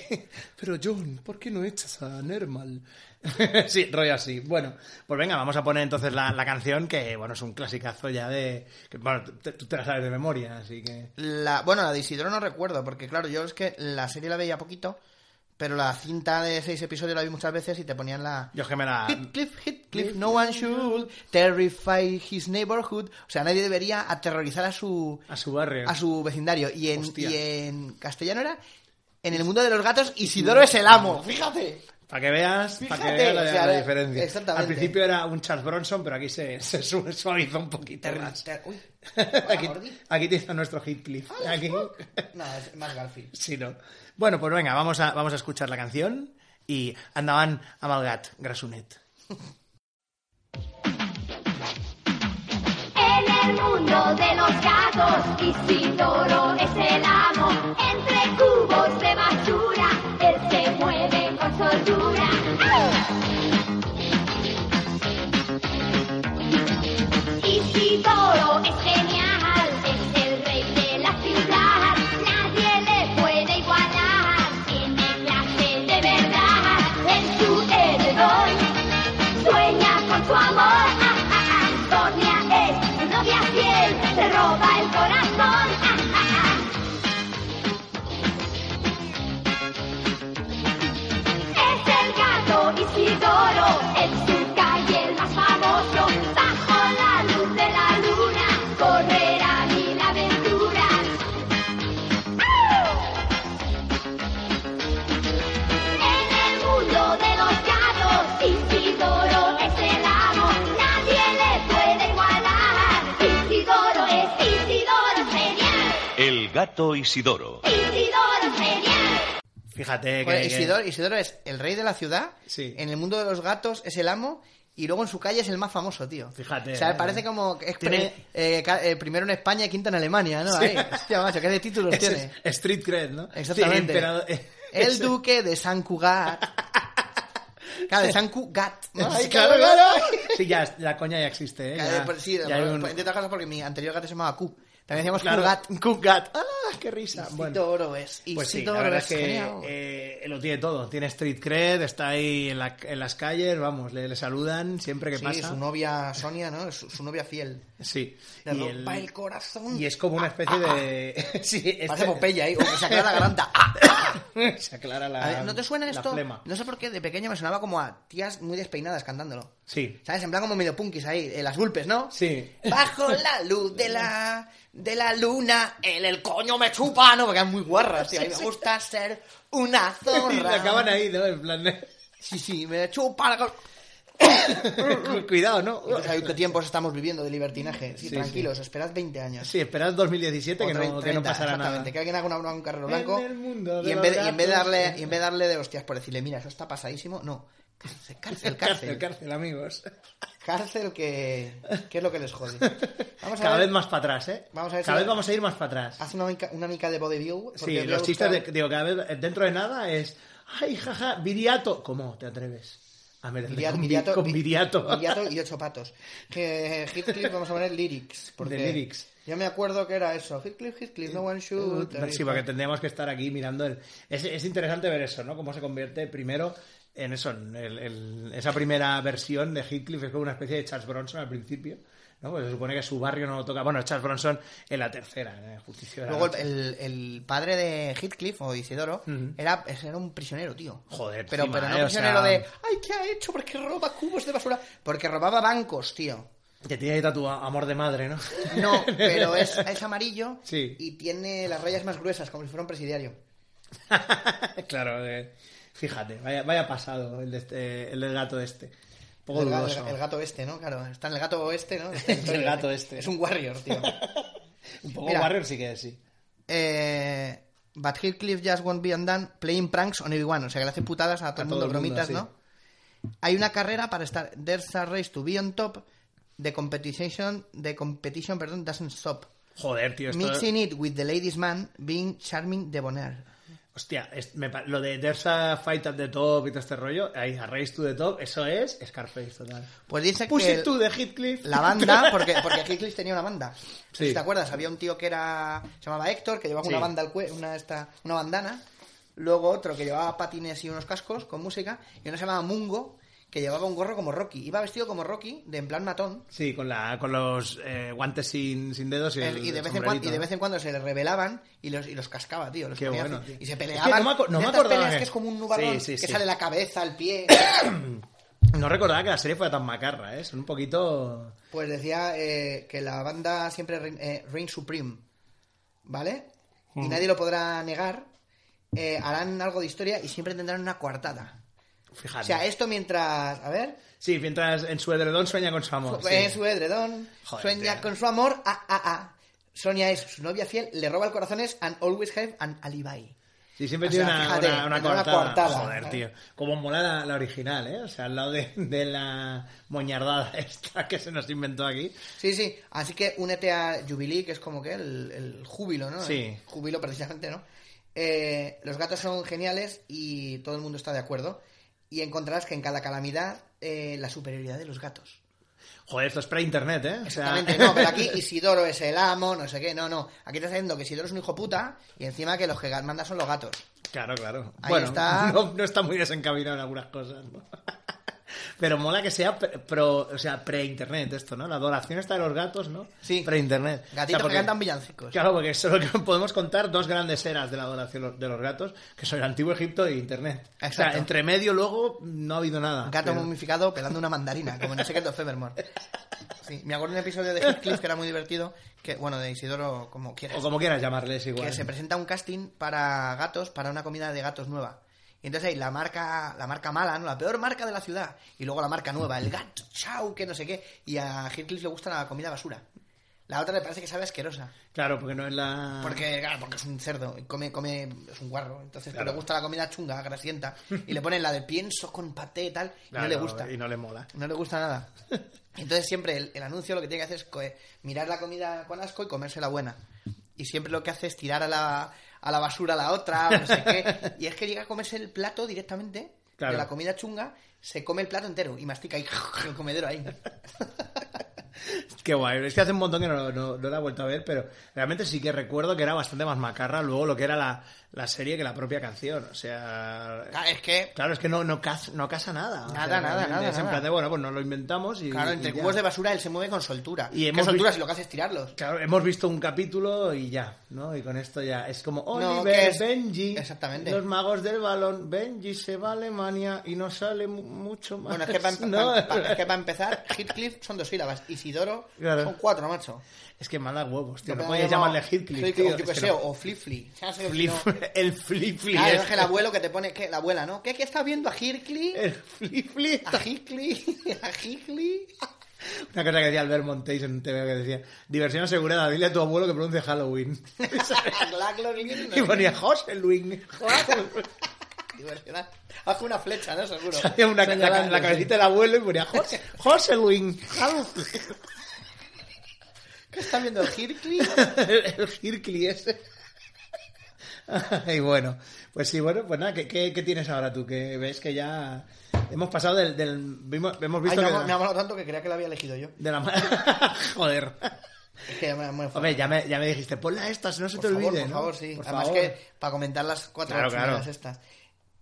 Pero John, ¿por qué no echas a Nermal? sí, rollo así. Bueno, pues venga, vamos a poner entonces la, la canción que, bueno, es un clasicazo ya de... que, bueno, tú te- tú te la sabes de memoria, así que...
La, bueno, la de Isidro no recuerdo, porque claro, yo es que la serie la veía poquito, pero la cinta de seis episodios la vi muchas veces y te ponían la.
Yo es que me la...
Heathcliff, Heathcliff, no one should terrify his neighborhood. O sea, nadie debería aterrorizar a su,
A su barrio.
a su vecindario. Y en,
Hostia.
y en castellano era, en el mundo de los gatos, Isidoro es el amo. Fíjate.
Para que veas, para que
Fíjate,
veas la,
o sea,
la
la-
diferencia.
exactamente.
Al principio era un Charles Bronson, pero aquí se, se su- suavizó un poquito
Ter-
más.
ter- uy, hola,
Aquí,
Gordi.
aquí tienes a nuestro Heathcliff. Aquí.
No, es más Garfield.
Sí, no. Bueno, pues venga, vamos a, vamos a escuchar la canción y andaban amalgat, grasunet.
En el mundo de los gatos, Isidoro es el amo. Entre cubos de basura, él se mueve con soltura. ¡Au! Isidoro es genial, es el rey de la ciudad. Nadie le puede igualar, tiene clase de verdad. En su heredón sueña con su amor. Ah, ah, ah. Sonia es su novia fiel, se roba el corazón. Ah, ah, ah.
Gato Isidoro.
Isidoro es genial.
Fíjate que. que-
Joder, Pues Isidoro, Isidoro es el rey de la ciudad, en el mundo de los gatos es el amo y luego en su calle es el más famoso, tío.
Fíjate,
O sea,
eh.
parece como que es
Tiene-
pre- eh, ca- eh, primero en España y quinto en Alemania, ¿no?
Sí.
Ahí. Hostia, macho, qué de títulos
Ese
tiene.
es Street Cred, ¿no?
Exactamente.
Sí, emperador-
El
ese-
duque de San Cugat. Claro, de San Cugat. ¿no? Ahí,
Sí, claro, claro. Sí, ya, la coña ya existe, ¿eh?
Claro,
Ya-
pues sí,
ya hay un-
pues, entre otras cosas porque mi anterior gato se llamaba Q. También decíamos
Claro.
Cugat.
Cugat. ¡Ah, qué risa!
Isidoro es.
Pues sí,
Isidoro
la verdad
es
es que
genial.
eh, lo tiene todo. Tiene street cred, está ahí en, la- en las calles, vamos, le, le saludan siempre que
Sí,
pasa.
su novia Sonia, ¿no? Su, su novia fiel.
Sí.
Le
Y
rompa
el-
el corazón.
Y es como una especie de... sí, este-
Parece Pompeya ahí, o que se aclara la garganta. Ah,
se aclara la
A ver, ¿No te suena
la
esto?
flema.
No sé por qué, de pequeño me sonaba como a tías muy despeinadas cantándolo.
Sí.
¿Sabes? En plan como medio punkis ahí, eh, las gulpes, ¿no?
Sí.
Bajo la luz de la, de la luna, el, el coño me chupa, ¿no? Porque es muy guarra, tío. A mí me gusta ser una
Y
zorra.
la acaban ahí, ¿no? En plan de...
Sí, sí, me chupa la... col-
Cu- Cuidado, ¿no?
Entonces, ¿sabes ¿Qué tiempos estamos viviendo de libertinaje? Sí,
Sí,
tranquilos, esperad 20 años.
Sí, esperad 2017 que
O
no,
30,
que no pasará nada.
Exactamente, que alguien haga una broma con Carrero
En
Blanco
el mundo de
y, en
los
vez de, y en vez de
gatos.
darle, y en vez de darle de hostias por decirle, mira, eso está pasadísimo, no. Cárcel, cárcel,
Cárcel,
cárcel.
cárcel, amigos.
Cárcel que, que es lo que les jode. Vamos a
Cada
ver-
vez más para atrás, ¿eh?
Vamos a ver
Cada
si-
vez vamos a ir más para atrás.
Haz una mica, una mica de vaudeville. porque
Sí,
voy a
los chistes,
buscar-
de, digo, cada vez dentro de nada es. ¡Ay, jaja! ¡Viriato! ¿Cómo te atreves? A meter
Viriato-
con, vi-
Viriato-
con
Vi-
Viriato.
Viriato y ocho patos. Que Heathcliff, vamos a poner lyrics. Porque
De lyrics.
Yo me acuerdo que era eso. Heathcliff, Heathcliff, no one shoot.
Sí, porque tendríamos que estar aquí mirando. el- Es, es interesante ver eso, ¿no? Cómo se convierte primero en eso. en el- el- esa primera versión de Heathcliff es como una especie de Charles Bronson al principio. ¿no? Pues se supone que su barrio no lo toca. Bueno, Charles Bronson en la tercera, en Justicia de la
Luego
Noche.
el, el padre de Heathcliff o Isidoro
Ujú.
era, era un prisionero, tío.
Joder,
pero,
encima,
pero
eh,
no
o
prisionero
sea-
de ay, ¿qué ha hecho? Porque roba cubos de basura. Porque robaba bancos, tío.
Que tiene ahí tatuado amor de madre, ¿no?
No, pero es, es amarillo
Sí.
y tiene las rayas más gruesas, como si fuera un presidiario.
claro, eh, fíjate, vaya, vaya pasado el, de este- el del gato este. Poco
el, ga-
dudoso.
el gato este, ¿no? Claro, está en el gato oeste, ¿no?
El gato este.
Es un warrior, tío.
Un poco
Mira.
Warrior sí que es, sí.
Eh, but Heathcliff just won't be undone playing pranks on everyone. O sea, que le hace putadas a todo el
todo
mundo,
el mundo,
bromitas,
sí.
¿no? Hay una carrera para estar. There's a race to be on top. The competition, the competition, perdón, doesn't stop.
Joder, tío, esto...
Mixing it with the ladies' man, being charming de bonaire.
Hostia, es- me pa- lo de There's a Fight at the Top y todo este rollo, ahí, a Race to the Top, eso es Scarface total.
Pues dice
Push
que
it to de Heathcliff.
la banda, porque, porque Heathcliff tenía una banda.
Sí.
Si ¿Te acuerdas? Había un tío que era se llamaba Héctor, que llevaba
Sí.
una banda al cue- una, esta, una bandana. Luego otro que llevaba patines y unos cascos con música. Y uno se llamaba Mungo, que llevaba un gorro como Rocky. Iba vestido como Rocky, de en plan matón.
Sí, con, la, con los eh, guantes sin, sin dedos y, el,
El- y, de
el
vez en cuan-
sombrerito,
y de
¿no?
vez en cuando se le revelaban y los, y los cascaba, tío. los
Qué
ponía
bueno,
así.
tío.
Y se
Es que no
peleaban.
me acu- no
De
me
estas
acordaba
peleas
que-
que es como un nubarrón,
Sí, sí,
que
sí.
sale la cabeza, el pie.
No recordaba que la serie fuera tan macarra, ¿eh? Son un poquito...
Pues decía eh, que la banda siempre rein- eh, reign supreme, ¿vale? Y nadie lo podrá negar. Eh, harán algo de historia y siempre tendrán una coartada.
Fíjate.
O sea, esto mientras, a ver,
Sí, mientras en su edredón sueña con su amor.
su-
Oh, sí.
eh, su edredón,
Joder,
sueña
tío.
con su amor, ah, ah, ah. Sonia es su novia fiel, le roba el corazón es and always have an alibi.
Sí, siempre
O
tiene
sea,
una,
fíjate,
una, una
tiene una
coartada.
coartada,
Joder,
¿eh?
tío. Como mola la, la original, ¿eh? O sea, al lado de, de la moñardada esta que se nos inventó aquí.
Sí, sí. Así que únete a Jubilee, que es como que el, el júbilo, ¿no?
Sí.
El júbilo, precisamente, ¿no? Eh, los gatos son geniales y todo el mundo está de acuerdo. Y encontrarás que en cada calamidad eh, la superioridad de los gatos.
Joder, esto es pre-internet, ¿eh? O sea-
Exactamente, no, pero aquí Isidoro es el amo, no sé qué, no, no. Aquí te está diciendo que Isidoro es un hijo puta y encima que los que mandan son los gatos.
Claro, claro.
Ahí
bueno,
está.
No, no está muy desencaminado en algunas cosas, ¿no? Pero mola que sea pre- pro, o sea, pre-internet esto, ¿no? La adoración está de los gatos, ¿no?
Sí.
Pre-internet. O sea,
Gatitos
porque-
que cantan villancicos.
Claro, porque solo que podemos contar dos grandes eras de la adoración de los gatos, que son el antiguo Egipto e internet. O
Exacto.
sea, entre medio luego no ha habido nada.
Gato
Pero-
momificado pelando una mandarina, como en el secreto de Fevermore. Sí, me acuerdo de un episodio de Heathcliff que era muy divertido, que, bueno, de Isidoro, como quieras.
O como quieras llamarles igual.
que se presenta un casting para gatos, para una comida de gatos nueva. Y entonces ahí la marca, la marca mala, ¿no? La peor marca de la ciudad. Y luego la marca nueva, el gato chau, que no sé qué. Y a Heathcliff le gusta la comida basura. La otra le parece que sabe asquerosa.
Claro, porque no es la.
Porque, claro, porque es un cerdo. y Come, come, es un guarro. Entonces, pero
Claro.
le gusta la comida chunga, grasienta. Y le ponen la de pienso con paté y tal. Y
Claro,
no le gusta.
Y no le mola.
No le gusta nada. Entonces siempre el, el anuncio lo que tiene que hacer es coe- mirar la comida con asco y comerse la buena. Y siempre lo que hace es tirar a la, a la basura la otra, o no sé qué. Y es que llega a comerse el plato directamente
Claro.
de la comida chunga, se come el plato entero y mastica ahí el comedero ahí.
Qué guay. Es que hace un montón que no, no, no la he vuelto a ver, pero realmente sí que recuerdo que era bastante más macarra luego lo que era la, la serie que la propia canción. O sea.
Claro, es que,
Claro, es que no, no, cas- no casa nada. O
Nada,
sea,
nada,
realmente
nada,
Es en
nada.
plan de, bueno, pues nos lo inventamos y.
claro, entre
y ya.
cubos de basura él se mueve con soltura.
Y
¿Qué
hemos
soltura
vi-
si lo que hace es tirarlos?
Claro, hemos visto un capítulo y ya, ¿no? Y con esto ya es como
No,
Oliver,
que es-
Benji,
Exactamente.
los magos del balón, Benji se va a Alemania y no sale mu- mucho más.
Bueno, es que para
¿no?
empezar, Heathcliff son dos sílabas, Isidoro
Claro.
son cuatro, macho.
Es que manda huevos, tío.
Yo
No
me
podías
llamo-
llamarle Heathcliff,
Heathcliff,
tío.
o yo
Es
que
que
sé,
no.
o Flip Flip. ¿sabes? Lo que
Flip,
no-
el flip flip.
Claro, es
este.
que el abuelo que te pone, que la abuela, ¿no? ¿Qué, qué estás viendo? ¿A Heathcliff?
El flip flip.
¿A Heathcliff? ¿A Heathcliff?
Una cosa que decía Albert Montés en un TV que decía: diversión asegurada, dile a tu abuelo que pronuncie Halloween.
¿A Glaclolin?
y ponía José Luis.
Diversidad. Haz una flecha, ¿no? Seguro.
Hacía una, la,
Señalando,
la
sí.
cabecita del abuelo y ponía José, José Luis.
¿Qué estás viendo? ¿Heathcliff?
el Hirkli ese. Y bueno, pues sí, bueno, pues nada, ¿qué, qué, qué tienes ahora tú? Que ves que ya hemos pasado del... del vimos- hemos
Ay,
visto
me,
que
ha,
de
me ha
la,
molado tanto que creía que la había elegido yo.
de la ma- Joder.
Es que ya me, me fue.
Hombre, ya me, ya me dijiste, ponla estas, no se
por
te
favor,
olvide,
por
¿no?
favor, sí.
Por
Además
favor.
que para comentar las cuatro
Claro, claro.
chumadas estas.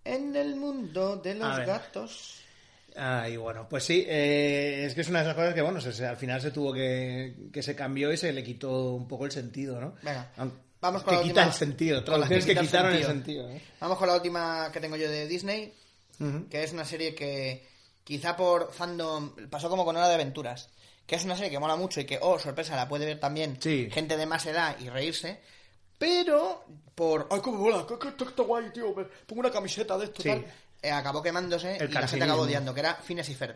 En el mundo de
A
los
ver.
gatos...
Ah, y bueno, pues sí, eh, es que es una de esas cosas que, bueno, se- se- al final se tuvo que, que se cambió y se le quitó un poco el sentido, ¿no?
Venga,
Aunque-
vamos con
que
la
quita
última-
el sentido,
con las
traducciones que,
quita el
quitaron el sentido. ¿eh?
Vamos con la última que tengo yo de Disney,
Ujú.
que es una serie que quizá por fandom pasó como con Hora de Aventuras, que es una serie que mola mucho y que, oh, sorpresa, la puede ver también
Sí.
gente de más edad y reírse, pero por... ¡Ay, cómo mola! ¡Qué, qué, qué, qué guay, tío! me- Pongo una camiseta de esto y
Oh, Sí.
tal. Eh, acabó quemándose
El
y la gente
cansinismo.
acabó odiando, que era Fines y Ferb.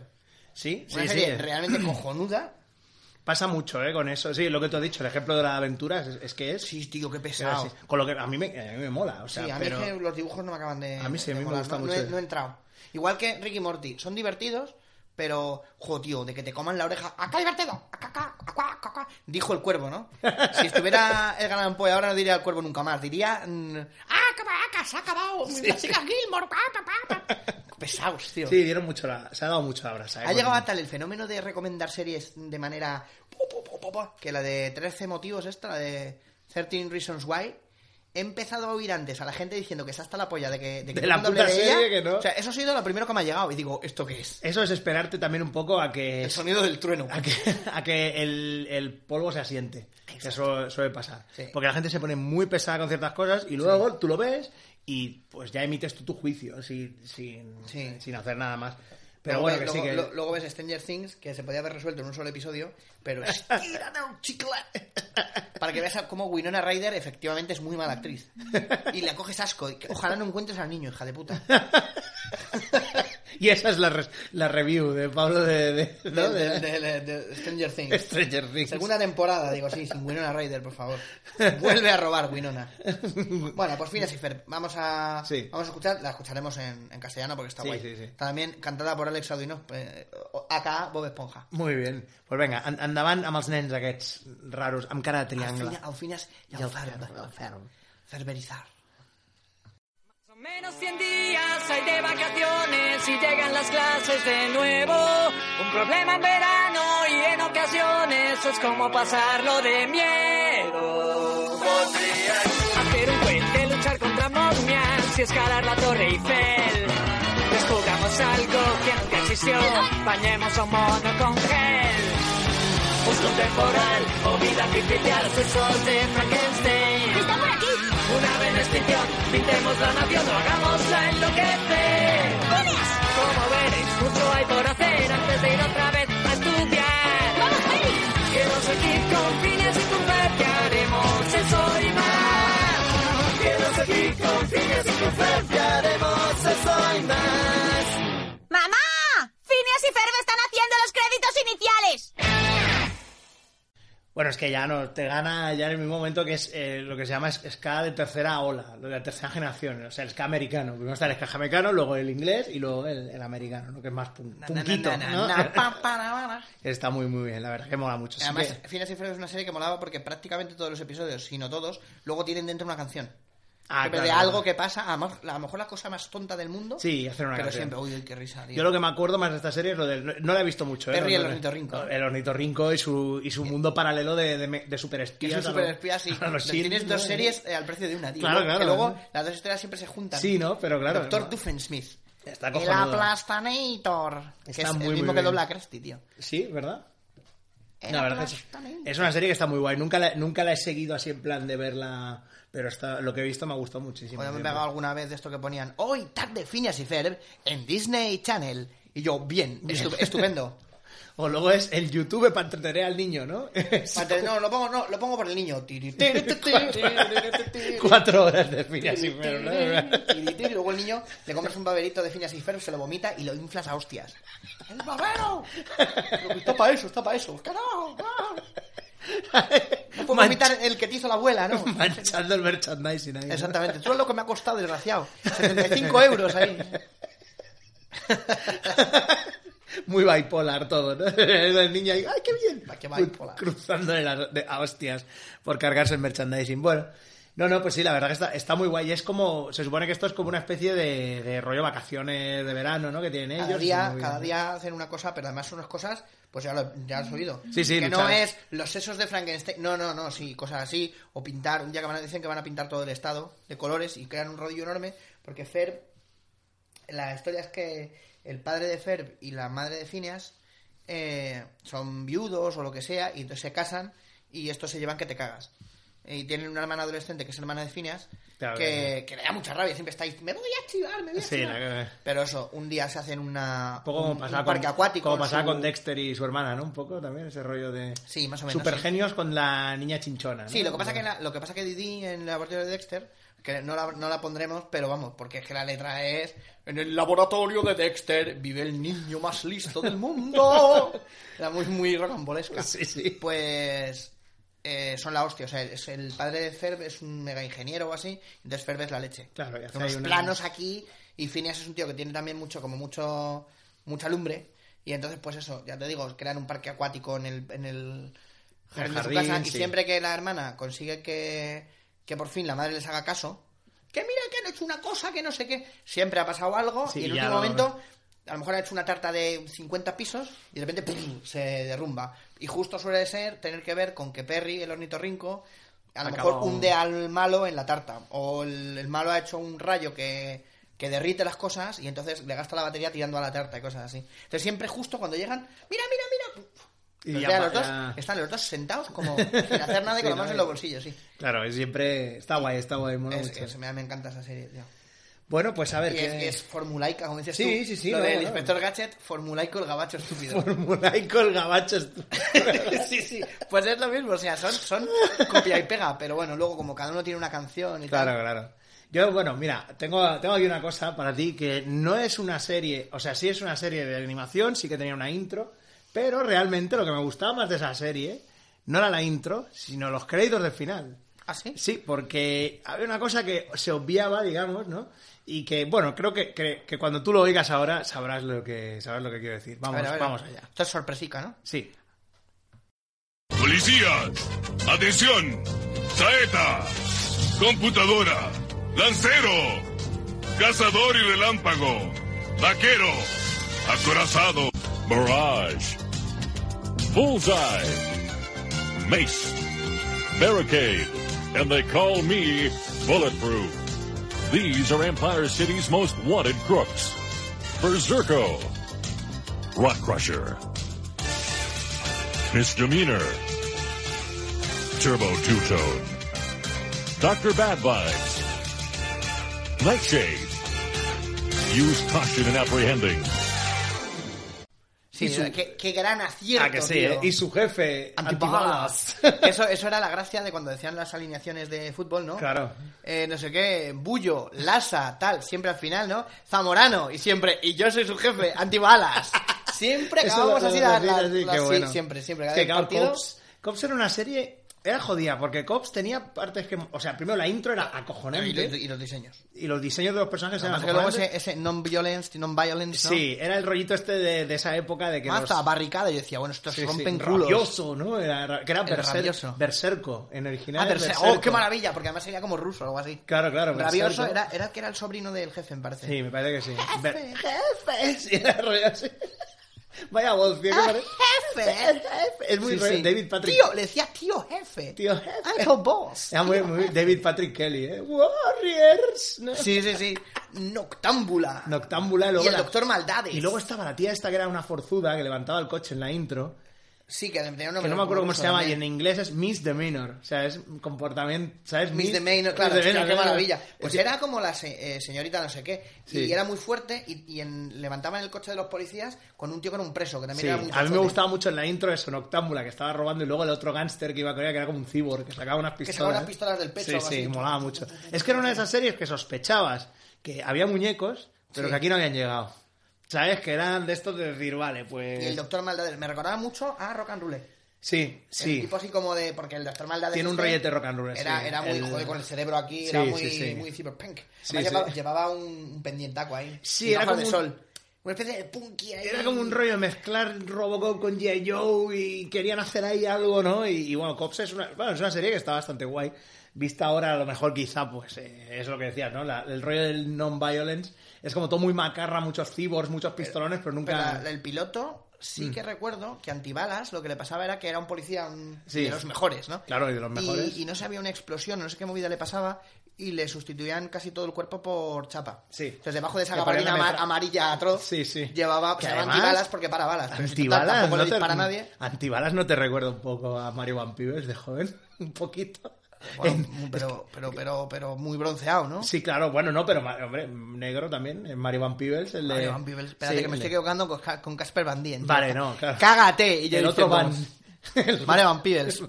Sí,
Una
sí, sí.
serie realmente cojonuda.
Pasa mucho, ¿eh? Con eso. Sí, lo que tú has dicho, el ejemplo de las aventuras es, es que es.
Sí, tío, qué
Pero
pesado.
sí, con lo que a mí me, a mí me mola, o sea,
Sí, a mí
pero...
es que los dibujos no me acaban de.
A mí sí,
de
a mí me
molar,
gusta
no,
mucho.
No he, no he entrado. Igual que Ricky Morty, son divertidos, pero. Jo, tío, de que te coman la oreja. ¡Acá divertido! ah, ¡Acá, acá, acá, acá, acá! Dijo el cuervo, ¿no? Si estuviera el Allan Poe ahora no diría el cuervo nunca más. Diría. mm, ¡Ah, acaba, acá! ¡Se ha acabado! ¡Las chicas Gilmore! ¡Pa, pa, pa, pa! Pesados, tío.
Sí, dieron mucho la... se ha dado mucho la brasa. ¿eh?
Ha
Con-
llegado a tal el fenómeno de recomendar series de manera. pu, pu, pu, pu, pu, que la de 13 motivos, esta, la de 13 Reasons Why. He empezado a oír antes a la gente diciendo que es hasta la polla de que. que
De
todo el
la
mundo
puta
hable
serie, que no.
O sea, eso ha sido lo primero que me ha llegado. Y digo, ¿esto qué es? Ah,
Eso es esperarte también un poco a que,
El sonido del trueno.
a que, a que el, el polvo se asiente. Que Eso suele pasar.
Sí.
Porque la gente se pone muy pesada con ciertas cosas y luego tú lo ves y pues ya emites tú tu juicio sin, sin,
Sí.
sin hacer nada más. Pero
luego,
bueno, que
ve- luego,
sí que...
lo- luego ves Stranger Things, que se podía haber resuelto en un solo episodio, pero estírate un chicle. Para que veas a- cómo Winona Ryder efectivamente es muy mala actriz. Y le coges asco. y que- Ojalá no encuentres al niño, hija de puta.
Y esa es la, res- la review de Pablo de, de- ¿no? de-
De, de- de- de Stranger
de
Things.
Stranger Things.
Segunda temporada, digo, sí, sin Winona Ryder, por favor. Vuelve a robar Winona. Bueno, pues fines y Ferb. Vamos a,
Sí.
vamos a escuchar, la escucharemos en, en castellano porque está
Sí,
guay.
sí, sí.
También cantada por Alex Audino, eh, acá Bob Esponja.
Muy bien. Pues vinga, en, endavant amb els nens aquests raros, amb cara de
Al
triangle.
fina- al finas y al ferb. Ferberizar.
Menos 100 días hay de vacaciones y llegan las clases de nuevo. Un problema en verano y en ocasiones es como pasarlo de miedo. Hacer un puente, luchar contra momias y escalar la Torre Eiffel. Descubramos algo que nunca existió, bañemos a un mono con gel. Justo temporal o vida artificial, sesos de Frankenstein.
¡Está por aquí!
Una vez extinción, pintemos la nación, no hagámosla enloquecer.
¡Lunes!
Como veréis, mucho hay por hacer antes de ir otra vez a estudiar.
¡Vamos, Félix!
Quedos aquí con fines y tu fe, que haremos eso y más. Quedos aquí con fines y tu fe, que haremos eso y más.
¡Mamá! Phineas y Ferb están haciendo los créditos iniciales.
Bueno, es que ya no te gana ya en el mismo momento que es eh, lo que se llama es- ska de tercera ola, lo de la tercera generación, o sea, el ska americano. Primero está el ska jamaicano, luego el inglés y luego el, el americano, ¿no? que es más pun- punquito.
na, na,
¿no?
na, pa, pa, na, na, na.
Está muy, muy bien, la verdad que mola mucho. Así
Además,
que-
Fines y Freros es una serie que molaba porque prácticamente todos los episodios, si no todos, luego tienen dentro una canción.
Ah,
Siempre de
claro.
algo que pasa, a lo mejor- a lo mejor la cosa más tonta del mundo.
Sí, hacer una
Pero
canción.
siempre, uy, qué risa, tío.
Yo lo que me acuerdo más de esta serie es lo del. No, no la he visto mucho, ¿eh? No, no,
Perry el
no.
ornitorrinco.
El ornitorrinco y su, y su mundo paralelo de, de, me- de
Que
superespías.
son
a los-
superespías y
a los
tienes
Shield,
dos
¿no?
series eh, al precio de una, tío.
Claro,
¿no?
claro.
Que luego las dos historias siempre se juntan.
Sí, ¿no? Pero claro.
Doctor
no.
Doofensmith.
Está
El
cojonudo.
Aplastanator. Que es
Está muy,
el mismo
muy
que
bien.
dobla a Krusty, tío.
Sí, ¿verdad?
El
No, la verdad es,
Aplastanator.
es una serie que está muy guay. Nunca la, nunca la he seguido así en plan de verla. Pero está, lo que he visto me ha gustado muchísimo.
O yo me he
siempre.
pegado alguna vez de esto que ponían hoy tarde Phineas y Ferb en Disney Channel. Y yo, bien, estu- estupendo.
O luego es el YouTube para entretener al niño, ¿no?
Mate, No, lo pongo, no, lo pongo por el niño. Tiri, tiri, tiri, tiri,
Cuatro horas de fin así,
tiri,
pero
tiri, tiri. Y luego el niño le compras un baberito de Phineas y Ferb, se lo vomita y lo inflas a hostias. ¡El babero! Está para eso, está para eso. ¡Carajo! carajo. No puedo vomitar el que te hizo la abuela, ¿no?
Manchando el merchandising ahí. ¿no?
Exactamente. Tú es lo que me ha costado, desgraciado. 75 euros ahí.
Muy bipolar todo, ¿no? El niño ahí, ¡ay, qué bien!
Va, qué bipolar.
Cruzando de las- de- a hostias por cargarse el merchandising. Bueno, no, no, pues sí, la verdad que está, está muy guay. Es como, se supone que esto es como una especie de, de rollo vacaciones de verano, ¿no? Que tienen
Cada
ellos.
día,
Muy bien.
cada día hacen una cosa, pero además son unas cosas, pues ya lo, ya lo has oído.
Sí, sí,
que
lo
no
sabes.
es los sesos de Frankenstein. No, no, no, sí, cosas así. O pintar, un día que van a, dicen que van a pintar todo el estado de colores y crean un rodillo enorme, porque Ferb, la historia es que el padre de Ferb y la madre de Phineas eh, son viudos o lo que sea, y entonces se casan y estos se llevan que te cagas. Y tienen una hermana adolescente que es hermana de Phineas,
Claro,
que, que le da mucha rabia, siempre está ahí, me voy a chivar, me voy a
Sí,
chivar".
la que-
Pero eso, un día se hacen una,
Un poco como
un-
pasaba,
un parque
con,
acuático.
como
en
pasaba
su-
con Dexter y su hermana, ¿no? Un poco también ese rollo de
Sí, más o menos. sí.
supergenios con la niña chinchona. ¿no?
Sí, lo que pasa que la- lo que pasa que Didi en el laboratorio de Dexter, que no la, no la pondremos, pero vamos, porque es que la letra es En el laboratorio de Dexter vive el niño más listo del mundo. Era muy, muy rocambolesca.
Sí, sí.
Pues eh, son la hostia, o sea, es el padre de Ferb es un mega ingeniero o así, entonces Ferb es la leche.
Claro, y hace
Unos
ahí una-
planos aquí y Phineas es un tío que tiene también mucho, como mucho, mucha lumbre. Y entonces, pues eso, ya te digo, crean un parque acuático en el, en el jardín de su
jardín,
casa. Y
sí.
siempre que la hermana consigue que, que por fin la madre les haga caso, que mira que han hecho una cosa, que no sé qué, siempre ha pasado algo.
Sí,
y en
y
el
ya
último
lo-
momento, a lo mejor ha hecho una tarta de 50 pisos y de repente ¡pum! se derrumba. Y justo suele ser tener que ver con que Perry, el ornitorrinco, a lo
Acaba
mejor
un-
hunde al malo en la tarta. O el, el malo ha hecho un rayo que, que derrite las cosas y entonces le gasta la batería tirando a la tarta y cosas así. Entonces siempre justo cuando llegan, mira, mira, mira.
Y
Los
ya
ve a
pa-
los dos,
ya-
están los dos sentados como sin hacer nada
Sí,
y con las
¿no?
manos en los bolsillos, sí.
Claro, es siempre. Está guay, está guay, mola
Es-
mucho.
es- me, me encanta esa serie, tío.
Bueno, pues a ver.
Y es,
qué-
es formulaica, como dices
Sí,
tú.
sí, sí,
Lo
no,
del
no.
inspector Gadget, formulaico el gabacho estúpido.
Formulaico el gabacho.
sí, sí. Pues es lo mismo, o sea, son, son copia y pega, pero bueno, luego como cada uno tiene una canción y
Claro,
tal.
claro. Yo, bueno, mira, tengo, tengo aquí una cosa para ti que no es una serie, o sea, sí es una serie de animación, sí que tenía una intro, pero realmente lo que me gustaba más de esa serie no era la intro, sino los créditos del final.
¿Ah, sí?
Sí, porque había una cosa que se obviaba, digamos, ¿no? Y que, bueno, creo que, que, que cuando tú lo oigas ahora sabrás lo que, sabrás lo que quiero decir.
A
Vamos,
ver, a ver.
vamos allá.
Esto es sorpresica, ¿no?
Sí.
Policía, atención, saeta, computadora, lancero, cazador y relámpago, vaquero, acorazado, barrage, bullseye, mace, barricade, and they call me bulletproof. These are Empire City's most wanted crooks. Berserko, Rock Crusher, Misdemeanor. Turbo Two Tone. Dr. Bad Vibes. Nightshade. Use caution in apprehending.
Sí,
Y su-
qué, qué gran acierto,
Ah, que sí,
tío.
¿eh? Y su jefe,
Antibalas.
antibalas.
Eso, eso era la gracia de cuando decían las alineaciones de fútbol, ¿no?
Claro.
Eh, no sé qué, Bullo, Lasa, tal, siempre al final, ¿no? Zamorano, y siempre, y yo soy su jefe, antibalas. Siempre
Eso
acabamos
lo-
así,
lo
las-
decís
las-
así,
las-
qué
sí,
bueno.
siempre, siempre.
Es
Cada
que
vez
claro,
partido,
Cops, Cops era una serie. Era jodida, porque Cops tenía partes que. O sea, primero la intro era acojonante.
Y, lo- y los diseños.
y los diseños de los personajes eran
Además que luego
acojonantes.
ese, ese non-violence, non-violence, ¿no?
Sí, era el rollito este de, de esa época de que.
Ah,
los-
hasta barricada. Yo decía, bueno, estos
Sí, sí,
rompen culos.
rabioso, ¿no? Era, ra- que era
El
berser-
rabioso.
Berserco, en original.
Ah,
es
Berserk.
Berserco.
Oh, qué maravilla, porque además sería como ruso o algo así.
Claro, claro.
Rabioso
Berserco.
era, era que era el sobrino del jefe, me parece.
Sí, me parece que sí. Ber-
Jefe,
Sí, era rollo así. Vaya voz, tío, que pare-
jefe, jefe.
Es muy
Sí,
rollo
sí.
David Patrick.
Tío, le decía tío jefe.
Tío jefe.
Uncle boss.
Era Ah, muy, muy David Patrick Kelly, ¿eh? Warriors. ¿no?
Sí, sí, sí. Noctámbula.
Noctámbula. Luego
y el
la-
doctor Maldades.
Y luego estaba la tía esta que era una forzuda que levantaba el coche en la intro.
Sí, que tenía un
que
nombre
no me acuerdo cómo se
ruso
llama, y
también.
en inglés es misdemeanor. O sea, es comportamiento. ¿Sabes?
Miss de Maine, claro, hostia, qué maravilla. Pues era como la se- eh, señorita no sé qué.
Sí.
Y era muy fuerte y, y en- levantaban el coche de los policías con un tío con un preso, que también
Sí,
era muy
a mí me
tochote.
gustaba mucho en la intro eso, Noctámbula, que estaba robando, y luego el otro gángster que iba a Corea, que era como un cyborg, que sacaba unas
Que
pistolas.
sacaba unas pistolas del pecho,
Sí,
algo
sí,
así.
molaba mucho. Es que era una de esas series que sospechabas que había muñecos, pero
Sí.
que aquí no habían llegado. ¿Sabes? Que eran de estos de decir, vale, pues.
Y el doctor Maldades. Me recordaba mucho a Rock and Roulette.
Sí,
El
sí.
tipo así como de. Porque el doctor Maldades.
Tiene un
este
rollete rock and roll, sí.
Era, era muy.
El-
Joder, con el cerebro aquí.
Sí,
era
sí,
muy,
sí.
muy cyberpunk.
Sí,
Además,
sí.
Llevaba, llevaba un, un pendientaco ahí.
Sí,
y
era
gafas
como
de
un-
sol. Una especie de punky ahí.
Era como un rollo de mezclar Robocop con G.I. Joe y querían hacer ahí algo, ¿no? Y, y bueno, Cops es una, bueno, es una serie que está bastante guay. Vista ahora, a lo mejor quizá, pues eh, es lo que decías, ¿no? La- el rollo del non-violence es como todo muy macarra, muchos cyborgs, muchos pistolones, pero
Pero
nunca...
la- la- el piloto,
Mm.
sí que recuerdo que antibalas lo que le pasaba era que era un policía un-
Sí.
de los mejores, ¿no?
Claro, y de los mejores.
Y, no se había una explosión, no sé qué movida le pasaba, y le sustituían casi todo el cuerpo por chapa.
Sí.
Entonces, debajo de esa
Le ponían
gabardina
la
ama-
metra-
amarilla atroz,
Sí, sí.
llevaba
Que
se llamaba
además-
antibalas porque para balas. pero si total
Antibalas,
tampoco
no
le
te,
dispara a nadie.
Antibalas no te recuerda un poco a Mario Van Pibes de joven, un poquito.
Bueno,
En-
pero, pero, pero, pero muy bronceado, ¿no?
Sí, claro, bueno, no, pero ma- hombre, negro también, en Mario Van Peebles, el de...
Mario Van Peebles. Espérate
Sí,
que me
el
estoy
de-
equivocando con Ja- con Casper Van Dien.
Vale, no, claro.
Cágate. Y yo
El otro
diciendo,
Van... el-
Mario Van Peebles.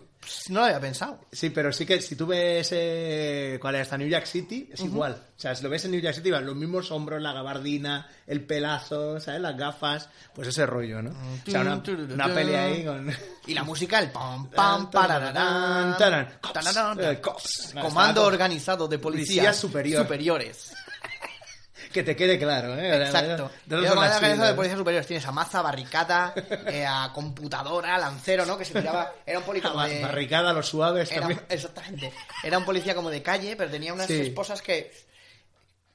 No lo había pensado.
Sí, pero sí que si tú ves eh, cuál es hasta New York City, es igual. O sea, si lo ves en New York City, van los mismos hombros, la gabardina, el pelazo, ¿sabes? Las gafas, pues ese rollo, ¿no? O sea, una, una pelea ahí con...
Y la música, el pam, pam, pararán,
Tararán, cops,
tararán,
eh, cops.
Comando organizado de policía
Policía superior.
superiores.
Que te quede claro, ¿eh?
Exacto.
De dónde
Y el
son
comando
las
organizado de
siglas?
policía superiores. Tienes a maza, barricada, eh, a computadora, lancero, ¿no? Que se tiraba. Era un policía como
Ba-
de.
Barricada, los suaves
era-
también.
exactamente. Era un policía como de calle, pero tenía unas
Sí.
esposas que.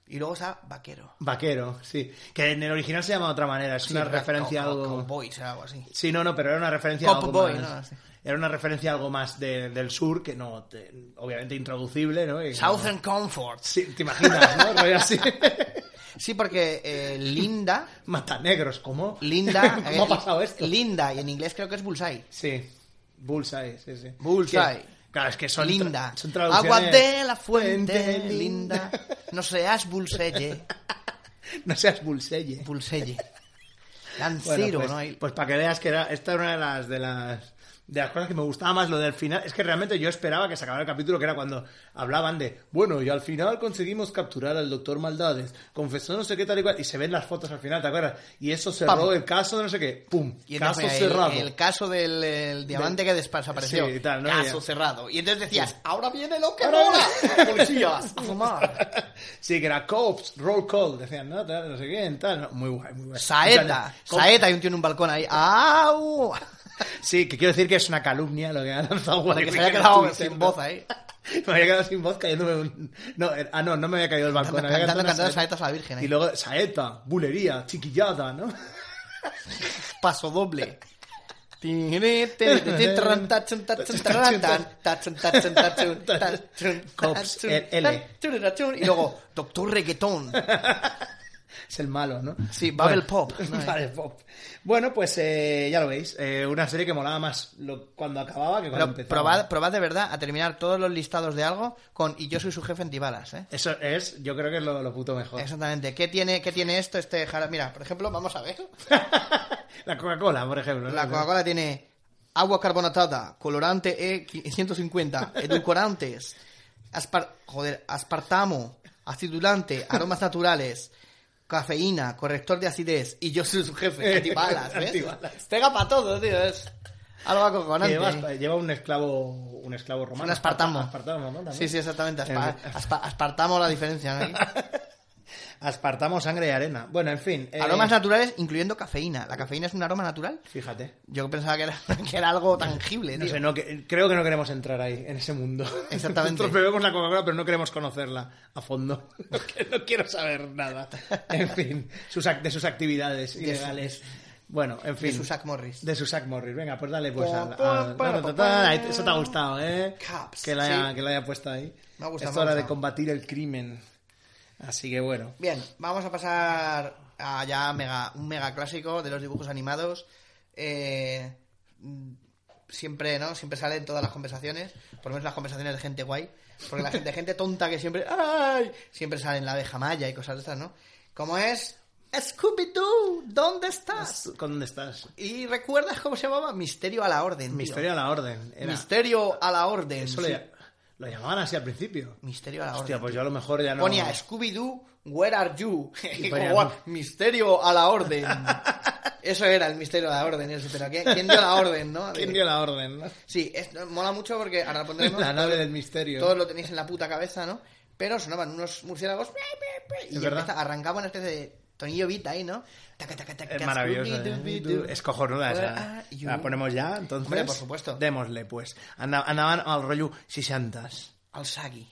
Y luego está vaquero.
Vaquero, sí. Que en el original se llama de otra manera, es una
Sí, era
referencia a
co-
algo...
co- Cowboys, era algo así.
Sí, no, no, pero era una referencia a
Cop
algo
Boy,
más.
¿no? Sí.
Era una referencia a algo más de- del sur, que no, te- obviamente intraducible, ¿no? Y como-
Southern Comfort.
Sí, te imaginas, ¿no? Rollo así.
Sí, porque eh, Linda.
Matanegros, ¿cómo?
Linda.
¿Cómo
eh,
ha pasado esto?
Linda, y en inglés creo que es Bullseye.
Sí. Bullseye, sí, sí.
Bullseye.
Que- claro, es que son tra-
linda.
son traducciones.
Agua de la fuente,
Fuente
linda. No seas Bullseye.
No seas Bullseye.
Bullseye. Dan
Bueno,
Zero,
pues,
¿no? Ahí-
pues para que veas que era, esta era una de las, de las de las cosas que me gustaba más, lo del final. Es que realmente yo esperaba que se acabara el capítulo, que era cuando hablaban de, bueno, y al final conseguimos capturar al doctor Maldades, confesó no sé qué tal y cual, y se ven las fotos al final, ¿te acuerdas? Y eso cerró
Pam.
el caso de no sé qué, ¡pum!
Y
caso
entonces, el-
cerrado.
El, caso del el diamante que desapareció.
Sí, y tal, ¿no?
Caso
Ya.
cerrado. Y entonces decías, ahora viene lo que
Ahora
mola.
viene-
Policías, a fumar.
sí, que era cops, roll call, decían, no, tal, no sé qué, tal, no, muy guay, muy guay.
Saeta.
Cop-
Saeta, hay un tío en un balcón ahí. ¡Au!
Sí, que quiero decir que es una calumnia lo que ha lanzado
Para que se
Guadalupe
haya
en el
quedado
Twitter,
sin
¿no?
voz ahí.
Me había quedado sin voz cayéndome un... No, era- ah, no, no me había caído el balcón.
Dando-
había
dando
una
cantadas
saeta.
saetas a la Virgen, ahí.
Y luego saeta, bulería, chiquillada, ¿no?
Paso doble. Cops,
L.
Y luego, Doctor Reggaetón.
Es el malo, ¿no?
Sí, Bubble Pop.
Bubble Pop. Bueno, pues eh, ya lo veis. eh, una serie que molaba más lo- cuando acababa que cuando
Pero
empezaba.
probad, probad de verdad a terminar todos los listados de algo con Y yo soy su jefe antibalas, ¿eh?
Eso es, yo creo que es lo, lo puto mejor.
Exactamente. ¿Qué tiene, qué tiene esto este jara- Mira, por ejemplo, vamos a ver.
la Coca-Cola, por ejemplo. ¿no?
La Coca-Cola tiene agua carbonatada, colorante E150, edulcorantes, aspar- joder, aspartamo, acidulante, aromas naturales, cafeína, corrector de acidez y yo soy su jefe, antibalas, ¿ves?
Antibalas.
Pega para todo, tío. Es... Algo acojonante.
Lleva, aspa- lleva un esclavo un esclavo romano.
Un aspartamo.
Aspartamo, ¿no? También.
Sí, sí, exactamente. aspa-
Eh,
aspa- aspartamo la diferencia. ¿no?
Aspartamo, sangre y arena. Bueno, en fin. eh,
Aromas naturales, incluyendo cafeína. ¿La cafeína es un aroma natural?
Fíjate.
Yo pensaba que era, que era algo tangible,
No
tío.
sé, no que- creo que no queremos entrar ahí, en ese mundo.
Exactamente.
Nosotros bebemos la Coca-Cola, pero no queremos conocerla a fondo. No que- no quiero saber nada. En fin, sus ac- de sus actividades
su-
ilegales. Bueno, en fin.
de Susak Morris.
De Susak Morris. Venga, pues dale pues
Pa,
al...
pa,
al-
pa,
ta, ta, ta. Ahí te- Eso te ha gustado, ¿eh?
Caps,
que, la haya,
sí.
que la haya puesto ahí.
Me ha gustado,
Es
me ha
hora de
gustado.
combatir el crimen. Así que bueno.
Bien, vamos a pasar a ya mega, un mega clásico de los dibujos animados. Eh, mm, siempre, ¿no? Siempre sale en todas las conversaciones, por lo menos las conversaciones de gente guay, porque la gente, gente tonta que siempre, ¡ay! Siempre sale en la abeja maya y cosas de estas, ¿no? Como es Scooby-Doo, ¿dónde estás?
¿Con dónde estás?
¿Y recuerdas cómo se llamaba? Misterio a la orden. tío.
Misterio a la orden. Era-
Misterio a la orden.
Eso
sí.
le- lo llamaban así al principio.
Misterio a la
Hostia,
orden.
pues yo a lo mejor ya no.
Ponía Scooby-Doo, where are you?
Y
Como,
ponía-
guau, misterio a la orden. Eso era el misterio a la orden, eso. Pero ¿quién, quién dio la orden, no?
¿Quién dio la orden? no?
Sí, es- mola mucho porque ahora lo pondremos.
La nave del misterio.
Todos lo tenéis en la puta cabeza, ¿no? Pero sonaban unos murciélagos. Y
Es verdad.
empezaba- arrancaba una especie de tonillo beat ahí, ¿no? Taca, taca, taca,
Es maravilloso.
Scooby-Doo.
¿eh? Es cojonuda
Where
esa.
are you?
La ponemos ya, entonces.
ah, Hombre, por supuesto.
Démosle, pues. Anda- Andaban al rollo Sisantas.
Al Sagi.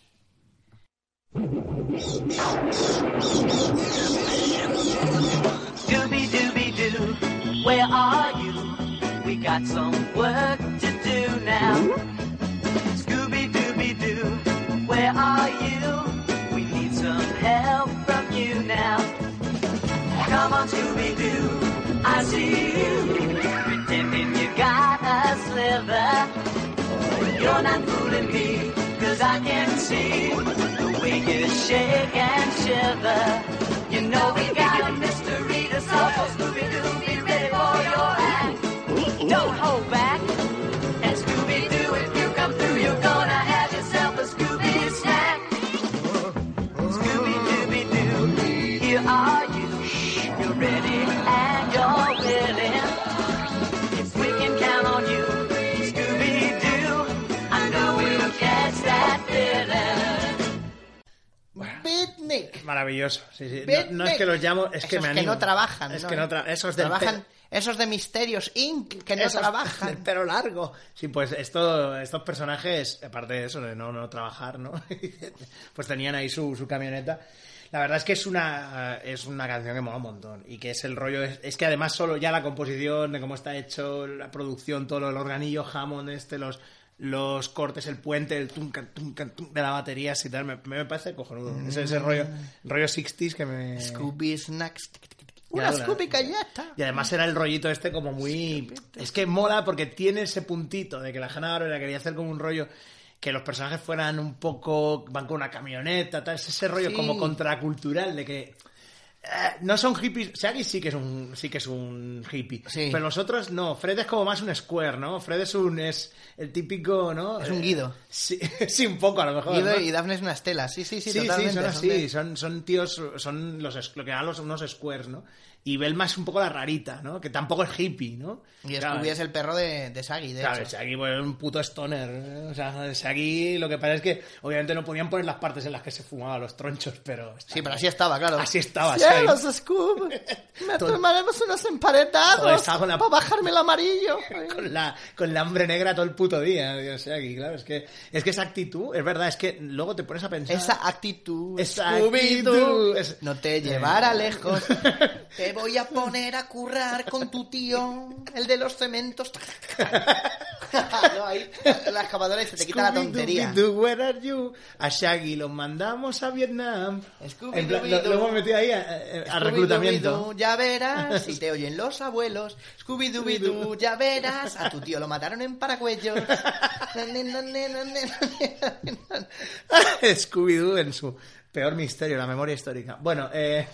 Dooby dooby doo, where are you? We got some work to do now. Scooby dooby doo, where are you? We need some help from you now. Come on, Scooby Doo, I see you. Pretending you got a sliver. You're not fooling me, cause I can see the way you shake and shiver. You know we got a mystery to solve, so Scooby Doo, be ready for your act. Don't hold back. And Scooby Doo, if you come through, you're gonna have yourself a Scooby snack. Scooby Dooby Doo, here are you. You're ready and you're willing. If we can count on you, Scooby Doo, I know we'll catch that feeling.
Beatnik.
Maravilloso. Sí, sí. No, no es que los llamo, es que
Esos
me
que
animo.
no trabajan.
Es
¿no?
que no tra- esos del
trabajan.
pe-
Esos de Misterios Inc. que no
esos
trabajan.
del pelo largo. Sí, pues esto, estos personajes, aparte de eso, de no, no trabajar, ¿no? pues tenían ahí su, su camioneta. La verdad es que es una, eh, es una canción que mola un montón y que es el rollo, es, es que además solo ya la composición, de cómo está hecho, la producción, todo el organillo Hammond, este, los, los cortes, el puente, el tunca, tunca, tunca de la batería y tal, me, me parece cojonudo. Ese, ese rollo, rollo 60s que me...
Scooby Snacks.
Ya,
Una
una-
Scooby Callata.
Y además era el rollito este como muy... Es que mola porque tiene ese puntito de que la Hanna Barbera quería hacer como un rollo que los personajes fueran un poco... van con una camioneta, tal, es ese rollo
Sí.
como contracultural de que... eh, no son hippies. Shaggy sí que es un, sí que es un hippie.
Sí.
Pero los otros no. Fred es como más un square, ¿no? Fred es un. es el típico, ¿no?
Es un
Eh,
Guido.
Sí, sí, un poco a lo mejor.
Guido
¿no?
y Daphne es una estela. Sí, sí, sí,
Sí, sí,
totalmente.
son así,
de-
son, son tíos, son los, es- lo que llaman los, unos squares, ¿no? Y Belma es un poco la rarita, ¿no? Que tampoco es hippie, ¿no?
Y
Claro,
Scooby es el perro de, de Shaggy, de
Claro,
hecho.
Shaggy pues, es un puto stoner. ¿eh? O sea, Shaggy lo que pasa es que obviamente no podían poner las partes en las que se fumaba los tronchos, pero... está
Sí, pero
bien.
así estaba, claro.
Así estaba,
¡Cielos,
sí.
Scooby! ¡Me
Todo-
tomaremos unos
Joder,
emparedados
estaba con la-
para bajarme el amarillo!
con la, con la hambre negra todo el puto día. O sea, aquí, claro, es que, es que esa actitud, es verdad, es que luego te pones a pensar...
Esa actitud,
Esa
Scooby-Doo,
actitud, es-
no te llevará lejos. Te voy a poner a currar con tu tío, el de los cementos. no, ahí, la escapadora y se te quita la tontería.
Scooby-Dooby-Doo, where are you? A Shaggy lo mandamos a Vietnam.
Scooby-Dooby-Doo.
En plan, lo, lo hemos metido ahí a- a- a reclutamiento.
Scooby-Doo, Ya verás, si te oyen los abuelos. Scooby-Dooby-Doo, ya verás. A tu tío lo mataron en Paracuellos.
Scooby-Doo en su peor misterio, la memoria histórica. Bueno, eh,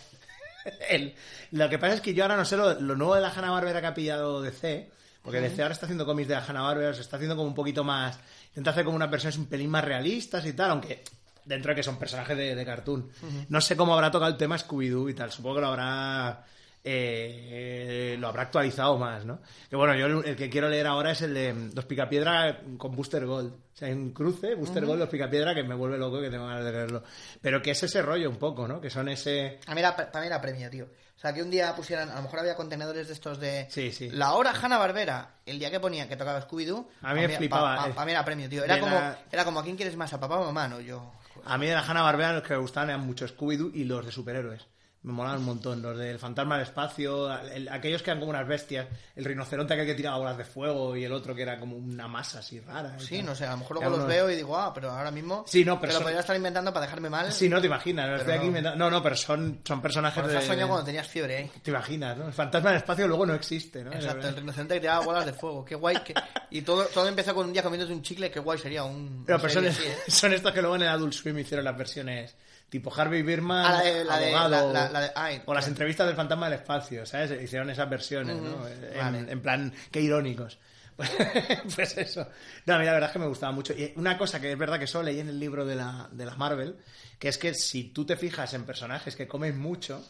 el- lo que pasa es que yo ahora no sé lo, lo nuevo de la Hanna-Barbera que ha pillado DC, porque DC ahora está haciendo cómics de la Hanna-Barbera, se está haciendo como un poquito más... Intenta hacer como unas versiones un pelín más realistas y tal, aunque dentro de que son personajes de, de cartoon. No sé cómo habrá tocado el tema Scooby-Doo y tal, supongo que lo habrá... eh, eh, lo habrá actualizado más, ¿no? Que bueno, yo el, el que quiero leer ahora es el de mm, Los Picapiedra con Booster Gold. O sea, hay un cruce, Booster
Ujú.
Gold, Los Picapiedra, que me vuelve loco que tengo ganas de leerlo. Pero que es ese rollo un poco, ¿no? Que son ese...
A mí era, para mí era premio, tío. O sea, que un día pusieran, a lo mejor había contenedores de estos de...
Sí, sí.
La hora Hanna-Barbera, el día que ponía que tocaba Scooby-Doo...
A mí me flipaba,
Para
eh.
mí era premio, tío. Era
De
como,
la-
era como, ¿a quién quieres más? ¿A papá o mamá? No, yo... pues
A mí de la Hanna-Barbera los que me gustaban eran mucho Scooby-Doo y los de superhéroes. Me molaban un montón. Los del Fantasma del Espacio, el- aquellos que eran como unas bestias. El rinoceronte aquel que tiraba bolas de fuego y el otro que era como una masa así rara. y
Sí,
tal.
no sé, a lo mejor
Eran
luego los
unos-
veo y digo, ah, pero ahora mismo...
Sí, no, pero
Te lo
son-
podría estar inventando para dejarme mal.
Sí, no te imaginas. No,
Pero
estoy aquí
no.
inventando- no, no, pero son, son personajes
Bueno,
de...
te has soñado cuando tenías fiebre, ¿eh?
Te imaginas, ¿no? El Fantasma del Espacio luego no existe, ¿no?
Exacto, el rinoceronte que tiraba bolas de fuego. Qué guay. que- Y todo, todo empezó con un día comiéndote un chicle. Qué guay sería un...
Pero,
una
pero son,
serie así, ¿eh?
son estos que luego en el Adult Swim hicieron las versiones tipo Harvey Birman,
Ah, la de- la de-
abogado,
la- la- la de- ay,
o las entrevistas del fantasma del espacio, ¿sabes? Hicieron esas versiones, ¿no?
Ujú,
En,
vale.
en plan, qué irónicos. pues eso. No, a mí la verdad es que me gustaba mucho. Y una cosa que es verdad que solo leí en el libro de la, de la Marvel, que es que si tú te fijas en personajes que comen mucho,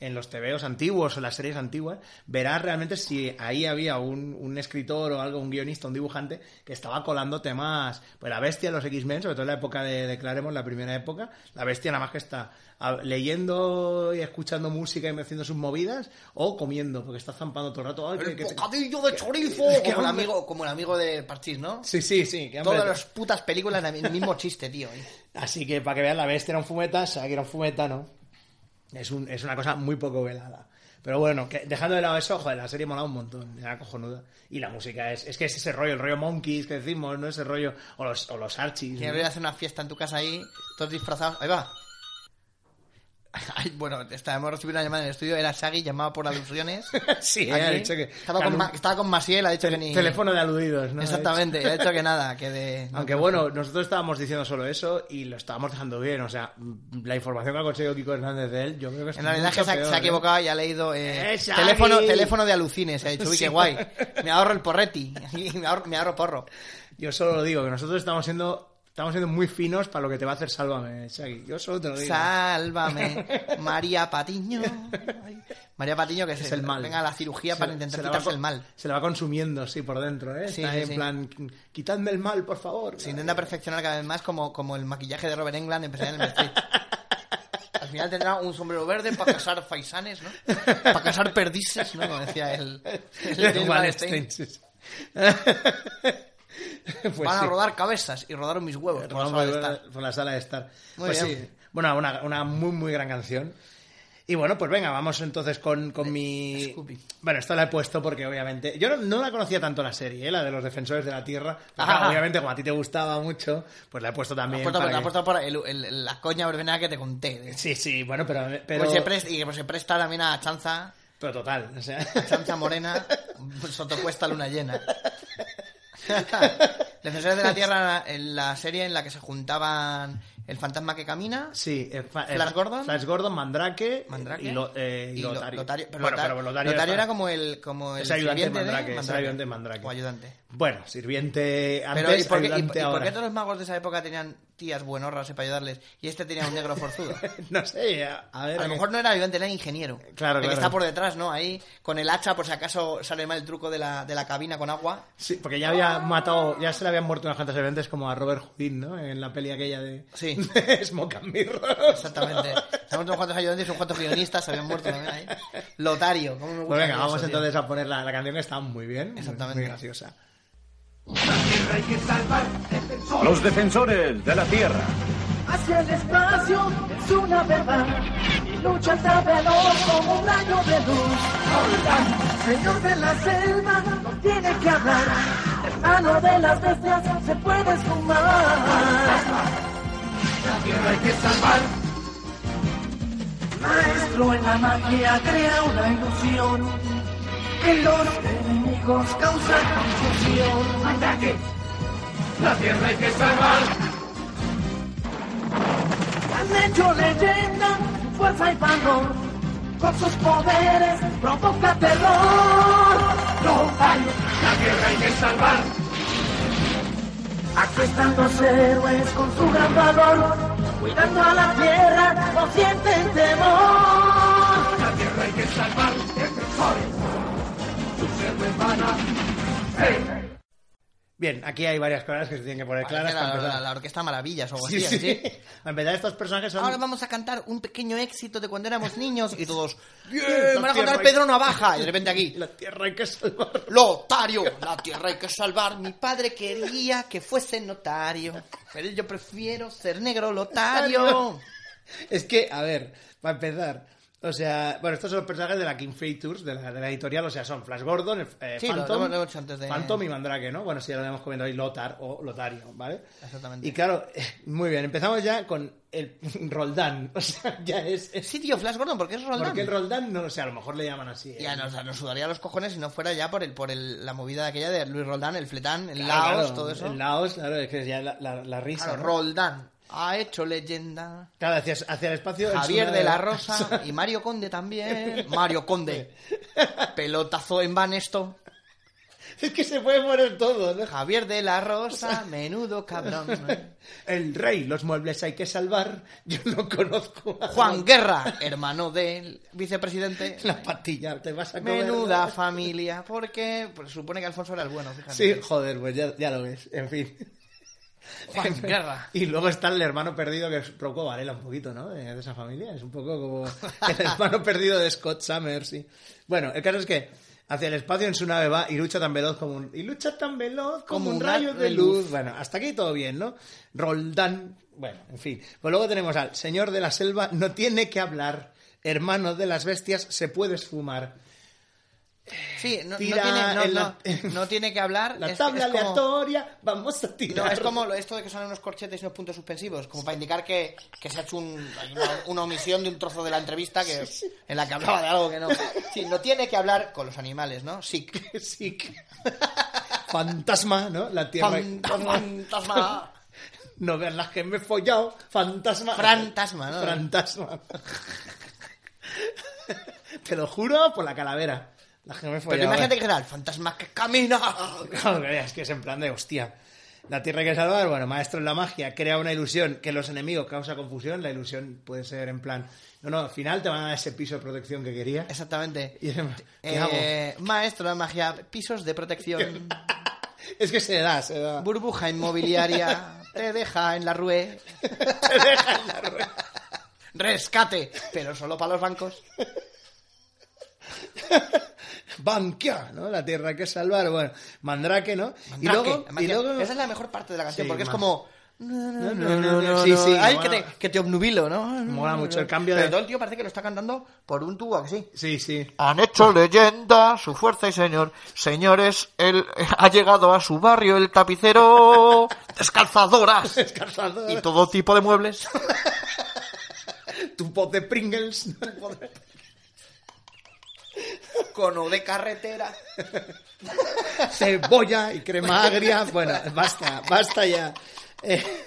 en los tebeos antiguos o las series antiguas, verás realmente si ahí había un, un escritor o algo, un guionista, un dibujante, que estaba colando temas. Pues la bestia, los X-Men, sobre todo en la época de, de Claremont, la primera época, la bestia nada más que está ah, leyendo y escuchando música y haciendo sus movidas, o comiendo, porque está zampando todo el rato. ¡Ay, que-
¡El
que te-
bocadillo de chorizo!
que- que
Como el
hambre.
amigo, como el amigo de Parchís, ¿no?
Sí, sí, sí. que hambre
Todas
te-
las putas películas el mismo chiste, tío.
Así que para que vean, la bestia era un fumeta, Shaggy era un fumeta, ¿no? Es, un- es una cosa muy poco velada. Pero bueno, que- dejando de lado eso, joder, la serie molaba un montón, era cojonuda. Y la música es, es que es ese rollo, el rollo Monkeys que decimos, ¿no? Ese rollo, o los, o los Archies.
Que
¿no?
voy a hacer una fiesta en tu casa ahí, todos disfrazados. Ahí va. Ay, bueno, está, hemos recibido una llamada en el estudio. Era Shaggy, llamado por alusiones.
Sí,
Aquí.
ha dicho que-
Estaba con,
Calum-
Ma- estaba con Maciel, ha dicho que ni.
Teléfono de aludidos, ¿no?
Exactamente, ha dicho que nada, que de.
Aunque bueno, nosotros estábamos diciendo solo eso y lo estábamos dejando bien. O sea, m- la información que ha conseguido Kiko Hernández de él, yo creo que es
En realidad es que
mucho
se ha,
peor,
se ha
¿eh?
equivocado y ha leído eh,
¡Eh, Shaggy!
teléfono, teléfono de alucines. Ha dicho, uy,
Sí.
qué guay. Me ahorro el porreti. Y me ahorro, me ahorro porro.
Yo solo lo digo, que nosotros estamos siendo, estamos siendo muy finos para lo que te va a hacer Sálvame, Shaggy. Yo solo te lo digo.
Sálvame, María Patiño. Ay, María Patiño, que
Es
se-
el mal.
venga a la cirugía
Se-
para intentar
se la va
quitarse
co-
el mal.
Se la va consumiendo, sí, por dentro, ¿eh?
Sí,
Está
sí,
en
sí.
plan, quitadme el mal, por favor.
Se intenta perfeccionar cada vez más como, como el maquillaje de Robert England empezar en el Main Street. Al final tendrá un sombrero verde para casar faisanes, ¿no? Para casar perdices, ¿no? Como decía el... el
El
James
Wallenstein,
Wallenstein.
sí, sí. Pues
Van a
sí. Eh, pues,
rodar cabezas y rodaron mis huevos. por la
Rodamos
sala de
por,
Pues estar.
por la sala de estar.
Muy
Pues
bien.
sí, bueno, una, una muy, muy gran canción. Y bueno, pues venga, vamos entonces con, con mi...
Scooby.
Bueno, esta la he puesto porque obviamente... Yo no, no la conocía tanto la serie, ¿eh? la de los defensores de la Tierra. Pero, claro,
Ajá.
obviamente, como a ti te gustaba mucho, pues la he puesto
La
también.
puerta,
para
la
que-
puerta por el- el- la coña verbenada que te conté. de-
Sí, sí, bueno, pero... pero...
Pues se presta, y que se presta también a Chanza,
Pero total, o sea...
Chanza Morena, Sotocuesta Luna Llena. Defensores de la Tierra, en la serie en la que se juntaban el fantasma que camina,
Sí, eh, fa- eh,
Flash Gordon.
Flash Gordon, Mandrake,
Mandrake,
y, lo- eh, y
lo-
Lotario.
pero
bueno,
Lotar-
pero Lotario,
Lotario
está-
era como el, como el
Es ayudante de
sirviente
Mandrake, es
Mandrake.
ayudante de Mandrake.
O ayudante.
Bueno, sirviente antes,
Pero, ¿y por, qué, y-
ayudante
y por
ahora.
qué todos los magos de esa época tenían tías buenorras eh, para ayudarles y este tenía un negro forzudo?
No sé, a, a ver...
A lo mejor no era ayudante, era ingeniero.
Claro,
El que
claro.
está por detrás, ¿no? Ahí, con el hacha, por si acaso sale mal el truco de la, de la cabina con agua.
Sí, porque ya había matado, ya se le habían muerto unas cuantas evidentes como a Robert Houdin, ¿no? En la peli aquella de,
Sí.
de Smoke and Mirrors.
Exactamente. Sabemos unos cuantos ayudantes y unos cuantos guionistas, se habían muerto también ahí. Lotario, ¿cómo me gusta?
Pues venga,
eso,
vamos
tío?
entonces a poner la, la canción que está muy bien. Exactamente. Muy graciosa.
Los defensores de la Tierra.
Hacia el espacio es una verdad. Lucha tan veloz como un rayo de luz. Ahorita, señor de la selva, no tiene que hablar. Hermano de las bestias, se puede esfumar. La tierra hay que salvar. Maestro en la magia crea una ilusión. Que los enemigos causan confusión. ¡Ataque! La tierra hay que salvar. Han hecho leyenda su fuerza y valor. Con sus poderes provoca terror. No hay, la guerra hay que salvar. Aquí están los héroes con su gran valor. Cuidando a la tierra, no sienten temor. La tierra hay que salvar. Es
bien, aquí hay varias cosas que se tienen que poner claras.
Parece
para
la,
empezar.
la- la orquesta maravillas o algo
Sí,
así.
sí.
¿sí?
En verdad estos personajes son...
Ahora vamos a cantar un pequeño éxito de cuando éramos niños y todos. ¡Bien!
La
Me van a
tierra
contar
hay-
Pedro Navaja. Y de repente aquí.
La tierra hay que salvar.
Lotario, la tierra hay que salvar. Mi padre quería que fuese notario. Pero yo prefiero ser negro lotario.
Es que, a ver, para empezar. O sea, bueno, estos son los personajes de la King Features, de la, de la editorial, o sea, son Flash Gordon, el- eh,
Sí, lo-
Phantom,
lo hemos dicho antes de-
Phantom y Mandrake, ¿no? Bueno, sí, ya lo hemos comentado ahí, Lothar o Lotario, ¿vale?
Exactamente.
Y claro, muy bien, empezamos ya con el Roldán, o sea, ya es...
Sí, tío, Flash Gordon, ¿por qué es Roldán?
Porque el Roldán, no lo sé, a lo mejor le llaman así. ¿eh?
Ya nos, nos sudaría los cojones si no fuera ya por el por el- la movida aquella de Luis Roldán, el fletán, el
Claro,
Laos,
Ah, claro,
todo eso.
El Laos, claro, es que ya la, la- la risa.
Claro,
¿no?
Roldán ha hecho leyenda.
Claro, hacia, hacia el espacio. en su
Javier
nave-
de la Rosa y Mario Conde también. Mario Conde. Pelotazo en van esto.
Es que se puede poner todo, ¿no?
Javier de la Rosa, menudo cabrón.
El rey, los muebles hay que salvar. Yo no conozco a
Juan Guerra, hermano del vicepresidente.
La patilla, te vas a comer.
Menuda familia, porque pues, supone que Alfonso era el bueno, fíjate.
Sí, joder, pues ya, ya lo ves. En fin.
Juan Guerra.
Y luego está el hermano perdido que es Proco Varela un poquito, ¿no? De, de esa familia. Es un poco como el hermano perdido de Scott Summers, sí. Bueno, el caso es que hacia el espacio en su nave va y lucha tan veloz como un... Y lucha tan veloz como,
Como
un
un
rayo
haz
de
de
luz.
luz.
Bueno, hasta aquí todo bien, ¿no? Roldán... Bueno, en fin. Pues luego tenemos al señor de la selva, no tiene que hablar. Hermano de las bestias, se puede esfumar.
Sí, no, no
Tira
tiene, no-
en la-
no- no tiene que hablar.
La
es-
tabla
es como-
aleatoria, vamos a
No,
tirar.
es como lo- esto de que son unos corchetes y unos puntos suspensivos, como para indicar que, que se ha hecho un- hay una, una omisión de un trozo de la entrevista que, en la que hablaba de algo que no. Sí, no tiene que hablar con los animales, ¿no? Sí.
Sí. Fantasma, ¿no? La tierra.
Fantasma.
No veas las que me he follado. Fantasma.
Frantasma, ¿no?
Frantasma. Te lo juro por la calavera. Las que me he follado. eh.
Pero imagínate que era el fantasma que camina.
Claro, es que es en plan de hostia. La tierra hay que salvar, bueno, maestro en la magia, crea una ilusión que los enemigos causa confusión. La ilusión puede ser en plan, no, no, al final te van a dar ese piso de protección que querías.
Exactamente.
Y es en plan, ¿qué hago?
Eh, maestro de magia, pisos de protección,
Es que se da, se da.
burbuja inmobiliaria, te deja en la rue,
Te deja en la rueda.
rescate, pero solo para los bancos.
Bankia, ¿no? La tierra hay que salvar, bueno, Mandrake, ¿no? Y
Mandrake,
luego, y
Mandrake.
luego...
Esa es la mejor parte de la canción,
Sí,
porque es
man.
como...
No, no, no, no,
sí,
no,
sí.
no,
Ay,
no,
que te,
no.
que te obnubilo, ¿no?
Mola mucho el cambio
Pero
de-
todo el tío parece que lo está cantando por un tubo, ¿a que sí?
Sí, sí.
Han hecho leyenda su fuerza y señor. Señores, él ha llegado a su barrio el tapicero. Descalzadoras.
Descalzador.
Y todo tipo de muebles.
Tu pot de Pringles. tu pot de-
Cono de carretera.
Cebolla y crema agria. Bueno, basta, basta ya. Eh,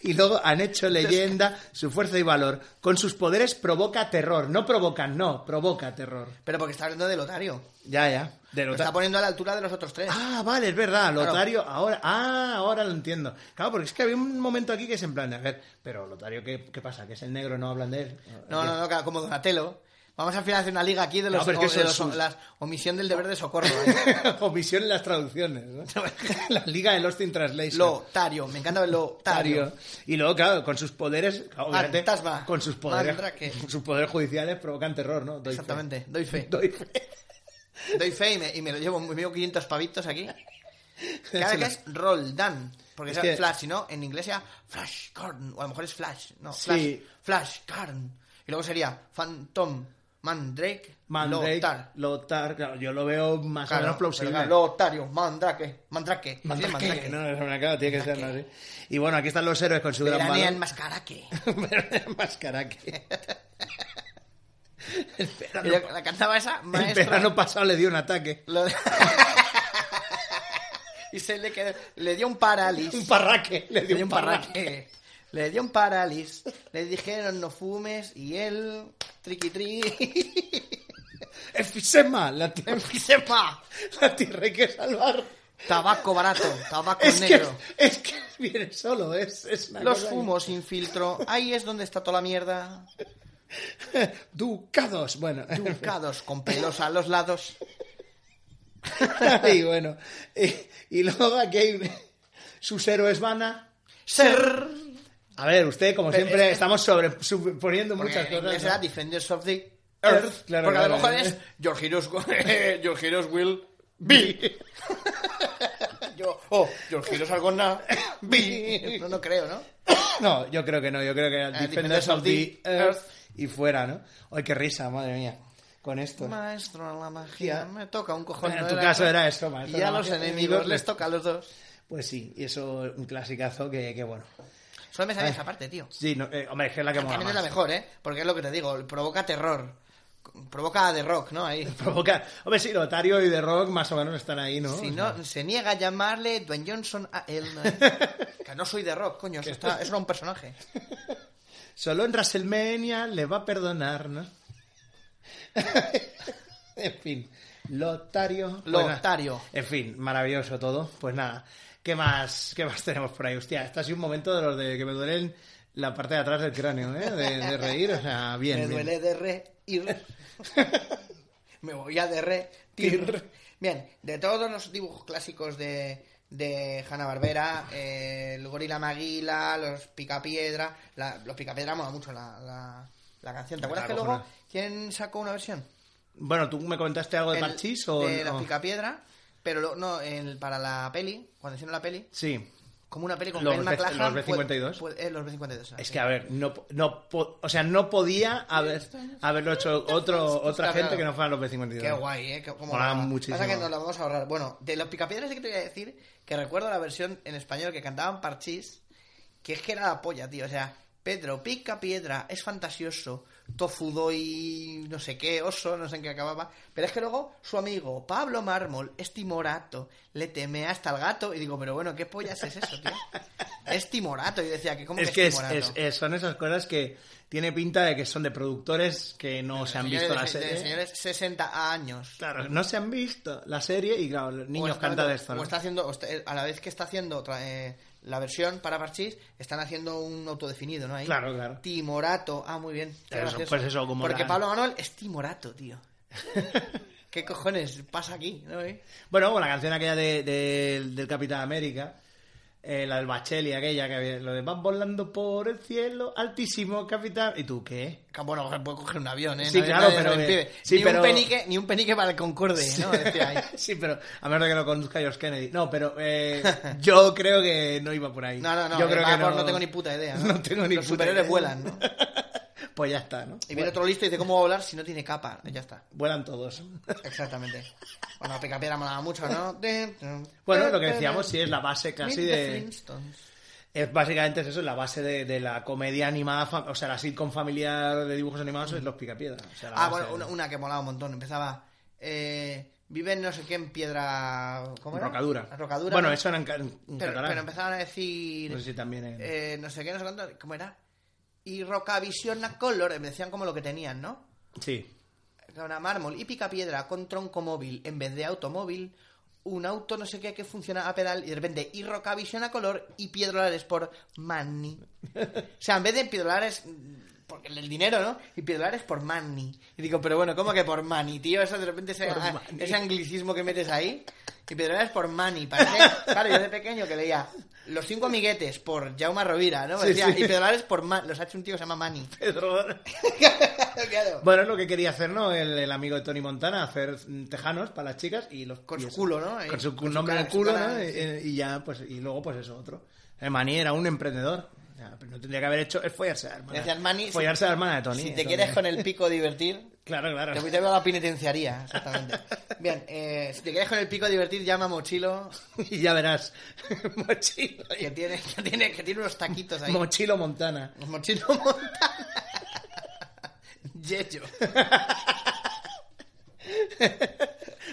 y luego han hecho leyenda su fuerza y valor. Con sus poderes provoca terror. No provocan, no, provoca terror.
Pero porque está hablando de Lotario.
Ya, ya. De
Lo
Lothar-
está poniendo a la altura de los otros tres.
Ah, vale, es verdad, Lotario, ahora, ah, ahora lo entiendo. Claro, porque es que había un momento aquí que es en plan de, a ver, pero Lotario, ¿qué, qué pasa? ¿Que es el negro? ¿No hablan de él?
No, no, no, claro, como Donatello. Vamos al final a hacer una liga aquí de los,
No, pero es que
o- de
son
los-
sus-
las- omisión del deber de socorro. ¿eh?
Omisión en las traducciones, ¿no? La liga de Lost in Translation.
Lotario, me encanta el Lotario.
Lotario. Y luego, claro, con sus poderes, claro, obviamente,
Fantasma.
con sus poderes,
Mandrake.
con sus poderes judiciales provocan terror, ¿no? Doy fe.
Exactamente, doy fe.
Doy fe.
Doy fe y me, y me lo llevo, me llevo 500 pavitos aquí. Cada vez que es Roldán. Porque
Es
es,
que-
Flash, si no, en inglés sería Flash Gordon. O a lo mejor es Flash. No, Flash.
Sí.
Flash Gordon. Y luego sería Phantom, Mandrake,
Mandrake,
Lothar.
Lothar, claro, yo lo veo más o menos plausible.
pero claro, Lotario, Mandrake, Mandrake.
Mandrake,
Mandrake.
no, es una cara, tiene que ser así. Y bueno, aquí están los héroes con su gran
Veranea
valor.
en Mascaraque.
Pero más caraque. El verano,
Ella- La cantaba esa
el
maestra.
verano pasado le dio un ataque.
Lo- y se le quedó, le dio un parálisis.
Un parraque. Le
le
dio un parraque.
Le dio un parálisis. Le dijeron no fumes y él triqui tri.
Enfisema. La tierra,
Enfisema.
La tierra hay que salvar.
Tabaco barato, tabaco
Es que,
negro.
es que viene solo. Es, es una
Los
cosa que-
fumos sin filtro. Ahí es donde está toda la mierda.
Ducados. Bueno.
Ducados con pelos a los lados.
y bueno, eh, y, y luego aquí hay un- sus héroes van a
ser.
A ver, usted, como
Pero,
siempre,
eh,
estamos sobre, suponiendo
Porque
muchas
en
cosas.
inglés
¿no?
era Defenders of the
Earth,
Earth.
claro,
porque a
claro,
lo mejor
eh.
es Your Heroes, go- your heroes will be. Yo, oh, Your Heroes are gonna be. No, no creo, ¿no?
No, yo creo que no, yo creo que era
Eh,
Defenders of the Earth y fuera, ¿no? Ay, qué risa, madre mía, con esto.
Maestro de la magia, me toca un cojón.
Bueno,
no
en tu caso era eso,
Y
maestro de
a
la
los
magia.
enemigos les toca a los dos.
Pues sí, y eso un clasicazo que, que bueno.
Solo me sabía
Ay.
esa parte, tío.
Sí, no, eh, hombre, es que es la que mola
También es la
más.
mejor, ¿eh? Porque es lo que te digo, provoca terror. Provoca de rock, ¿no? Ahí.
Provoca- Hombre, sí, Lotario y The Rock más o menos están ahí, ¿no?
Si no, se niega a llamarle Dwayne Johnson a él. ¿no? que no soy de rock, coño. Eso, está- eso era un personaje.
Solo en WrestleMania le va a perdonar, ¿no? en fin, Lotario.
Lotario.
Bueno, en fin, maravilloso todo. Pues nada, ¿qué más, qué más tenemos por ahí? Hostia, este ha sido un momento de los de que me duelen la parte de atrás del cráneo, ¿eh? De, de reír, o sea, bien.
Me
bien.
duele de re ir. Me voy a derretir. Bien, de todos los dibujos clásicos de, de Hanna-Barbera, eh, el Gorila Maguila, los Picapiedra. la- los Picapiedra mola mucho la, la- la canción. ¿Te
Me la
acuerdas que luego
cojones.
quién sacó una versión?
Bueno, ¿tú me comentaste algo de
El-
Parchís o
de
no?
los Picapiedra, pero lo- no, el- para la peli, cuando hicieron la peli,
Sí.
como una peli con
Los
Kyle
B-
MacLachlan,
los B52.
fue- fue- eh, los B52.
Es que, a ver, no, po- no, po- o sea, no podía haber, haberlo hecho otro, otra
Está
gente
Pues claro.
que no fueran los B52.
Qué guay, ¿eh? Qué- cómo
Molaba
molaba.
muchísimo.
Pasa que nos la vamos a ahorrar. Bueno, de los picapiedras sí que te voy a decir que recuerdo la versión en español que cantaban Parchís, que es que era la polla, tío. O sea, Pedro pica piedra, es fantasioso, tofudo y no sé qué, oso, no sé en qué acababa. Pero es que luego su amigo Pablo Mármol es timorato, le teme hasta el gato. Y digo, pero bueno, ¿qué pollas es eso, tío? es timorato. Y decía, que ¿cómo
Es
que
que
es
es-
timorato?
es- es- son esas cosas que tiene pinta de que son de productores que no se han visto
Señores
la
de- de
serie.
señores 60 años.
Claro, no se han visto la serie y claro, los
O
niños
está-
cantan de esto. ¿no?
o está haciendo, o está- a la vez que está haciendo otra, eh, la versión para Parchís, están haciendo un autodefinido, ¿no? Ahí.
Claro, claro.
Timorato. Ah, muy bien. Qué
Eso,
gracioso.
pues eso, como
Porque
la-
Pablo Manuel es Timorato, tío. ¿Qué cojones pasa aquí? ¿no, eh?
Bueno, con la canción aquella de, de- del Capitán América, eh, la del Bacheli, aquella que había, lo de van volando por el cielo, altísimo Capitán. ¿Y tú qué?
Que, Bueno, puede coger un avión, ¿eh?
Sí,
No-
claro,
nadie
pero
lo
que-
impide.
sí,
ni,
pero-
un penique, ni un penique para el Concorde, ¿no? Decía ahí.
sí, pero a menos de que lo conduzca George Kennedy. No, pero eh, yo creo que no iba por ahí.
No, no, no.
Yo
el
creo que
vapor
no.
no tengo ni puta idea. No,
No tengo ni
Los
puta
superhéroes
idea.
vuelan, ¿no?
Pues ya está, ¿no?
Y viene otro listo y dice, ¿cómo va a volar si no tiene capa? Ya está.
Vuelan todos.
Exactamente. Bueno, Picapiedra molaba mucho, ¿no?
Bueno, lo que decíamos, sí, es la base casi
Meet the
de...
Flintstones.
Es básicamente es eso, es la base de, de la comedia animada, fam- o sea, la sitcom familiar de dibujos animados es Los Picapiedra. o sea, la
Ah,
base
bueno, una,
de-
una que molaba un montón. Empezaba. Eh, vive en no sé qué en piedra. ¿Cómo era?
Rocadura.
Rocadura.
Bueno,
¿no?
eso era en, ca- en
Pero,
catalán.
pero empezaban a decir.
No sé si también en-
eh, no sé qué, no sé cuánto. ¿Cómo era? Y Rocavisión a color. eh, Decían como lo que tenían, ¿no?
Sí.
Era mármol y picapiedra con tronco móvil en vez de automóvil. Un auto no sé qué que funciona a pedal y de repente y Rocavisión a color y Piedrolares por Manny. O sea, en vez de Piedrolares mm, porque el dinero, ¿no? Y Piedrolares por Manny. Y digo, pero bueno, ¿cómo que por Manny, tío? Eso de repente ese,
Por
ah,
Manny.
ese anglicismo que metes ahí. Y Piedrolares por Manny. Parece, claro, yo de pequeño que leía Los cinco amiguetes por Jauma Rovira, ¿no?
Sí,
Decía,
sí.
Y Piedrolares por Manny. Los ha hecho un tío que se llama Manny.
Pedro-
Claro.
Bueno, es lo que quería hacer, ¿no? El, el amigo de Tony Montana, hacer mm, tejanos para las chicas y los...
Con
y
su
eso.
culo, ¿no?
Con su,
Con su
nombre en el
cara, su
culo,
cara,
¿no?
sí.
Y, y ya, pues, y luego, pues eso, otro. El Maní era un emprendedor. Ya, pero no tendría que haber hecho... Es follarse a la hermana.
Decía Armani,
follarse
si-
a la hermana de Tony. eh,
Si te
Tony.
quieres con el pico divertir,
Claro, claro.
te voy te voy a la penitenciaría, exactamente. Bien, eh, si te quieres con el pico divertir, llama a Mochilo,
Y ya verás. Mochilo.
que tiene, que tiene, que tiene unos taquitos ahí.
Mochilo Montana.
Mochilo Montana. Yeyo.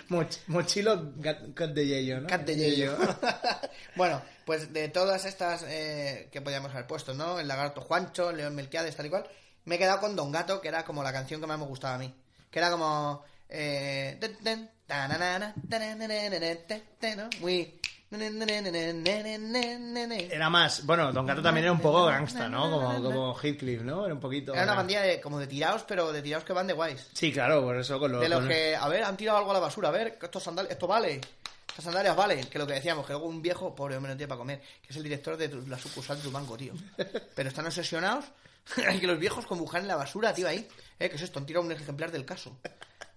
Moch- mochilo Gat- Cat de Yello, ¿no?
Cat de Yeyo. bueno, pues de todas estas eh, que podíamos haber puesto, ¿no? El lagarto Juancho, León Melquiades, tal y cual. Me he quedado con Don Gato, que era como la canción que más me gustaba a mí. Que era como... eh, ten, ten, tananana, tananana, ten, ten, ¿no? Muy...
Era más, bueno, Don Gato también era un poco gangsta, ¿no? Como, como Heathcliff, ¿no? Era un poquito.
Era una bandilla de, como de tirados, pero de tirados que van de guays.
Sí, claro, por eso con los.
De los
con-
que, a ver, han tirado algo a la basura, a ver, que estos sandal- esto vale, estas sandalias valen, que lo que decíamos, que luego un viejo, pobre hombre, no tiene para comer, que es el director de tu- la sucursal de tu banco, tío. Pero están obsesionados y que los viejos con Wuhan en la basura, tío, ahí. ¿Eh? ¿Qué es esto? Han tirado un ejemplar del caso.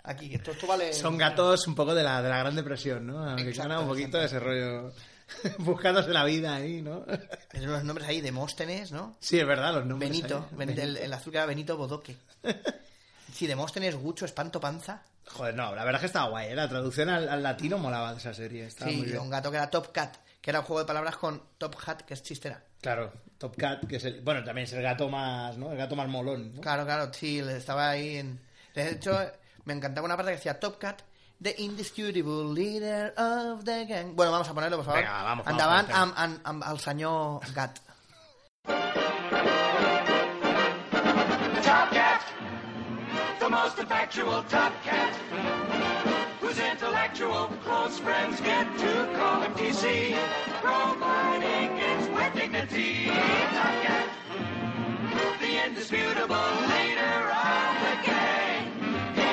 Aquí, que esto, esto vale...
Son gatos un poco de la, de la Gran Depresión, ¿no? Que suena un poquito de ese rollo. Buscándose la vida ahí, ¿no?
Tienen unos nombres ahí, Demóstenes, ¿no?
Sí, es verdad, los nombres.
Benito,
ahí.
Ben- El, el azul que era Benito Bodoque. Si Demóstenes, Gucho, Espanto Panza.
Joder, no, la verdad es que estaba guay, ¿eh? La traducción al, al latino molaba de esa serie. Estaba
Sí,
Ah, muy
y
bien.
un gato que era Top Cat, que era un juego de palabras con Top Hat, que es chistera.
Claro, Top Cat, que es el. Bueno, también es el gato más, ¿no? El gato más molón, ¿no?
Claro, claro, sí, le- estaba ahí en... De hecho, me encantaba una parte que decía Top Cat, the indisputable leader of the gang. Bueno, vamos a ponerlo, por favor.
Venga, vamos, vamos,
Andaban
vamos,
am- am- am- al senyor Gat.
Top cat, the most effectual top cat, whose intellectual close friends get to call him DC, providing it's with dignity. Top cat, the indisputable leader of the gang.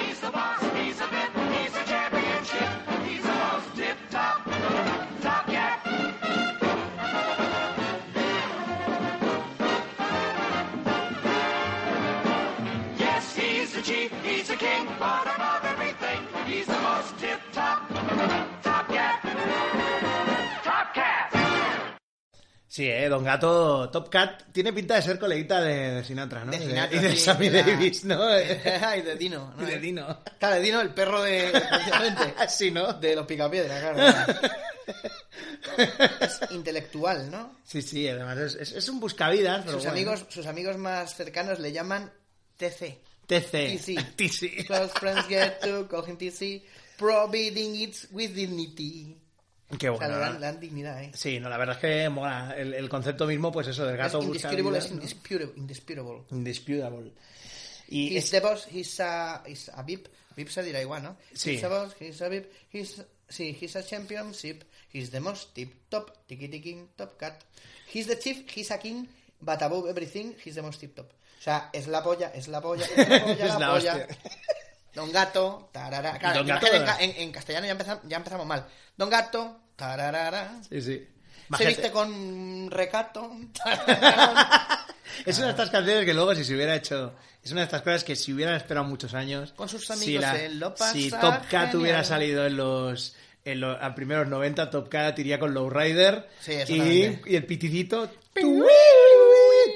He's the boss, he's a bit, he's a championship, he's the most tip top, top cat. Yes, he's the chief, he's the king, but above everything, he's the most tip top, top cat, top cat.
Sí, ¿eh? Don Gato, Top Cat, tiene pinta de ser coleguita de, de Sinatra, ¿no?
De
Y
Sinatra,
y de
sí,
Sammy
de ¿eh? la-
Davis, ¿no?
y de Dino. ¿no?
Y de Dino.
Claro, de Dino, el perro de... precisamente,
Sí, ¿no?
De los picapiedras, claro. es intelectual, ¿no?
Sí, sí, además es, es- es un buscavidas, pero
Sus,
bueno.
amigos, sus amigos más cercanos le llaman TC.
TC.
TC.
TC.
Close friends get to call him TC, providing it's with dignity.
Qué
O sea,
bueno.
le dan,
¿no?
le dan dignidad, ¿eh?
Sí, no, la verdad es que mola. El, el concepto mismo, pues eso, del gato
es indisputable,
buscavidas,
es
¿no?
indisputable. indisputable.
Indisputable. Y
He's
es-
the boss, he's a, he's a VIP. VIP se dirá igual, ¿no?
Sí.
He's a boss, he's a VIP, he's... Sí, he's a championship, he's the most tip top, tiki tiki top cat. He's the chief, he's a king, but above everything, he's the most tip top. O sea, es la polla, es la polla, es la polla,
Es
la
la
polla.
hostia.
Don Gato, tarara. Claro,
Don
yo
Gato,
creo que
¿verdad?
en, en- en castellano ya empezamos, ya empezamos mal. Don Gato, tararara.
Sí, sí.
Se
Imagínate-
viste con recato.
Es una de estas canciones que luego, si se hubiera hecho. Es una de estas cosas que si hubieran esperado muchos años.
Con sus
si
amigos
la-
se lo pasa
Si Top Cat
genial.
hubiera salido en los. En los a primeros 90, Top Cat iría con Lowrider.
Sí,
y,
exactamente.
y el pitidito.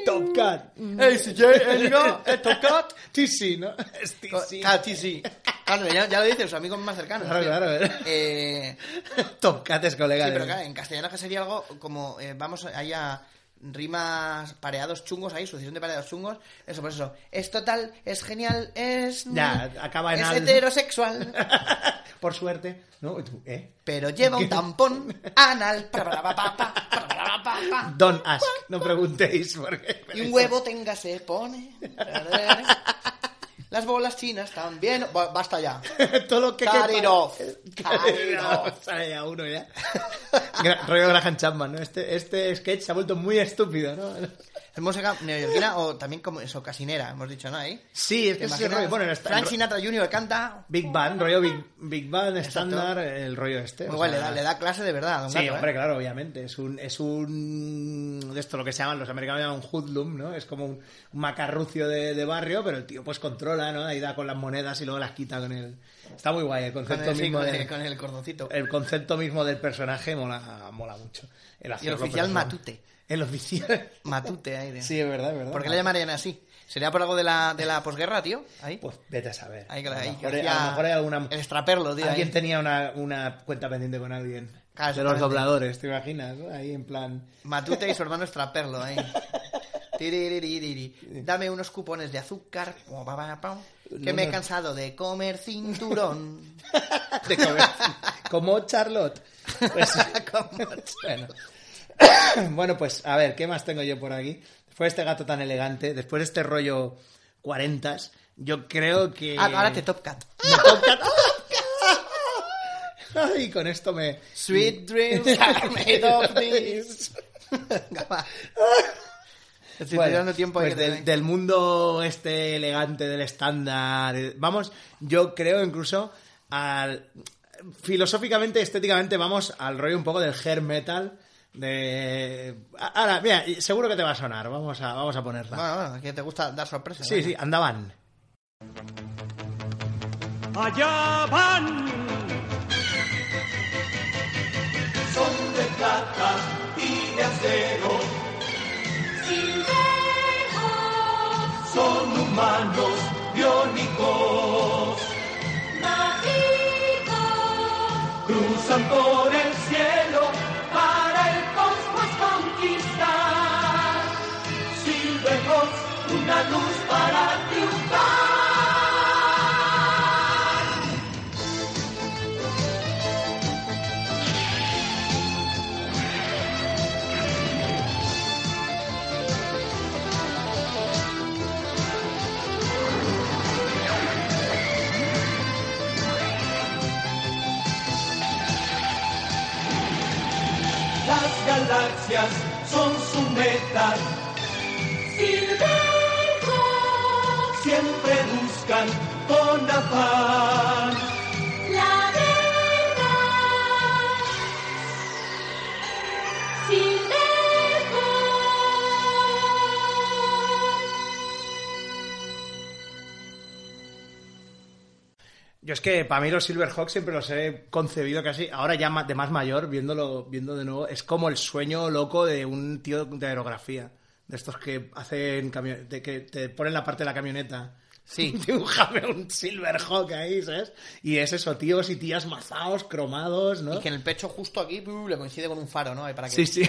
Top Cat.
ACJ,
eh,
el no, el Top Cat.
TC, ¿no? Es TC.
Ah, sí, sí. Claro, ya, ya lo dicen sus amigos más cercanos.
Claro,
tío.
claro.
Eh, sí,
Top Cat es colega de.
pero claro, en castellano que sería algo como, eh, vamos, haya rimas pareados chungos ahí, sucesión de pareados chungos. Eso, por eso. Es total, es genial, es...
Ya, acaba en
Es
al.
heterosexual,
Por suerte. ¿No? ¿Y tú? ¿Eh?
pero lleva un tampón anal. pa, pa, pa, pa, pa, pa, pa, pa, pa.
Don't ask. No preguntéis porque.
Ah. Y un huevo tenga se pone. Las bolas chinas también. Ba- Basta ya.
Todo lo que
Karirov. Karirov.
Karirov. Sale ya uno ya. Gra- Rollo Graham Chapman, ¿no? Este, este sketch se ha vuelto muy estúpido, ¿no?
Es música neoyorquina o también como eso, casinera, hemos dicho, ¿no? Ahí.
Sí, es que
¿Te
ese
imaginas?
rollo. Bueno, está
Frank Sinatra Jr. canta.
Big Bang, rollo Big, Big Bang estándar, el rollo este.
Muy
o
guay, le
sea-
da, le da clase de verdad. a Don
Sí,
Gato, ¿eh?
hombre, claro, obviamente. Es un, es un. De esto lo que se llaman, los americanos llaman un hoodlum, ¿no? Es como un macarrucio de, de barrio, pero el tío pues controla, ¿no? Ahí da con las monedas y luego las quita con el. Está muy guay el
Con
concepto
el, sí,
mismo
con
de-
el- con el cordoncito.
el concepto mismo del personaje mola, mola mucho.
y
hacerlo,
el oficial
pero-
Matute.
El oficial.
Matute ahí. de-
Sí, es verdad, es verdad.
¿Por qué le llamarían así? ¿Sería por algo de la, de la posguerra, tío? Ahí.
Pues vete a saber.
Ahí que
a,
la- ahí
lo
que
mejor, eh, a
hacía
lo mejor hay alguna.
El extraperlo, tío.
Alguien
Ahí.
tenía una, una cuenta pendiente con alguien.
Claro,
de los
exactamente.
dobladores, ¿te imaginas? no? Ahí en plan.
Matute y su hermano extraperlo ahí. Tiriririri. Dame unos cupones de azúcar. pa, pa, pa, pa,
No,
Que me he
no.
cansado de comer cinturón.
de comer. Como Charlotte. Pues, bueno. Bueno, pues a ver, ¿qué más tengo yo por aquí? Después de este gato tan elegante, después de este rollo cuarentas, yo creo que...
Ah, ahora te Top Cat.
Me toca- Ay, con esto me.
Sweet dreams are made of this. Venga, va. Estoy
Bueno,
tirando tiempo ahí
pues
que te
del,
doy.
del mundo este elegante del estándar. eh, Vamos, yo creo incluso al filosóficamente, estéticamente, vamos al rollo un poco del hair metal. De... Ahora, mira, seguro que te va a sonar. Vamos a, vamos a ponerla.
Bueno, bueno, que te gusta dar sorpresas.
sí,
venga.
sí, andaban.
Allá van. Son de plata y de acero. Silvejos. Son humanos biónicos. Mágicos. Cruzan por el cielo para el cosmos conquistar. Silvejos, una luz para triunfar. Las galaxias son su meta. Silvejos siempre buscan con afán. La verdad.
Yo es que para mí los Silverhawks siempre los he concebido casi, ahora ya ma- de más mayor, viéndolo, viendo de nuevo, es como el sueño loco de un tío de aerografía, de estos que hacen camio- de que te ponen la parte de la camioneta.
Sí.
Dibújame un Silverhawk ahí, ¿sabes? Y es eso, tíos y tías mazaos, cromados, ¿no?
Y que en el pecho justo aquí uh, le coincide con un faro, ¿no? Ahí Para que...
Sí, sí.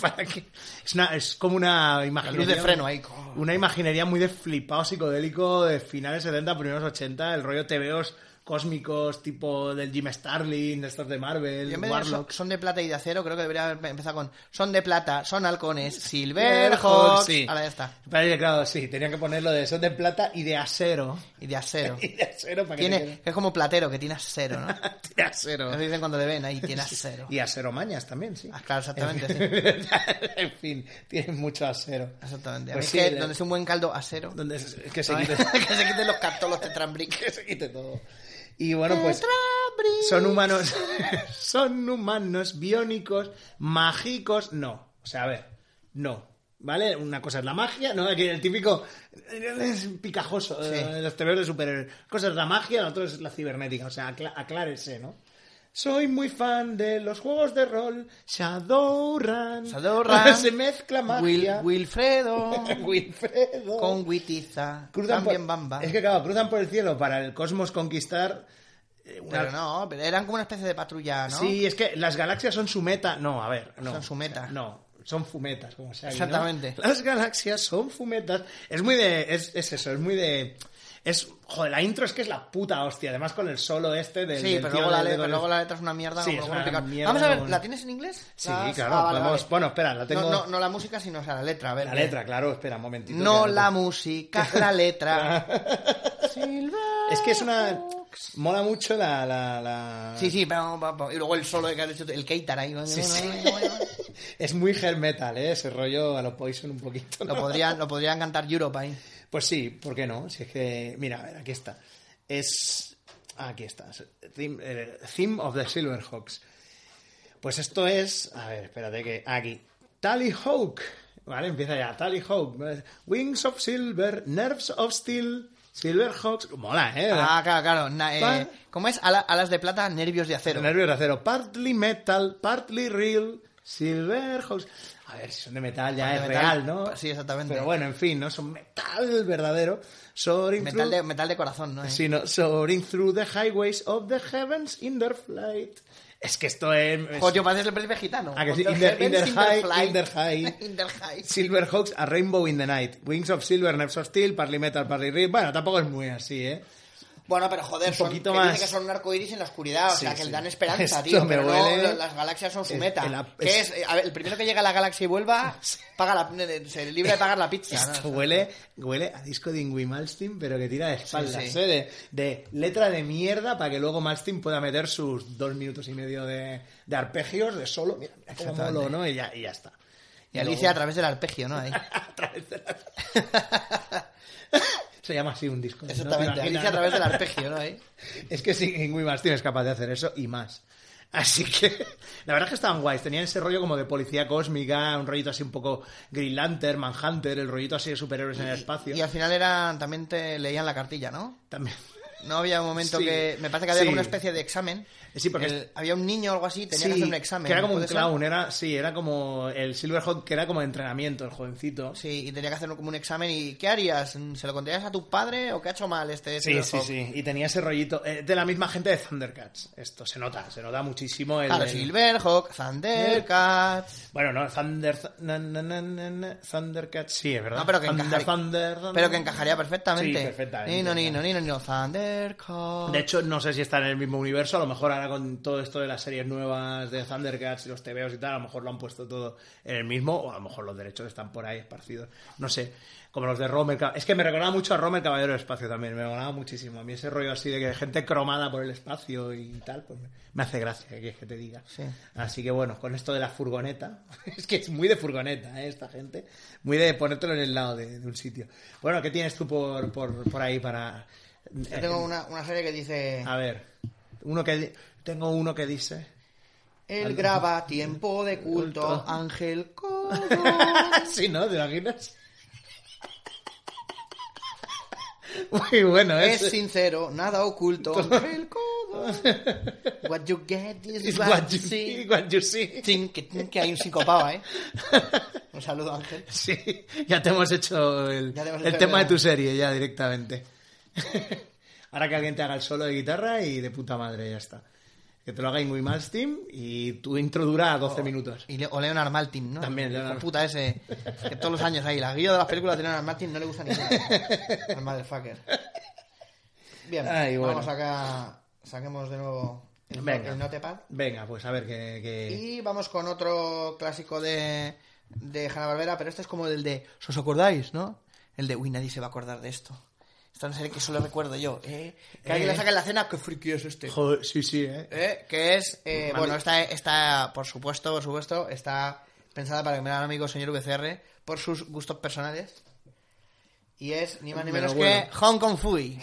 Para que- es, una- es como una imaginería.
de freno ahí.
Una imaginería muy de flipado psicodélico de finales 70, primeros 80. El rollo TVOs cósmicos tipo del Jim Starlin, de estos de Marvel,
Y en vez de
Warlock.
son, son de plata y de acero, creo que debería haber empezado con son de plata, son halcones, silverhawks.
Sí.
Ahora ya está.
Pero, claro, sí, tenían que ponerlo de son de plata y de acero.
Y de acero.
Y de acero para que te
Tiene,
quede.
es como platero, que tiene acero, ¿no?
de acero.
Eso dicen cuando le ven, ahí tiene acero.
Y acero mañas también, sí.
Ah, claro, exactamente,
en fin, tiene mucho acero.
Exactamente. A
Pues
mí es
sí,
que
le-
donde es un buen caldo acero.
Donde es- es que se
Ay,
quite.
que se quiten los cartolos tetrambric.
que se quite todo. Y bueno, pues son humanos, son humanos biónicos, mágicos, no. O sea, a ver, no. ¿Vale? Una cosa es la magia, ¿no? Que El típico eh, es picajoso, eh,
Sí.
los tebeos de superhéroes. Una cosa es la magia, la otra es la cibernética. O sea, acla- aclárese, ¿no? Soy muy fan de los juegos de rol, Shadowrun.
Shadowrun.
Se mezcla
Wil-
magia.
Wilfredo
Wilfredo.
con Witiza.
Cruzan
también
por-
Bamba.
Es que claro, cruzan por el cielo para el cosmos conquistar. eh, una-
Pero no, pero eran como una especie de patrulla, ¿no?
Sí, es que las galaxias son su meta. No, a ver, no.
Son su meta.
No, son fumetas, como sea. ¿no?
Exactamente.
Las galaxias son fumetas. Es muy de. Es, es eso, es muy de. Es, joder, la intro es que es la puta hostia. Además, con el solo este del.
Sí,
del
pero
tío
luego, la
del-
letra,
del-
luego la letra es una mierda.
Sí, es
como por
una
complicado.
mierda,
Vamos a ver,
como-
¿la tienes en inglés?
Sí,
Las-
claro.
ah, vale,
podemos-
vale.
Bueno, espera, la tengo.
No, no, no la música, sino o sea, la letra. A ver,
la
que-
letra, claro, espera un momentito.
No
que la
la música, la letra.
Es que es una. Mola mucho la. la, la...
Sí, sí, pero, pero- pero- y luego el solo que has hecho, el Keitar ahí.
Sí, sí. es muy hair metal, ¿eh? Ese rollo a lo Poison un poquito.
Lo,
¿no?
podrían, lo podrían cantar Europe ahí.
Pues sí, ¿por qué no? Si es que, mira, a ver, aquí está. Es. ah, Aquí está. es Theme, eh, Theme of the Silverhawks. Pues esto es. A ver, espérate que. Aquí. Tally Hawk. Vale, empieza ya. Tally Hawk. Wings of Silver, Nerves of Steel, Silverhawks. Mola, ¿eh?
Ah, claro, claro. na- eh,
Vale.
¿Cómo es? Ala- alas de plata, nervios de acero.
Nervios de acero. Partly metal, partly real, Silverhawks. A ver, si son de metal ya
De
es
metal.
real, ¿no?
Sí, exactamente.
Pero bueno, en fin, ¿no? Son metal verdadero. Soaring
metal,
through-
de, metal de corazón, ¿no? Eh.
sino soaring through the highways of the heavens in their flight. Es que esto es... es-
Joder, pareces el príncipe gitano.
Ah, que sí,
Con
in
the
the- in the
heavens,
high,
flight.
in the high.
In the high.
Silverhawks a Rainbow in the Night. Wings of Silver, Nerves of Steel, Parly Metal, Parly Real. Bueno, tampoco es muy así, ¿eh?
Bueno, pero joder,
Un
son,
poquito
que dice
más.
que son un arco iris en la oscuridad, o
Sí,
sea, que
sí.
le dan esperanza,
Esto
tío.
me
Pero no,
huele-
lo- las galaxias son su
El-
meta.
el ap-
¿Qué es? Eh, a ver, el primero que llega a la galaxia y vuelva, paga la- eh, se libra de pagar la pizza. ¿no?
Esto huele, huele a disco de Ingui Malstein, pero que tira de espaldas,
Sí, sí.
¿eh? De, de letra de mierda para que luego Malstein pueda meter sus dos minutos y medio de, de arpegios, de solo. Mira, mira cómo
Exactamente.
molo, ¿no? Y ya, y ya está.
Y Alicia a través del arpegio, ¿no? Ahí.
Se llama así un disco. ¿no?
Exactamente,
¿Te imaginas,
Alicia
no?
a través del arpegio, ¿no? Ahí.
Es que sí, Ingui Malmsteen es capaz de hacer eso y más. Así que, la verdad es que estaban guays. Tenían ese rollo como de policía cósmica, un rollito así un poco Green Lantern, Manhunter, el rollito así de superhéroes en el espacio.
Y al final era, también te leían la cartilla, ¿no?
También.
No había un momento
Sí.
que... Me parece que había
Sí. Eh,
como una especie de examen.
Sí, porque
El-
es-
había un niño o algo así, tenía
Sí,
que hacer un examen.
Que era como
¿no
un
puede ser?
clown, era, sí, era como el Silverhawk, que era como entrenamiento, el jovencito.
Sí, y tenía que hacer como un examen. ¿Y qué harías? ¿Se lo contarías a tu padre o qué ha hecho mal este
Sí, sí,
Silverhawk?
sí. Y tenía ese rollito eh, de la misma gente de Thundercats. Esto se nota, se nota muchísimo el.
Claro,
el-
Ah, Silverhawk, Thundercats.
Bueno, no, Thunder. na, na, na, na, na, Thundercats, sí, es verdad.
No, pero que
Thunder,
encajaría-
Thunder, Thunder.
Pero que encajaría perfectamente.
¿Ah? Sí, perfectamente.
Nino, nino, nino, nino, Thundercats.
De hecho, no sé si está en el mismo universo. A lo mejor ahora con todo esto de las series nuevas de Thundercats y los TVOs y tal, a lo mejor lo han puesto todo en el mismo, o a lo mejor los derechos están por ahí esparcidos. No sé. Como los de Romer. Cab- Es que me recordaba mucho a Romer Caballero del Espacio también. Me recordaba muchísimo. A mí ese rollo así de que gente cromada por el espacio y tal, pues me- me hace gracia que quieres que te diga.
Sí.
Así que bueno, con esto de la furgoneta, es que es muy de furgoneta ¿eh? esta gente, muy de ponértelo en el lado de, de un sitio. Bueno, ¿qué tienes tú por, por, por ahí para...?
Yo tengo una, una serie que dice...
A ver, uno que di- tengo uno que dice.
Él graba tiempo de culto,
Culto.
Ángel Codo.
sí, ¿no? ¿Te imaginas? Muy bueno, ¿eh?
Es sincero, nada oculto, Ángel Codo. What you get is
It's
what,
what
you
you-
see.
what you see.
Tin, que, tin, que hay un psicopado, ¿eh? Un saludo, Ángel.
Sí, ya te hemos hecho el,
Ya te hemos
el
hecho
tema
el-
de tu serie ya directamente. Ahora que alguien te haga el solo de guitarra y de puta madre, ya está. Que te lo haga Ingui Malmsteen y tu intro dura
Oh.
12 minutos.
Y Le- o Leonard Maltin, ¿no?
También,
El
Leonard-
hijo puta ese. Que todos los años ahí, la guía de las películas de Leonard Maltin no le gusta ni nada. Al motherfucker. Bien,
Ay, bueno.
vamos acá. Saquemos de nuevo el,
Venga.
el notepad.
Venga, pues a ver que... que-
Y vamos con otro clásico de, de Hanna-Barbera, pero este es como el de... ¿Os acordáis, no? El de, uy, nadie se va a acordar de esto. Esta no serie que solo recuerdo yo, ¿eh? Que alguien
Eh.
la saca en la cena, qué friki es este.
Joder, sí, sí, ¿eh?
Eh, Que es, eh,
Mami.
bueno, está, está, por supuesto, por supuesto, está pensada para que me haga amigo señor VCR por sus gustos personales. Y es ni más ni
Pero
menos
bueno.
que Hong Kong Fui.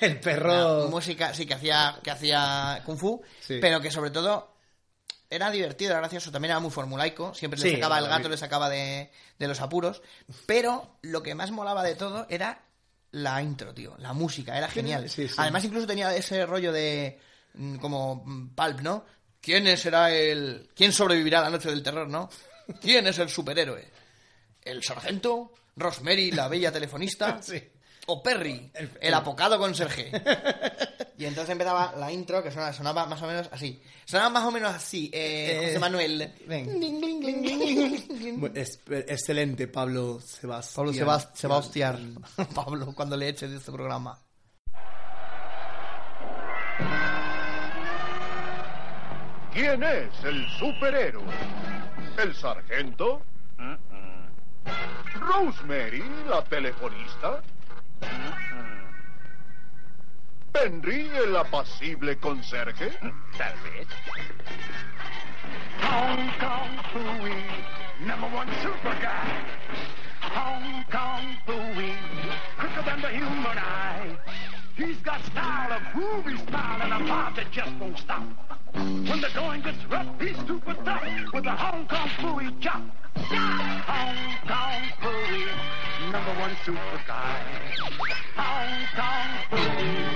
El
Una
perro...
música, sí, que hacía, que hacía Kung Fu,
Sí.
pero que sobre todo era divertido, era gracioso, también era muy formulaico, siempre le
Sí,
sacaba el
a
gato,
mí-
le sacaba de, de los apuros, pero lo que más molaba de todo era la intro, tío, la música, era genial.
Sí, sí.
Además incluso tenía ese rollo de mm, como mm, pulp, ¿no? ¿Quién será el quién sobrevivirá a la noche del terror, no? ¿Quién es el superhéroe? ¿El sargento? ¿Rosemary, la bella telefonista?
Sí.
¿O Perry, el, apocado conserje? Y entonces empezaba la intro que sonaba, sonaba más o menos así. Sonaba más o menos así, eh,
Eh,
José Manuel.
venga.
Ding, ding, ding, ding, ding, ding.
Bueno, es- excelente, Pablo Sebastián.
Pablo se va, se va a hostiar. Pablo, cuando le eches de este programa.
¿Quién es el superhéroe? ¿El sargento? ¿Rosemary, la telefonista? ¿Henry, el apacible conserje? Tal vez.
Hong Kong Fooey, number one super guy. Hong Kong Fooey, quicker than the human eye. He's got style, a groovy style, and a vibe that just won't stop. When the going gets rough, he's super tough with a Hong Kong Fooey chop. Hong Kong Fooey, number one super guy. Hong Kong Fooey,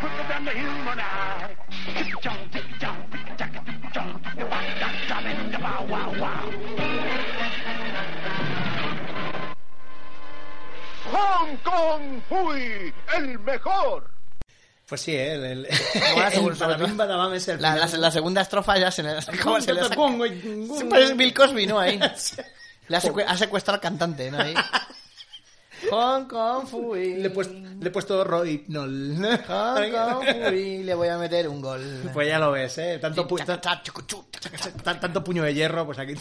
quicker than the human eye. Tick-a-chong, tick-a-chong, tick-a-chong, tick-a-chong, tick-a-chong, tick-a-chong, wow, wow, wow.
Hong Kong Fui, el mejor.
Pues sí, ¿eh? el, el,
Ahora seguro,
el Badabim Badabam es el
La, la-
final.
la segunda estrofa ya se le, ¿cómo se le saca?
Congo, Congo.
Siempre es Bill Cosby, ¿no? Ahí. Le ha, secue- ha secuestrado al cantante, ¿no? Ahí. Hong Kong Fui.
Le he puesto, le he puesto Rohypnol.
Hong Kong Fui. Le voy a meter un gol.
Pues ya lo ves, ¿eh? Tanto, pu- tan- tan- tanto puño de hierro, pues aquí...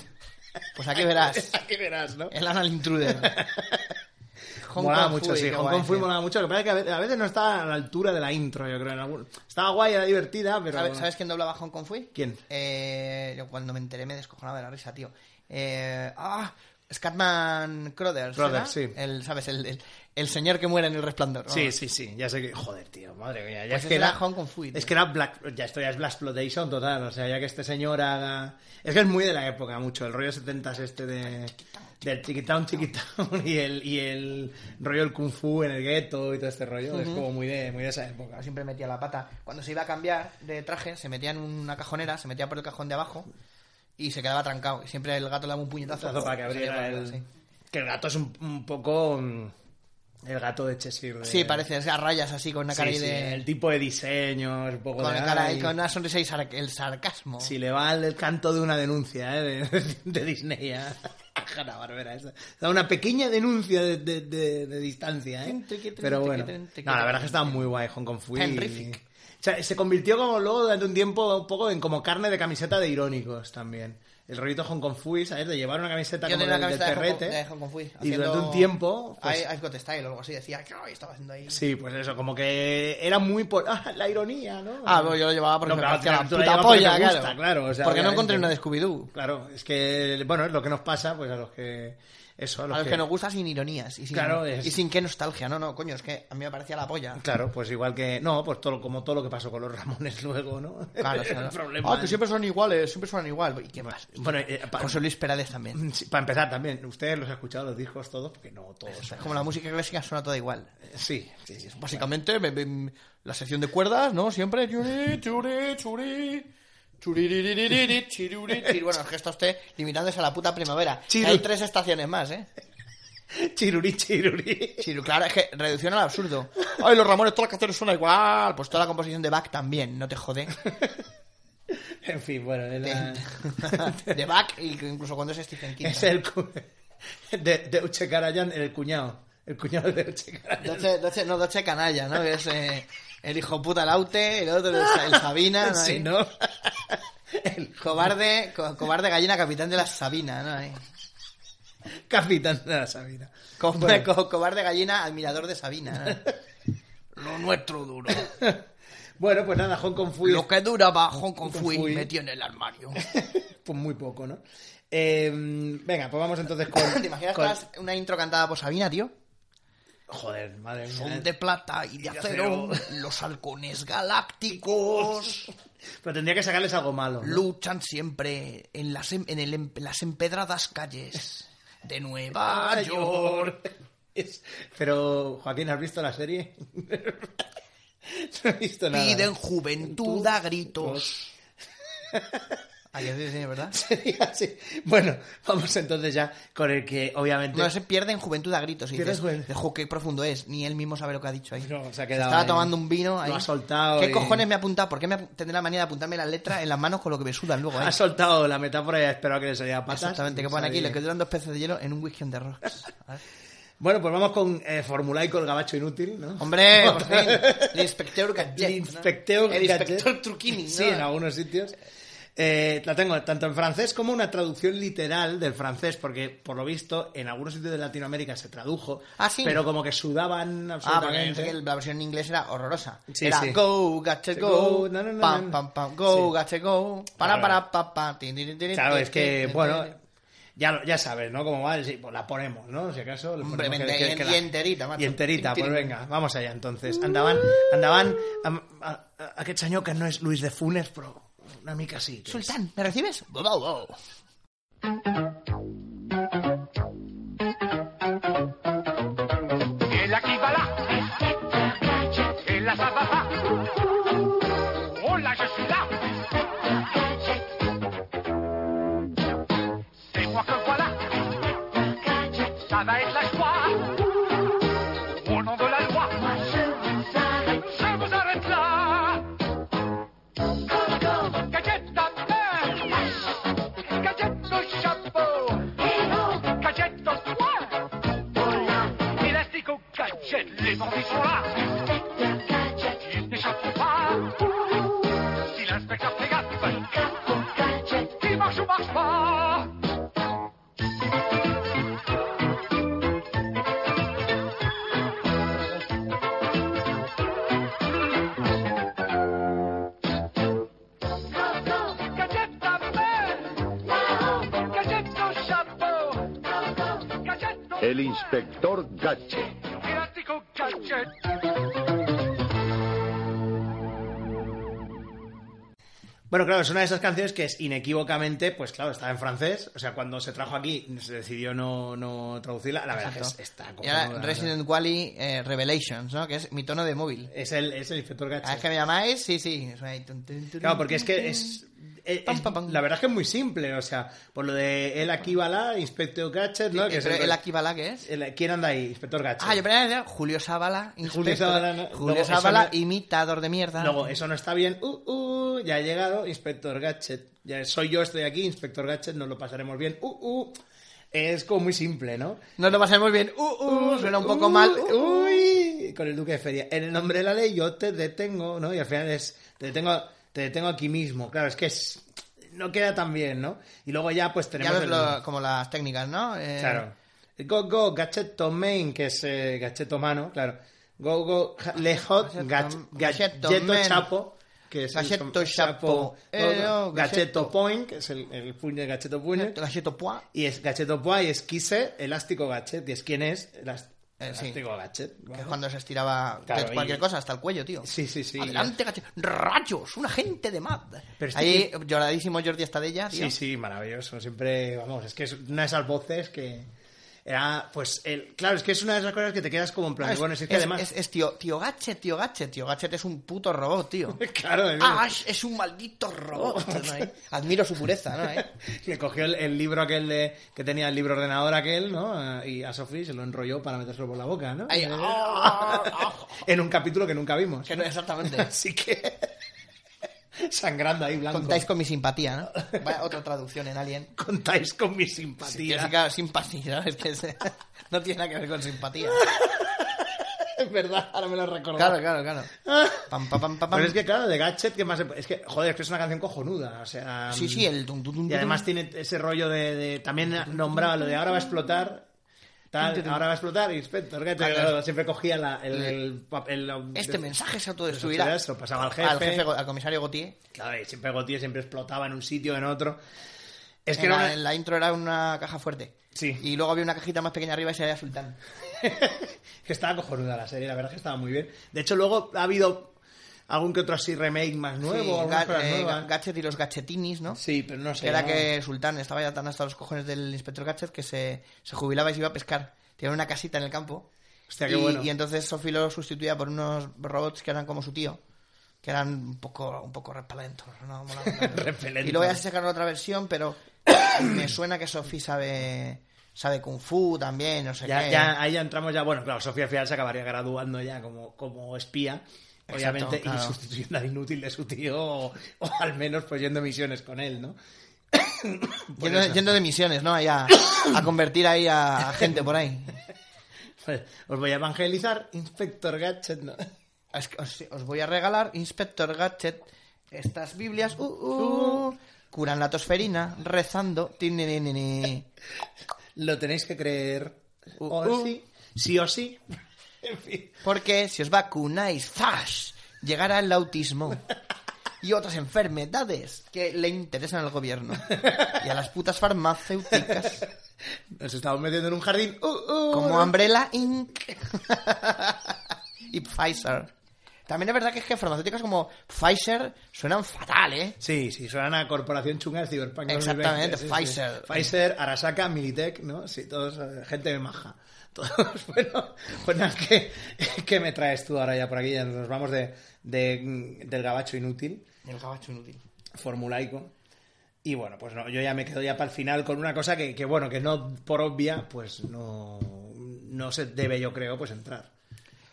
Pues aquí verás.
aquí verás, ¿no?
El anal intruder. Hong
molaba
Kong
mucho,
Fui,
sí.
qué
Hong
guay,
Kong Fui
tío.
molaba mucho. Lo que pasa es que a veces, a veces no estaba a la altura de la intro, yo creo. En algún... Estaba guay, era divertida, pero...
¿Sabes, sabes quién doblaba Hong Kong Fui?
¿Quién?
Eh, yo cuando me enteré me descojonaba de la risa, tío. Eh, ah, Scatman Crothers.
Crothers,
¿era?
sí.
El, ¿Sabes? El, el- el señor que muere en el resplandor.
Sí, sí, sí. Ya sé que... Joder, tío, madre mía. Ya
Pues
es que
ese era
era-
Hong Kong Fui. tío.
Es que era Black, ya esto ya es Black Exploitation total, o sea, ya que este señor haga... Es que es muy de la época mucho, el rollo 70 este de, del chiquitán chiquitán y el, y el rollo del kung fu en el gueto y todo este rollo, es
Ujú.
como muy de, muy de esa época.
Siempre metía la pata. Cuando se iba a cambiar de traje, se metía en una cajonera, se metía por el cajón de abajo y se quedaba trancado. Y siempre el gato le daba un puñetazo.
Tazo para que
Salía
abriera
por arriba,
el... Eh.
sí.
Que el gato es un, un poco... mm, El gato de Cheshire. de-
Sí, parece, es a rayas así, con una
Sí,
cara ahí
sí,
de...
El tipo de diseño, es un poco
Con,
de...
el cara ahí,
ay.
con una sonrisa y sar- el sarcasmo.
Si le va el canto de una denuncia ¿eh? de, de Disney a a Hanna Barbera. esa. Da una pequeña denuncia de, de- de- de distancia. ¿eh? Pero bueno. No, la verdad es que estaba muy guay Hong Kong Fui.
Terrific.
O sea, se convirtió como luego durante un tiempo un poco en como carne de camiseta de irónicos también. El rollito Hong Kong Fui, ¿sabes? De llevar una camiseta
Yo
como
tenía
del-
una
del
camiseta de Hong Kong-
perrete.
de Hong Kong Fui,
y
haciendo-
durante un tiempo... pues,
Ahí, I've Got Style o algo así, decía que "Ay, estaba haciendo ahí.
Sí, pues eso, como que era muy... por- ah, la ironía, ¿no?
Ah, pero yo lo llevaba porque
No,
me
claro,
parecía la
tú la
puta
llevas porque
polla,
te
claro.
gusta, claro, o sea,
porque no encontré
obviamente.
una de Scooby-Doo.
Claro, es que, bueno, es lo que nos pasa, pues a los que... Eso, a
A los que nos gusta sin ironías y sin,
Claro, es-
y sin qué nostalgia. No, no, coño, es que a mí me parecía la polla.
Claro, pues igual que... No, pues todo, como todo lo que pasó con los Ramones luego, ¿no?
Claro, o sea,
El
no.
problema
Ah, que siempre son iguales, siempre son igual. ¿Y qué más?
Bueno, Mm. eh, pa-
José Luis Perales también.
Sí, para empezar también, ustedes los han escuchado los discos todos, porque no todos.
Como la música clásica suena toda igual.
Sí, sí, pues, sí.
Básicamente, me- me- la sección de cuerdas, ¿no? Siempre. churi, churi, churi, churiririririri, chiruri, chiri. Bueno, es que está usted limitándose a la puta primavera.
Chiru.
Hay tres estaciones más, ¿eh?
Chiruri, chiruri.
Chiru, claro, es que reducción al absurdo. Ay, los Ramones, todas las canciones suena igual. Pues toda la composición de Bach también, no te jode.
En fin, bueno, era-
De Bach, y que incluso cuando Eh. es Stephen King.
es el... cu- De, de Uche Karajan, el cuñado. El cuñado de Uche Karajan.
Doce, doce- no, doce canalla, ¿no? Que es eh, el hijo puta Laute, el otro el, Sa- el Sabina, ¿no?
Sí,
Ahí.
¿no?
Cobarde, co- cobarde gallina, capitán de la Sabina, ¿no? Ahí.
Capitán de la Sabina.
Co-
Bueno.
co- cobarde gallina, admirador de Sabina. ¿no? Lo nuestro duro.
Bueno, pues nada, Hong Kong Fui...
Lo que duraba Hong Kong
Kong
Fui
Fui.
metido en el armario.
Pues muy poco, ¿no? Eh, venga, pues vamos entonces con...
¿Te imaginas
con-
tras una intro cantada por Sabina, tío?
Joder, madre mía.
Son de plata Eh, y de,
de
acero,
acero.
los halcones galácticos.
Pero tendría que sacarles algo malo. ¿no?
luchan siempre en las, em- en el em- las empedradas calles de Nueva York.
Ah, Es- Pero, Joaquín, ¿has visto la serie? no he visto nada.
Piden juventud a gritos. Ah, que sí, sí, ¿verdad?
Sería así. Bueno, vamos entonces ya con el que, obviamente...
No se pierden juventud a gritos. Y
Pierdes
dices,
juventud.
de jo, qué profundo es. Ni él mismo sabe lo que ha dicho ahí.
No, se ha
Se
quedado
estaba
ahí.
tomando un vino ahí.
Lo ha soltado
¿Qué
y-
cojones me ha apuntado? ¿Por qué me apu- tendré la manía de apuntarme la letra en las manos con lo que me sudan luego? ahí?
Ha soltado la metáfora y ha esperado que le saliera patas.
Exactamente, que ponen
Sabía.
aquí, lo que duran dos peces de hielo en un whisky on the rocks. Ah, A ver.
Bueno, pues vamos con eh, formulaico el gabacho inútil, ¿no?
Hombre, por fin. El inspector Gadget.
El
¿no?
inspector,
El inspector
Gadget.
Truquini. ¿no?
Sí, en algunos sitios. Eh, la tengo tanto en francés como una traducción literal del francés, porque por lo visto en algunos sitios de Latinoamérica se tradujo,
Ah, sí.
pero como que sudaban
Ah, porque pensé
absolutamente.
que la versión en inglés era horrorosa.
Sí,
era
sí.
go, gotcha,
Go,
go,
no, no, no, no.
pam, pam, pam, go,
Sí.
gotcha, go, para,
Claro.
para, pa, pa, tin, tin, tin,
claro,
tin,
es que,
tin,
bueno,
tin, tin.
ya, lo- ya sabes, ¿no? Como va, sí, pues la ponemos, ¿no? Si acaso. le
Hombre,
ponemos que-
vente,
que- que
y-
la-
y enterita, macho.
Y enterita,
Tin,
pues
tin.
venga, vamos allá entonces. Andaban, andaban, am- a, a- aquest senyor que no es Luis de Funes, pero una mica sí. que és.
Sultán, ¿me recibes? Bo, bo, bo.
En la kibala, en la sababa. Hola, je suis là. C'est moi que voilà. Ça va être la joie. Au nom de la loi. Je vous arrête là. Gadget ta main. Gadget le chapeau. Gadget le poing. Élastique
El inspector Gache.
Bueno, claro, es una de esas canciones que es inequívocamente, pues claro, está en francés. O sea, cuando se trajo aquí se decidió no, no traducirla. La verdad es
Exacto.
que es- está
Y ahora
cojonuda, la
Resident Wally eh, Revelations, ¿no? Que es mi tono de móvil.
Es el, es el inspector Gadget.
Cada vez Ah, que me llamáis, sí, sí. Es ahí, tun, tun, tun,
Claro, porque es
tun,
que es. es- es- La verdad es que es muy simple, o sea, por lo de el aquí va la, Inspector Gadget, ¿no?
Sí, pero
el,
el aquí va la, ¿qué es?
el- ¿Quién anda ahí? Inspector Gadget.
Ah, yo pensaba que era Julio Zavala.
Julio Zavala, no.
Julio
Luego, eso
Zavala,
no-
imitador de mierda.
Luego, eso no está bien. Uh, uh, ya ha llegado Inspector Gadget. Ya soy yo, estoy aquí, Inspector Gadget, nos lo pasaremos bien. Uh, uh. Es como muy simple, ¿no?
Nos lo pasaremos bien. Uh, uh, suena un poco mal. Uh,
Uy, con el Duque de Feria. En el nombre de la ley yo te detengo, ¿no? Y al final es, te detengo, te detengo aquí mismo. Claro, es que es, no queda tan bien, ¿no? Y luego ya pues
Ya
tenemos...
ves
el-
lo- como las técnicas, ¿no? Eh,
Claro. Go, go, gacheto main, que es eh, gacheto mano, claro. Go, go, ja- lejot, gach-
gacheto
gacheto
man.
chapo, que es el
Gacheto
som-
chapo. Eh,
Go, go,
oh,
gacheto point, que es el, el puño de gacheto puño.
Gacheto pois.
Y es gacheto pois, y es quise, elástico gachet, y es quién es, elas-
Eh, sí.
elástico gachet.
Que es cuando se estiraba de
Claro,
cualquier
y-
cosa, hasta el cuello, tío.
Sí, sí, sí.
Adelante, gacho. ¡Rayos! ¡Un agente de MAD!
Pero este
Ahí, lloradísimo Jordi Estadella, tío.
Sí, sí, maravilloso. Siempre, vamos, es que es una de esas voces que era, pues, el, claro, es que es una de esas cosas que te quedas como en plan,
Ah, es,
bueno, es que
es-
además...
es- es tío, tío Gachet, tío Gachet, tío Gachet es un puto robot, tío.
Claro, es-
Ash es un maldito robot. ¿no, eh? Admiro su pureza, ¿no? eh?
Le cogió el, el libro aquel de- que tenía el libro ordenador aquel, ¿no? Eh, Y a Sophie se lo enrolló para metérselo por la boca, ¿no?
Ahí,
Eh,
ah, ah,
en un capítulo que nunca vimos.
que no, exactamente.
Así que. sangrando ahí blanco.
Contáis con mi simpatía, ¿no? Vaya, otra traducción en Alien.
Contáis con mi
Sí, que
simpatía.
sí, claro, simpatía, ¿no? Es que es- no tiene nada que ver con simpatía.
es verdad, ahora me lo Ah, recuerdo.
Claro, claro, claro. Pam, pam, pam, pam, pam.
Pero es que, claro, de Gadget, que más. se puede- Es que, joder, es que es una canción cojonuda. O sea. mm,
Sí, sí, el dun, dun, dun,
Y además
dun.
tiene ese rollo de. de- también nombraba lo de ahora va a explotar. Tal, ahora va a explotar, inspector. Que te-
Claro.
siempre cogía la, el, el pap- el-
Este mensaje se autodestruirá.
Eso pasaba al jefe.
Al go- al comisario Gautier.
Claro, y siempre Gautier siempre explotaba en un sitio, en otro. Es que
En
era
la,
una-
en la intro era una caja fuerte.
Sí.
Y luego había una cajita más pequeña arriba y se veía Sultán.
que estaba cojonuda la serie, la verdad es que estaba muy bien. De hecho, luego ha habido algún que otro así remake más nuevo,
Sí,
algunas
Ga-
cosas
eh,
nuevas.
Ga- Gatchet y los gachetinis, ¿no?
sí, pero no sé.
era
¿no?
que Sultán estaba ya tan hasta los cojones del inspector Gatchet que se, se jubilaba y se iba a pescar. Tenía una casita en el campo.
Hostia,
y,
qué bueno.
y entonces Sophie lo sustituía por unos robots que eran como su tío. Que eran un poco, un poco repelentos. ¿no? Molaban tanto.
Repelente.
Y luego ya se sacaron otra versión, pero me suena que Sophie sabe, sabe Kung Fu también, no sé
Ya-
qué.
ya- ahí ya entramos ya. Bueno, claro, Sofía al final se acabaría graduando ya como, como espía,
Exacto,
obviamente, y
claro.
sustituyendo al inútil de su tío, o, o al menos pues yendo a misiones con él, ¿no? Por
Yendo,
eso.
yendo de misiones, ¿no? Ahí a, a convertir ahí a, a gente por ahí.
Pues, Os voy a evangelizar, Inspector Gadget, ¿no?
Es que os, os voy a regalar, Inspector Gadget, estas Biblias. Uh, uh, curan la tosferina, rezando. tininini.
Lo tenéis que creer. o
uh.
sí, sí o sí.
Porque si os vacunáis, ¡zas! Llegará el autismo. Y otras enfermedades que le interesan al gobierno. Y a las putas farmacéuticas.
Nos estamos metiendo en un jardín. Uh, uh.
Como Umbrella Inc. y Pfizer. También es verdad que es que farmacéuticas como Pfizer suenan fatal, ¿eh?
Sí, sí, suenan a Corporación Chunga de Cyberpunk. 2020,
Exactamente,
sí, sí.
Pfizer.
Pfizer, Arasaka, Militech, ¿no? Sí, todos, eh, gente de maja. Todos, bueno, pues nada, ¿qué, qué me traes tú ahora ya por aquí? Ya nos vamos de, de- mm, del gabacho inútil,
El gabacho inútil.
formulaico. Y bueno, pues no, yo ya me quedo ya para el final con una cosa que, que, bueno, que no por obvia, pues no, no se debe, yo creo, pues entrar.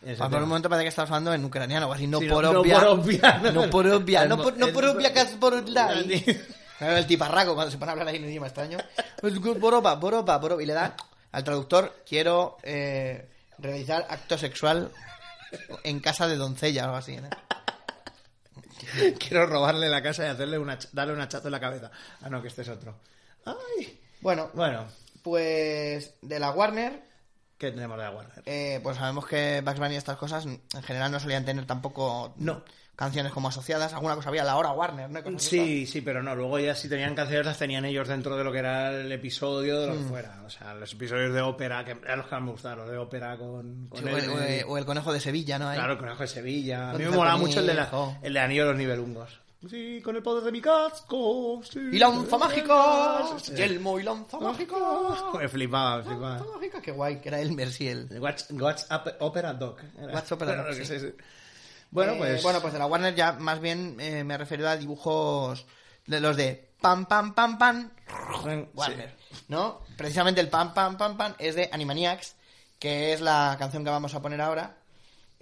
En ese
Ah, por
tema.
un momento parece que estabas hablando en ucraniano o así, no
Sí,
por
no
obvia.
por obvia.
No por obvia,
El
no
mo-
por, no
el
por
mo-
obvia que es por obvia.
Sí.
Claro, El tiparraco cuando se pone a hablar ahí en un idioma extraño. Es que Por obvia, por obvia, por obvia. Y le da al traductor, quiero eh, realizar acto sexual en casa de doncella o algo así. ¿no?
Quiero robarle la casa y hacerle una, ch- darle una chazo en la cabeza. Ah, no, que este es otro. Ay.
Bueno,
Bueno,
pues de la Warner,
¿qué tenemos de la Warner?
eh, pues sabemos que Bugs Bunny y estas cosas en general no solían tener tampoco
No.
canciones como asociadas, alguna cosa había, la hora Warner, ¿no? Y cosas así.
Sí, sí, pero no. Luego ya si tenían canciones las tenían ellos dentro de lo que era el episodio de lo que
Mm.
fuera. O sea, los episodios de ópera, que eran los que más me gustaban, los de ópera con... con
Sí, o, el, o el- o el conejo de Sevilla, ¿no? Ahí.
Claro, el conejo de Sevilla. A mí
¿Dónde
me
está el
molaba mucho el de, la-
conejo?
el de Anillo de los Nivelungos. Sí, con el poder de mi casco. Sí,
Y lanzamágicas,
Sí.
yelmo y lanzamágicas.
Me flipaba, me flipaba.
Mágica, Qué guay, que era el Merciel.
What's, what's up- Opera Doc. era.
What's Opera Doc,
Claro que
sí.
sí, sí. Bueno,
Eh,
pues...
Bueno, pues de la Warner ya más bien eh, me refiero a dibujos de los de pam, pam, pam, pam,
Sí.
Warner, ¿no? Precisamente el pam, pam, pam, pam es de Animaniacs, que es la canción que vamos a poner ahora.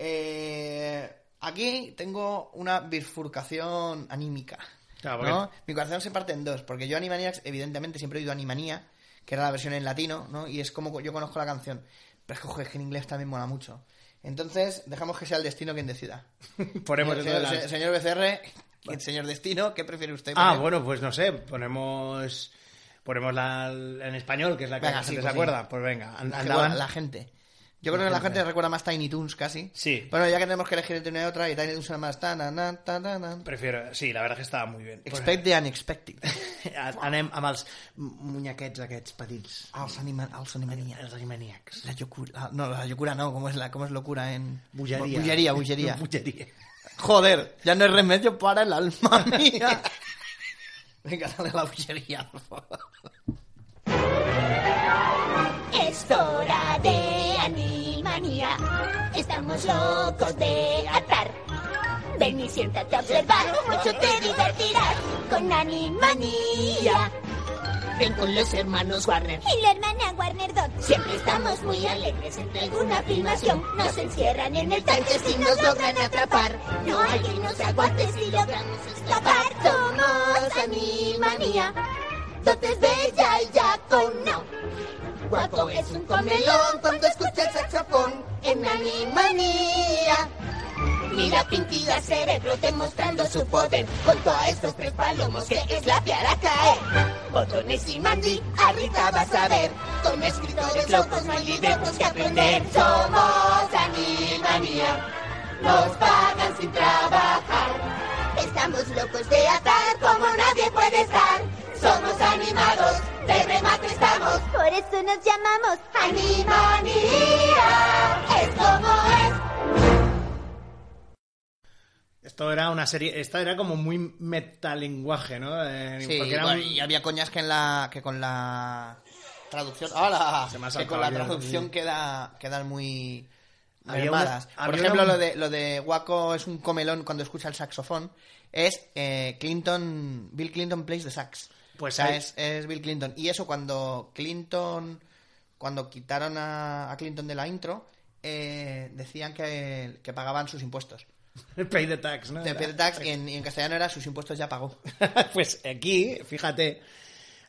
Eh, aquí tengo una bifurcación anímica.
Claro,
¿no?
porque-
Mi corazón se parte en dos, porque yo Animaniacs, evidentemente, siempre he oído Animanía, que era la versión en latino, ¿no? Y es como yo conozco la canción. Pero es que, joder, es que en inglés también mola mucho. Entonces, dejamos que sea el destino quien decida.
Ponemos
señor,
eso de la-
se- señor BCR, señor destino, ¿qué prefiere usted?
Ah,
poner?
bueno, pues no sé, ponemos... Ponemos la en español, que es la que
Venga,
la
sí,
gente se
pues sí.
acuerda. Pues venga, and-
La
andaban...
gente- La gente. Yo creo que la gente recuerda más Tiny Toons casi.
Sí.
Bueno, ya que tenemos que elegir entre una y otra, y Tiny Toons era más. tan, tan, tan, tan, tan, tan.
Prefiero, sí, la verdad que estava molt bé.
Expect the unexpected.
Pues, anem amb els mu- muñequets aquests petits.
Els, anima, els animaniacs.
Els animaniacs.
La locura. la- no, la locura no, ¿cómo es, la, cómo es locura en.
Bullería.
Bullería, bullería.
Bullería.
Joder, ya no hay remedio para el alma mía. Venga, dale la bullería, por favor.
Es hora de animanía. Estamos locos de atar. Ven y siéntate a observar. Mucho te divertirás con animanía. Ven con los hermanos Warner. Y la hermana Warner Doc. Siempre estamos muy alegres entre alguna filmación. Nos encierran en el tanque si nos logran atrapar. No hay quien nos aguante si logramos escapar. Somos animanía. Dotes bella y ya con no. Guapo es un comelón cuando escucha el saxofón en Animanía. Mira pintilla cerebro demostrando su poder junto a estos tres palomos que es la piara caer. Botones y Mandy, ahorita vas a ver. Con escritores locos no hay libretos que aprender. Somos Animanía, nos pagan sin trabajar. Estamos locos de atar como nadie puede estar. Somos animados, de remate estamos. Por eso nos llamamos Animanía. Es como es.
Esto era una serie... Esta era como muy metalenguaje, ¿no? Eh,
Sí,
porque era
bueno,
un-
y había coñas que en la que con la traducción, ¡Hala!
Se me ha
que con la
saltado ya,
traducción
sí.
queda quedan muy
Había
mermadas.
una-
Por
había
ejemplo,
una-
lo de lo de Waco es un comelón cuando escucha el saxofón es eh, Clinton Bill Clinton plays the sax.
Pues
O sea,
hay-
es, es Bill Clinton y eso cuando Clinton cuando quitaron a, a Clinton de la intro eh, decían que, que pagaban sus impuestos.
el Pay the Tax, ¿no?
De
Era-
pay the tax y en, y en castellano era sus impuestos ya pagó.
pues aquí, fíjate,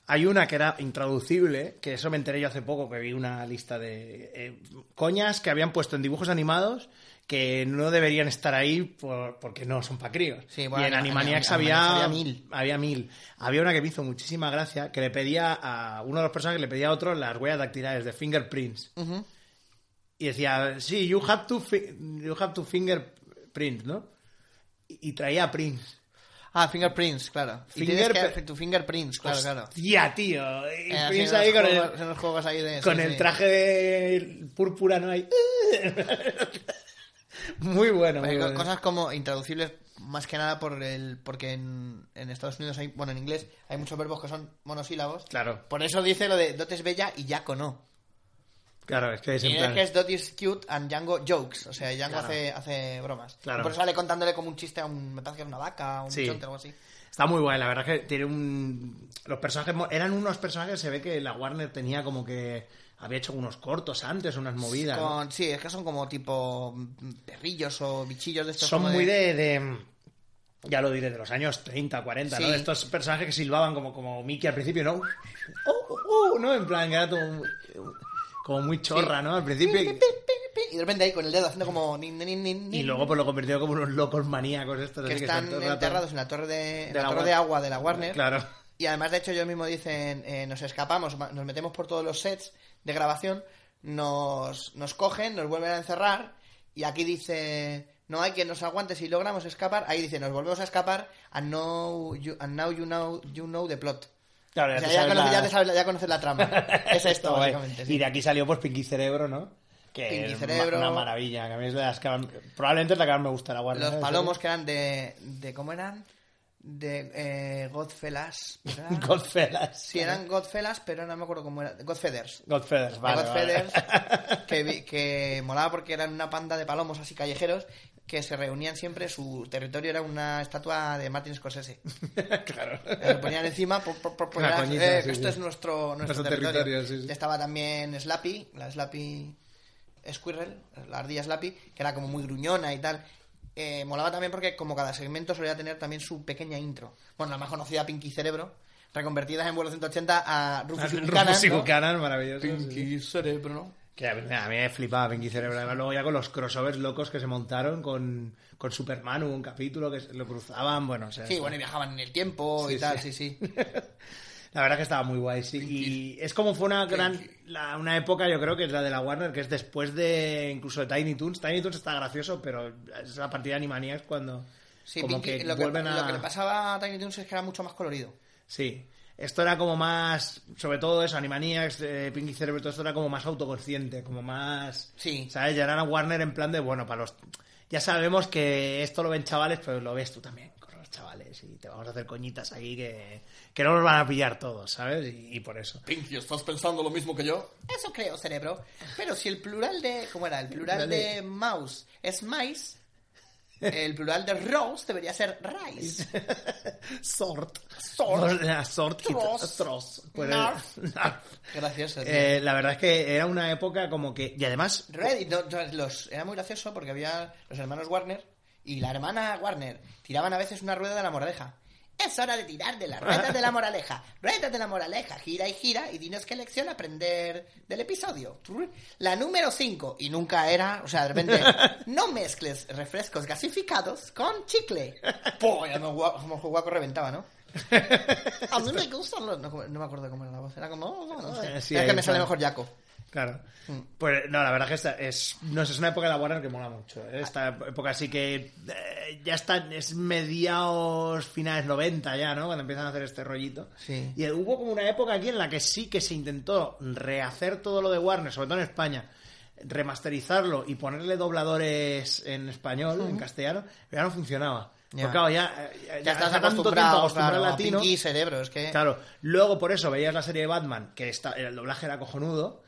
hay una que era intraducible, que eso me enteré yo hace poco, que vi una lista de eh, coñas que habían puesto en dibujos animados que no deberían estar ahí por- porque no son para críos.
Sí, bueno,
y en
en
Animaniacs
Animaniacs
había,
había mil.
Había mil. Había una que me hizo muchísima gracia, que le pedía a uno de los personajes, le pedía a otro las huellas dactilares de fingerprints.
Ujú.
Y decía, sí, you have to, fi- you have to fingerprint, ¿no? Y, y traía prints.
Ah, fingerprints, claro. Y
Finger-
tienes que- tu fingerprints, claro, claro.
Hostia, tío. Y
Eh,
prints ahí
así en los
con el,
juegos- en los juegos ahí de-
con
sí,
el
sí.
traje de púrpura no hay. muy bueno.
Porque
muy
co-
bueno.
cosas como intraducibles más que nada por el porque en, en Estados Unidos hay bueno en inglés hay muchos verbos que son monosílabos
Claro,
por eso dice lo de dotes bella y Jaco no
claro, es que es en
y en
plan-
inglés dot is cute and Django jokes o sea Django
Claro.
hace, hace bromas
Claro.
Y por eso sale contándole como un chiste a un me parece que era una vaca o un
Sí.
chonte o algo así
Está muy guay, la verdad que tiene un... Los personajes... mo- Eran unos personajes, se ve que la Warner tenía como que... Había hecho unos cortos antes, unas movidas. ¿no?
Con- sí es que son como tipo mm, perrillos o bichillos de estos
Son
como
muy de... de- Ya lo diré, de los años 30, 40, ¿no?
Sí.
De estos personajes que silbaban como, como Mickey al principio, ¿no? Oh, oh, oh, ¿no? En plan, que era como, como muy chorra, ¿no? Al principio... y-
y de repente ahí con el dedo haciendo como nin, nin, nin,
Y
nin,
luego pues lo convirtió como unos locos maníacos estos.
que
así
están
todo el rato-
enterrados en la torre de, en la
la
torre
War-
de agua de la Warner
Claro.
Y además, de hecho, ellos mismos dicen, eh, nos escapamos, ma- nos metemos por todos los sets de grabación, nos, nos cogen, nos vuelven a encerrar, y aquí dice, No hay quien nos aguante si logramos escapar. Ahí dice, nos volvemos a escapar. And now you, and now you, know, you know the plot.
Claro,
O
ya
sea,
te
ya,
sabes
conoces,
la-
ya te sabes la- ya conoces la trama. es esto,
guay.
básicamente. sí.
Y de aquí salió pues Pinky Cerebro, ¿no? Que es
Pinky
ma-
Cerebro.
una maravilla. Que a mí es de las que más- probablemente es la que más me gusta la guardia.
Los
¿sabes?
palomos que eran de, de ¿cómo eran? De eh, Godfellas. ¿verdad?
Godfellas.
Sí, eran Godfellas, pero no me acuerdo cómo era. Godfeathers.
Godfellas, vale.
De
vale.
Godfellas, que, vi- que molaba porque eran una panda de palomos así callejeros que se reunían siempre. Su territorio era una estatua de Martin Scorsese. claro. Se ponían encima. por
Una coñita, sí,
esto
sí.
es nuestro, nuestro,
Nuestro
territorio.
territorio, sí, sí.
Estaba también Slappy, la Slappy Squirrel, la ardilla Slappy, que era como muy gruñona y tal. Eh, molaba también porque como cada segmento solía tener también su pequeña intro. Bueno, la más conocida Pinky Cerebro, reconvertidas en vuelo 180 a Rufus y Buchanan,
Rufus y
¿no?
Buchanan, maravilloso.
Pinky Cerebro,
Que a mí, a mí me flipaba Pinky Cerebro. Además, luego ya con los crossovers locos que se montaron con, con Superman, hubo un capítulo que se- lo cruzaban, bueno, o sea,
Sí,
esto-
bueno, y viajaban en el tiempo y
Sí,
tal, sí,
sí.
sí.
La verdad que estaba muy guay, sí. Y es como fue una gran la- una época, yo creo que es la de la Warner, que es después de incluso de Tiny Toons. Tiny Toons está gracioso, pero es la partida de Animaniacs cuando
Sí,
como
Pinky-
que
lo, que,
vuelven a
lo que le pasaba a Tiny Toons es que era mucho más colorido.
Sí. Esto era como más, sobre todo eso, Animaniacs, eh, Pinky Cerebro, todo esto era como más autoconsciente, como más...
Sí.
¿Sabes? Ya era Warner en plan de, bueno, para los... Ya sabemos que esto lo ven chavales, pero lo ves tú también con los chavales y te vamos a hacer coñitas aquí que, que no nos van a pillar todos, ¿sabes? Y, y por eso.
Pinky, ¿estás pensando lo mismo que yo? Eso creo, cerebro. Pero si el plural de... ¿Cómo era? El plural
plural de-
de mouse es mice, el plural de rose debería ser rice.
Eh, Sort.
Sort.
La sort y
Tross.
tross. Pues,
Narf.
eh, narf.
Gracioso. tío.
Eh, la verdad es que era una época como que... Y además...
Reddit, no, no, los, era muy gracioso porque había los hermanos Warner y la hermana Warner tiraban a veces una rueda de la moraleja. Es hora de tirar de las ruedas de la moraleja. Ruedas de la moraleja, gira y gira y dinos qué lección aprender del episodio. Trrr. La número 5, y nunca era, o sea, de repente, no mezcles refrescos gasificados con chicle. Pum, ya me guaco, como guaco reventaba, ¿no? A mí me gustan los... No, como- no me acuerdo cómo era la voz, era como... "Oh, no, no sé".
Eh, Sí,
es que
ahí
me sale
está.
mejor Jaco.
Claro.
Mm.
Pues no, la verdad que esta es, no sé, es una época de la Warner que mola mucho. ¿eh? Esta época así que eh, ya está, es mediados, finales 90 ya, ¿no? Cuando empiezan a hacer este rollito.
Sí.
Y hubo como una época aquí en la que sí que se intentó rehacer todo lo de Warner, sobre todo en España, remasterizarlo y ponerle dobladores en español, en castellano, pero ya no funcionaba.
Ya.
Porque claro, ya, eh, ya,
Ya estás
hace tanto tiempo
acostumbrado,
acostumbrado
claro,
al
a
latino.
Pinky Cerebro, es que...
Claro, luego por eso veías la serie de Batman, que está, el doblaje era cojonudo.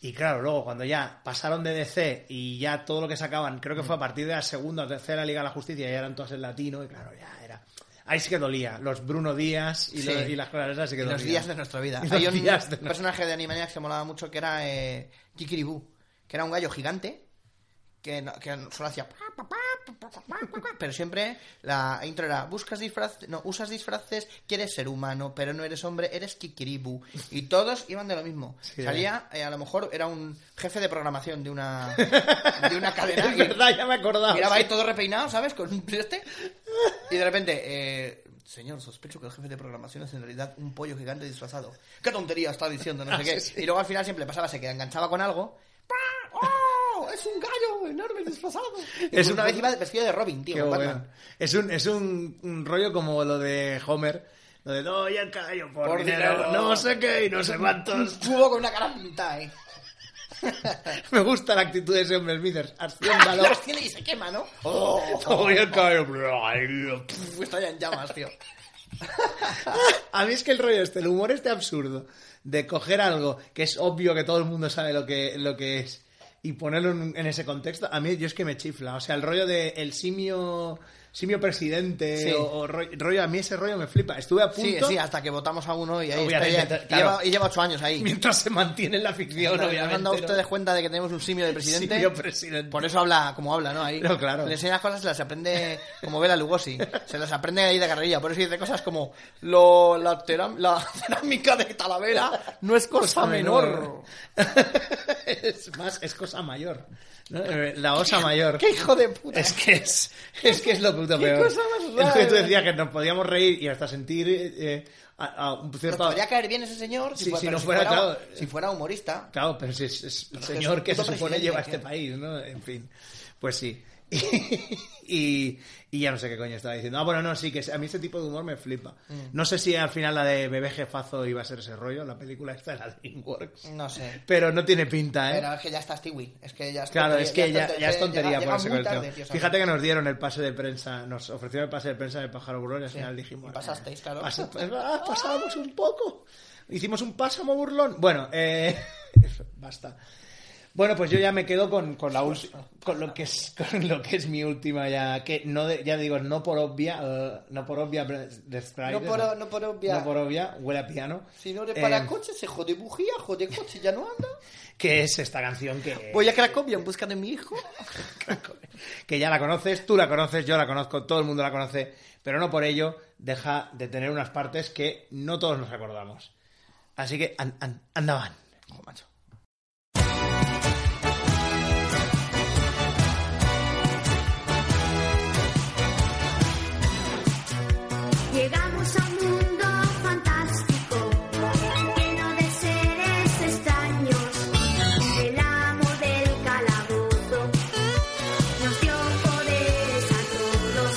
Y claro, luego cuando ya pasaron de DC y ya todo lo que sacaban, creo que
Mm.
fue a partir de la segunda o tercera Liga de la Justicia, ya eran todas en latino, y claro, ya era. Ahí sí que dolía. Los Bruno Díaz y,
Sí.
lo- y las claras sí que
Y
dolían.
los días de nuestra vida.
Y los
Hay un
días de nuestra-
personaje de Animaniacs que molaba mucho que era eh, Kikiribú, que era un gallo gigante que, no- que solo hacía... pa, pa, pa, pa, pa, pa, pa, pa, Pero siempre la intro era, buscas disfraces, no, usas disfraces, quieres ser humano, pero no eres hombre, eres Kikiribú. Y todos iban de lo mismo.
Sí.
Salía, eh, a lo mejor era un jefe de programación de una, de una cadena.
Es
que-
verdad, ya me acordaba.
Miraba ahí
sí.
todo repeinado, ¿sabes? Con un este. Y de repente, eh, señor, sospecho que el jefe de programación es en realidad un pollo gigante disfrazado. ¿Qué tontería está diciendo? No sé
Ah,
qué.
sí, sí.
Y luego al final siempre pasaba, se que enganchaba con algo. ¡Pa! ¡Oh! ¡Es un gallo enorme disfrazado! Es
Es
una
un-
vez iba vestido de Robin, tío.
Qué
en
bueno.
Batman.
Es un, es un, un rollo como lo de Homer. Lo de, no, ya el caballo por,
Por
dinero,
dinero".
no sé qué y no sé
Un
cuántos.
cubo con una cara pintada, ¿eh?
Me gusta la actitud de ese hombre Smithers. Haciéndalo.
Los tiene y se quema, ¿no? ¡Oh!
Como ya el caballo. Ay,
Pf, Está ya en llamas, tío.
A mí es que el rollo este, el humor este absurdo de coger algo que es obvio que todo el mundo sabe lo que, lo que es y ponerlo en, en ese contexto, a mí yo es que me chifla. O sea, el rollo de el simio simio presidente
Sí.
o, o ro- rollo, a mí ese rollo me flipa. Estuve a
Sí,
punto
sí, hasta que votamos a uno y ahí está
Obviamente,
ya-
mientras-
y
claro.
lleva, y lleva ocho años ahí.
mientras se mantiene en la ficción,
Claro, ¿Se
obviamente.
han dado
¿no?
ustedes cuenta de que tenemos un simio de presidente?
Simio presidente.
Por eso habla como habla, ¿no? Ahí
No, claro.
le enseña cosas, se las aprende como Bela Lugosi. Se las aprende ahí de carrerilla. Por eso dice cosas como lo, la, teram- la cerámica de Talavera no es cosa menor.
es más, es cosa mayor. ¿no? Eh, La osa mayor.
¡Qué hijo de puta!
Es que es, es que es lo puto
¿Qué
peor.
cosa más rara,
Es que tú
verdad?
decías que nos podíamos reír y hasta sentir eh, a, a un
Nos
cierto.
podría caer bien ese señor si,
Sí,
fuera,
si
pero
no fuera, claro.
si fuera humorista.
Claro, pero si es, es el
que es
señor que
puto
se supone
presidente, ¿eh?
lleva
¿qué?
este país, ¿no? En fin, pues sí. y, y ya no sé qué coño estaba diciendo. Ah, bueno, no, sí, que a mí ese tipo de humor me flipa.
Mm.
No sé si al final la de Bebé Jefazo iba a ser ese rollo, la película esta de la DreamWorks.
No sé.
Pero no tiene pinta, ¿eh?
Mm. Pero es que ya está Stewie. Es que ya está
Claro, es que ya, ya es tontería
llega-
por ese
llega muy
colectivo.
tarde, tío,
Fíjate que nos dieron el pase de prensa, nos ofrecieron el pase de prensa de Pájaro Burlón y al
Sí.
final dijimos...
Y pasasteis, claro.
"Pasa- ah, pasábamos un poco. Hicimos un pásamo burlón. Bueno, eh, basta. Bueno, pues yo ya me quedo con, con la ulti- con lo que es con lo que es mi última ya que no de- ya digo no por obvia eh, no por obvia de Friday,
No por, no por obvia.
no por obvia huele a piano
Si no eres para
Eh,
coches, se jode bujía, jode coche, ya no anda.
que es esta canción que
Voy a Cracovia en busca de mi hijo.
que ya la conoces, tú la conoces, yo la conozco, todo el mundo la conoce, pero no por ello deja de tener unas partes que no todos nos acordamos. Así que an- an- andaban. Joder, macho.
Llegamos a un mundo fantástico, lleno de seres extraños. El amo del calabozo nos dio poderes a todos.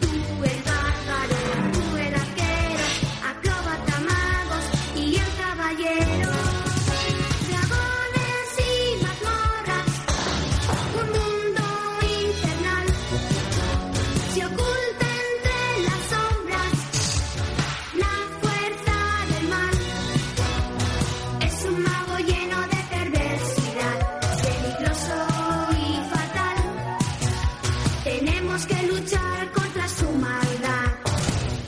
Tú el bárbaro, tú el arquero, acróbata magos y el caballero. Dragones y mazmorras, un mundo infernal se oculta entre las sombras la fuerza del mal. Es un mago lleno de perversidad, peligroso y fatal. Tenemos que luchar contra su maldad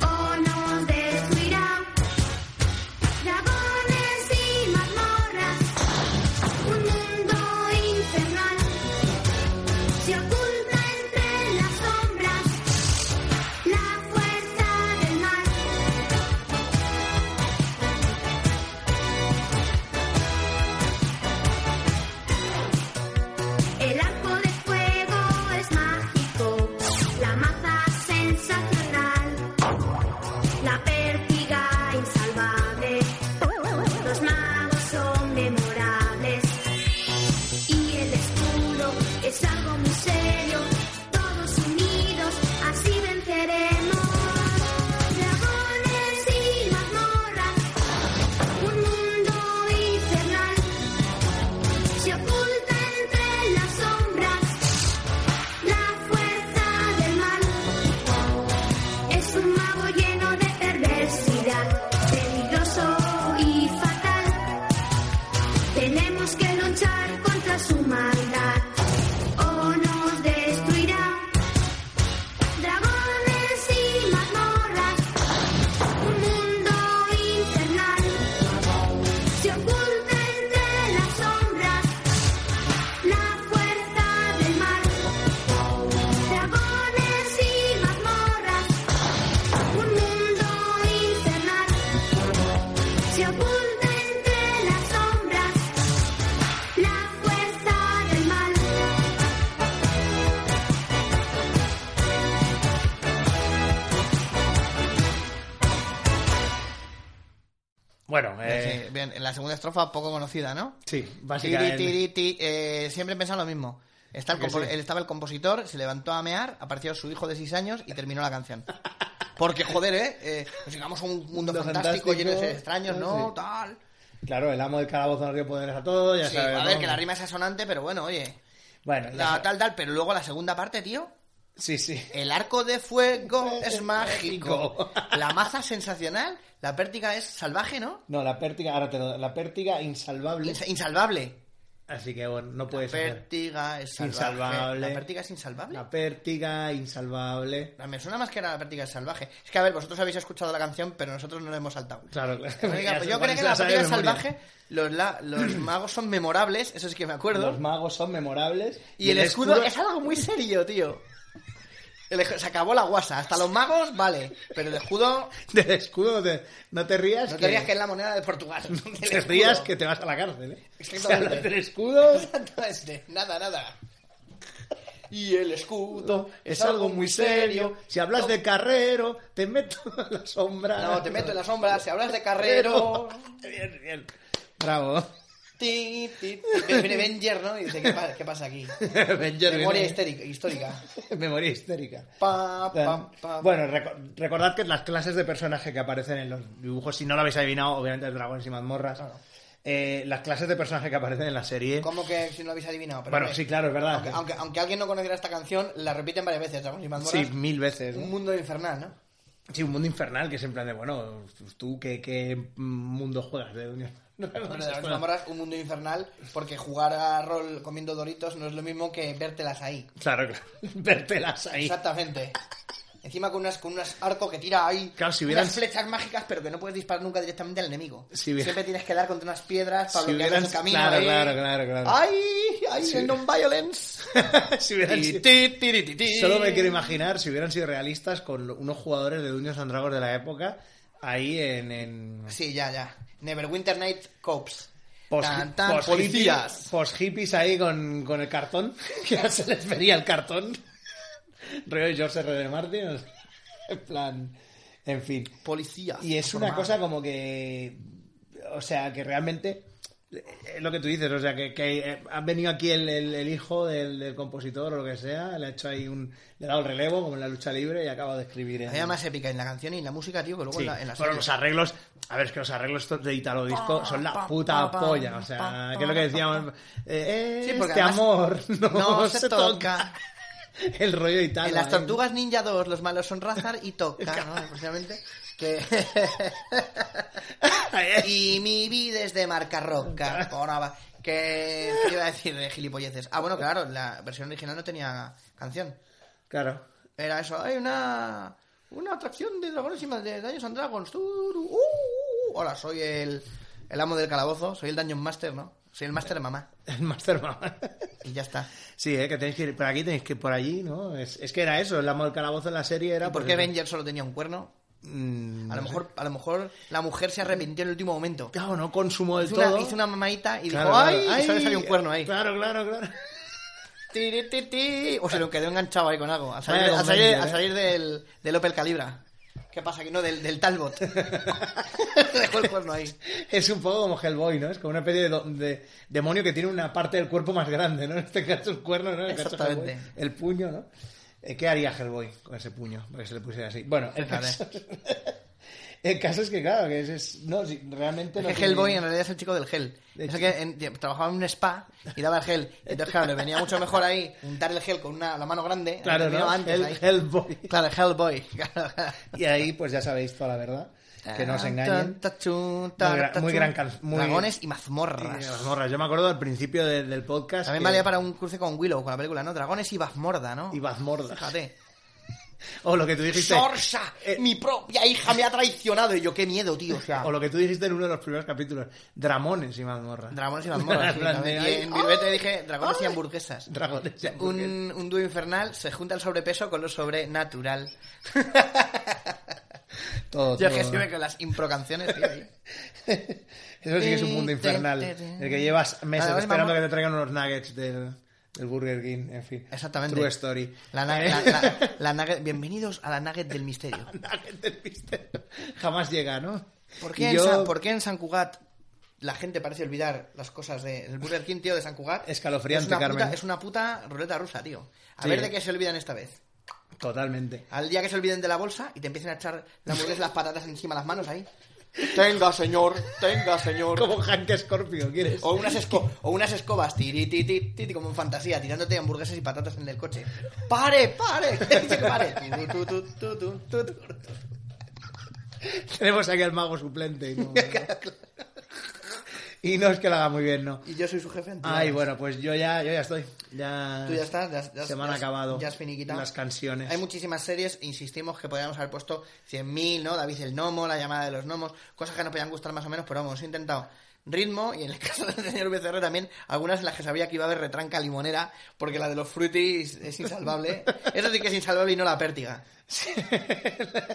o nos destruirá. Dragones y mazmorras, un mundo infernal se oculta entre las sombras la fuerza del mal. El arco de fuego es mágico, la maza sensacional, la pértiga insalvable. Los magos son memorables. Y el escudo es algo muy serio. Todos unidos, así venceremos. Dragones y mazmorras, un mundo infernal. Se oculta entre las sombras la fuerza del mal. Es un mago lleno de perversidad, peligroso y fatal. Tenemos que luchar contra su maldad o nos destruirá. Dragones y mazmorras, un mundo infernal se oculta entre las sombras la fuerza del mal. Dragones y mazmorras, un mundo infernal se oculta entre las sombras la fuerza del mal.
Bueno, eh,
Sí, bien, en la segunda estrofa poco conocida, ¿no?
sí,
Tiri,
básicamente.
tiri, ti, eh, siempre he pensado lo mismo. Está el
¿A que
compo-
sí?
él estaba el compositor, se levantó a mear, apareció su hijo de 6 años y terminó la canción. Porque, joder, ¿eh? eh, nos llegamos a un mundo
Mundo
fantástico, lleno de seres
fantástico,
extraños,
sí.
¿no? Tal.
Claro, el amo del calabozo nos dio poderes a todos, ya
Sí,
sabes.
a ver,
¿no?
que la rima es asonante, pero bueno, oye.
Bueno, ya
La,
sabes.
tal, tal, pero luego la segunda parte, tío.
sí, sí.
El arco de fuego es mágico. La maza sensacional. La pértiga es salvaje, ¿no?
No, la pértiga, ahora te lo La pértiga insalvable.
Ins- Insalvable.
Así que bueno, no
La
puedes hacer.
pértiga es salvaje.
Insalvable.
La pértiga es insalvable.
La pértiga insalvable.
Me suena más que era la pértiga es salvaje. Es que, a ver, vosotros habéis escuchado la canción, pero nosotros no la hemos saltado.
Claro, claro.
Oiga,
Ya
pues
se-
yo
bueno,
creo que
se la
la
sabe
pértiga
de memoria.
salvaje, los, la- los magos son memorables, eso sí que me acuerdo.
Los magos son memorables.
Y el, escudo, es algo muy serio, tío. El ej- se acabó la guasa. Hasta los magos, vale. Pero el escudo.
Del escudo, de- no te rías.
No te rías que es la moneda de Portugal. El
te
escudo.
rías que te vas a la cárcel, ¿eh? Se
Exactamente.
habla del escudo.
Exactamente. este, Nada, nada. Y el escudo
Es algo muy serio. Si hablas de carrero, te meto a la sombra.
No, te meto en la sombra. Si hablas de carrero.
Bien, bien. Bravo.
Ti, ti, ti. Viene Avenger, ¿no? Y dice, ¿qué, pa- qué pasa aquí?
Avenger
Memoria
viene.
histérica- histórica.
Memoria histérica.
Pa, pa, pa.
Bueno, reco- recordad que las clases de personaje que aparecen en los dibujos, si no lo habéis adivinado, obviamente es dragones y mazmorras. eh, las clases de personaje que aparecen en la serie.
¿Cómo que si no lo habéis adivinado? Pero
Bueno,
hombre,
sí, claro, es verdad.
Aunque, aunque, aunque alguien no conociera esta canción, la repiten varias veces, Dragones
Sí,
y Mazmorras.
mil veces. ¿no?
Un mundo infernal, ¿no?
Sí, un mundo infernal que es en plan de, bueno, tú qué, qué mundo juegas de unión.
No, Dragones y Mazmorras, un mundo infernal, porque jugar a rol comiendo doritos no es lo mismo que vértelas ahí.
Claro, claro. Vértelas ahí.
Exactamente. Encima con unas con unas arco que tira ahí
Claro, si hubieran-
unas flechas mágicas, pero que no puedes disparar nunca directamente al enemigo.
Si hubiera-
Siempre tienes que dar contra unas piedras para
Si
bloquear
hubieran-
el camino.
claro,
ahí.
claro, claro, claro.
¡Ay! ¡Ay!
Si
el
hubiera-
non-violence!
Si hubieran
Ah, Y
sido-
ti, ti, ti, ti, ti.
Solo me quiero imaginar si hubieran sido realistas con lo- unos jugadores de Dungeons and Dragons de la época ahí en... en...
Sí, ya, ya. Neverwinter Night Cops.
Post,
Tan, tan,
post-
policías.
post hippies ahí con, con el cartón, que ya se les vería el cartón. Río y George R. R. Martin. o sea, En plan. En fin.
Policía.
Y es una
Formal.
cosa como que. O sea, que realmente. Es lo que tú dices, o sea, que, que eh, han venido aquí el, el- el hijo del, del compositor o lo que sea, le ha hecho ahí un. Le ha dado el relevo, como en la lucha libre, y acaba de escribir. en-
Había más épica en la canción y en la música, tío, que luego
Sí,
en la, en la
pero
serie.
los arreglos, a ver, es que los arreglos estos de Italo Disco son la
pa,
puta
pa, pa,
polla, o
pa,
sea,
pa,
que es lo que decíamos, eh,
Sí, porque
este
además
amor no,
no
se,
se
toca. El rollo Italo.
En las
¿eh?
tortugas ninja 2, los malos son Razar y Toca, ¿no? Aproximadamente. Que... y mi vida es de marca roca. Ahora va. Que ¿qué iba a decir de gilipolleces. Ah, bueno, claro, la versión original no tenía canción.
Claro.
Era eso, hay una una atracción de dragones y ma- de Dungeons and Dragons. Tú, tú, uh, uh, uh. Hola, soy el, el amo del calabozo, soy el Dungeon Master, ¿no? Soy el Master de mamá.
El Master Mama.
Y ya está.
Sí, eh, que tenéis que ir por aquí, tenéis que ir por allí, ¿no? Es, es que era eso, el amor del calabozo en la serie era...
¿Por
pues,
qué Avenger solo tenía un cuerno?
mm,
A lo,
no sé.
mejor, a lo mejor la mujer se arrepintió en el último momento.
Claro, no consumó del
Hizo
todo.
una, hizo una mamadita y
Claro,
dijo,
claro.
¡ay! Y solo
¡Ay!
le salió un cuerno ahí.
Claro, claro, claro.
Tiri, ti, ti. O se lo quedó enganchado ahí con algo. Al salir,
Vaya
al salir-
Avenger,
al
eh.
salir del, del Opel Calibra. ¿Qué pasa aquí? No, del, del Talbot. Dejó el cuerno ahí.
Es un poco como Hellboy, ¿no? Es como una especie de, do- de demonio que tiene una parte del cuerpo más grande, ¿no? En este caso el cuerno, ¿no? En el caso
Exactamente.
Hellboy, el puño, ¿no? Eh, ¿Qué haría Hellboy con ese puño? Para que se le pusiera así. Bueno, el
Fíjate.
caso, el caso es que, claro, que es... es- no, sí, realmente... no
Es que
tiene-
Hellboy en realidad es el chico del gel.
De
Es el
hecho.
que en- trabajaba en un spa y daba el gel. Entonces, claro, le venía mucho mejor ahí untar el gel con una, la mano grande.
Claro,
Le vino
¿no?
antes
El-
ahí.
Hellboy.
Claro, Hellboy. Claro.
Y ahí, pues ya sabéis toda la verdad. Que
Ah,
no os engañen.
Muy,
Muy gran- muy gran can- muy-
Dragones y
Y las
mazmorras.
morras. Yo me acuerdo al principio de- del podcast...
También
que-
valía para un cruce con Willow, con la película, ¿no? Dragones y mazmorda, ¿no?
Y mazmordas.
Fíjate.
O lo que tú dijiste...
¡Sorsa!
eh,
¡Mi propia hija me ha traicionado! Y yo, qué miedo, tío. O sea,
O lo que tú dijiste en uno de los primeros capítulos, dramones y mazmorras.
dragones y mazmorras. sí,
En plan
también.
de,
y en
¡ay!
Viruete dije dragones y hamburguesas.
Dragones y hamburguesas.
un, un dúo infernal se junta el sobrepeso con lo sobrenatural.
Todo,
Yo
todo.
que escribe con las impro canciones, tío. ahí.
Eso sí que es un mundo infernal. El que llevas meses
Además,
esperando
mamá-
que te traigan unos nuggets del, del Burger King. En fin.
Exactamente.
True story.
La, na-
Eh,
la- la- la nugget- Bienvenidos a la Nugget del Misterio.
nugget del misterio. Jamás llega, ¿no?
¿Por
Y
qué, en,
yo-
San, por qué en San Cugat la gente parece olvidar las cosas del Burger King, tío, de San Cugat?
Escalofriante,
es una
Carmen.
Puta, es una puta ruleta rusa, tío. A
Sí.
ver de qué se olvidan esta vez.
Totalmente.
Al día que se olviden de la bolsa y te empiecen a echar la hamburguesa y las patatas encima de las manos ahí. Tenga, señor, tenga, señor.
Como Hank Scorpio, ¿quieres?
O unas, esco- o unas escobas, tiri, ti, ti, ti, ti, como en fantasía, tirándote hamburguesas y patatas en el coche. ¡Pare, pare! Dice que ¡Pare! Tu, tu, tu, tu, tu, tu, tu.
Tenemos aquí al mago suplente. Y no, y no es que lo haga muy bien, ¿no?
Y yo soy su jefe. entonces,
Ay, bueno, pues yo ya, yo ya estoy. Ya,
Tú ya estás, ya, ya-
se me han
ya-
acabado
Ya has finiquitado.
las canciones.
Hay muchísimas series, insistimos, que podríamos haber puesto 100.000, ¿no? David el Nomo, La Llamada de los Gnomos, cosas que nos podían gustar más o menos, pero vamos, he intentado ritmo y en el caso del señor Becerra también algunas en las que sabía que iba a haber retranca limonera porque la de los frutis es insalvable eso sí que es insalvable y no la pértiga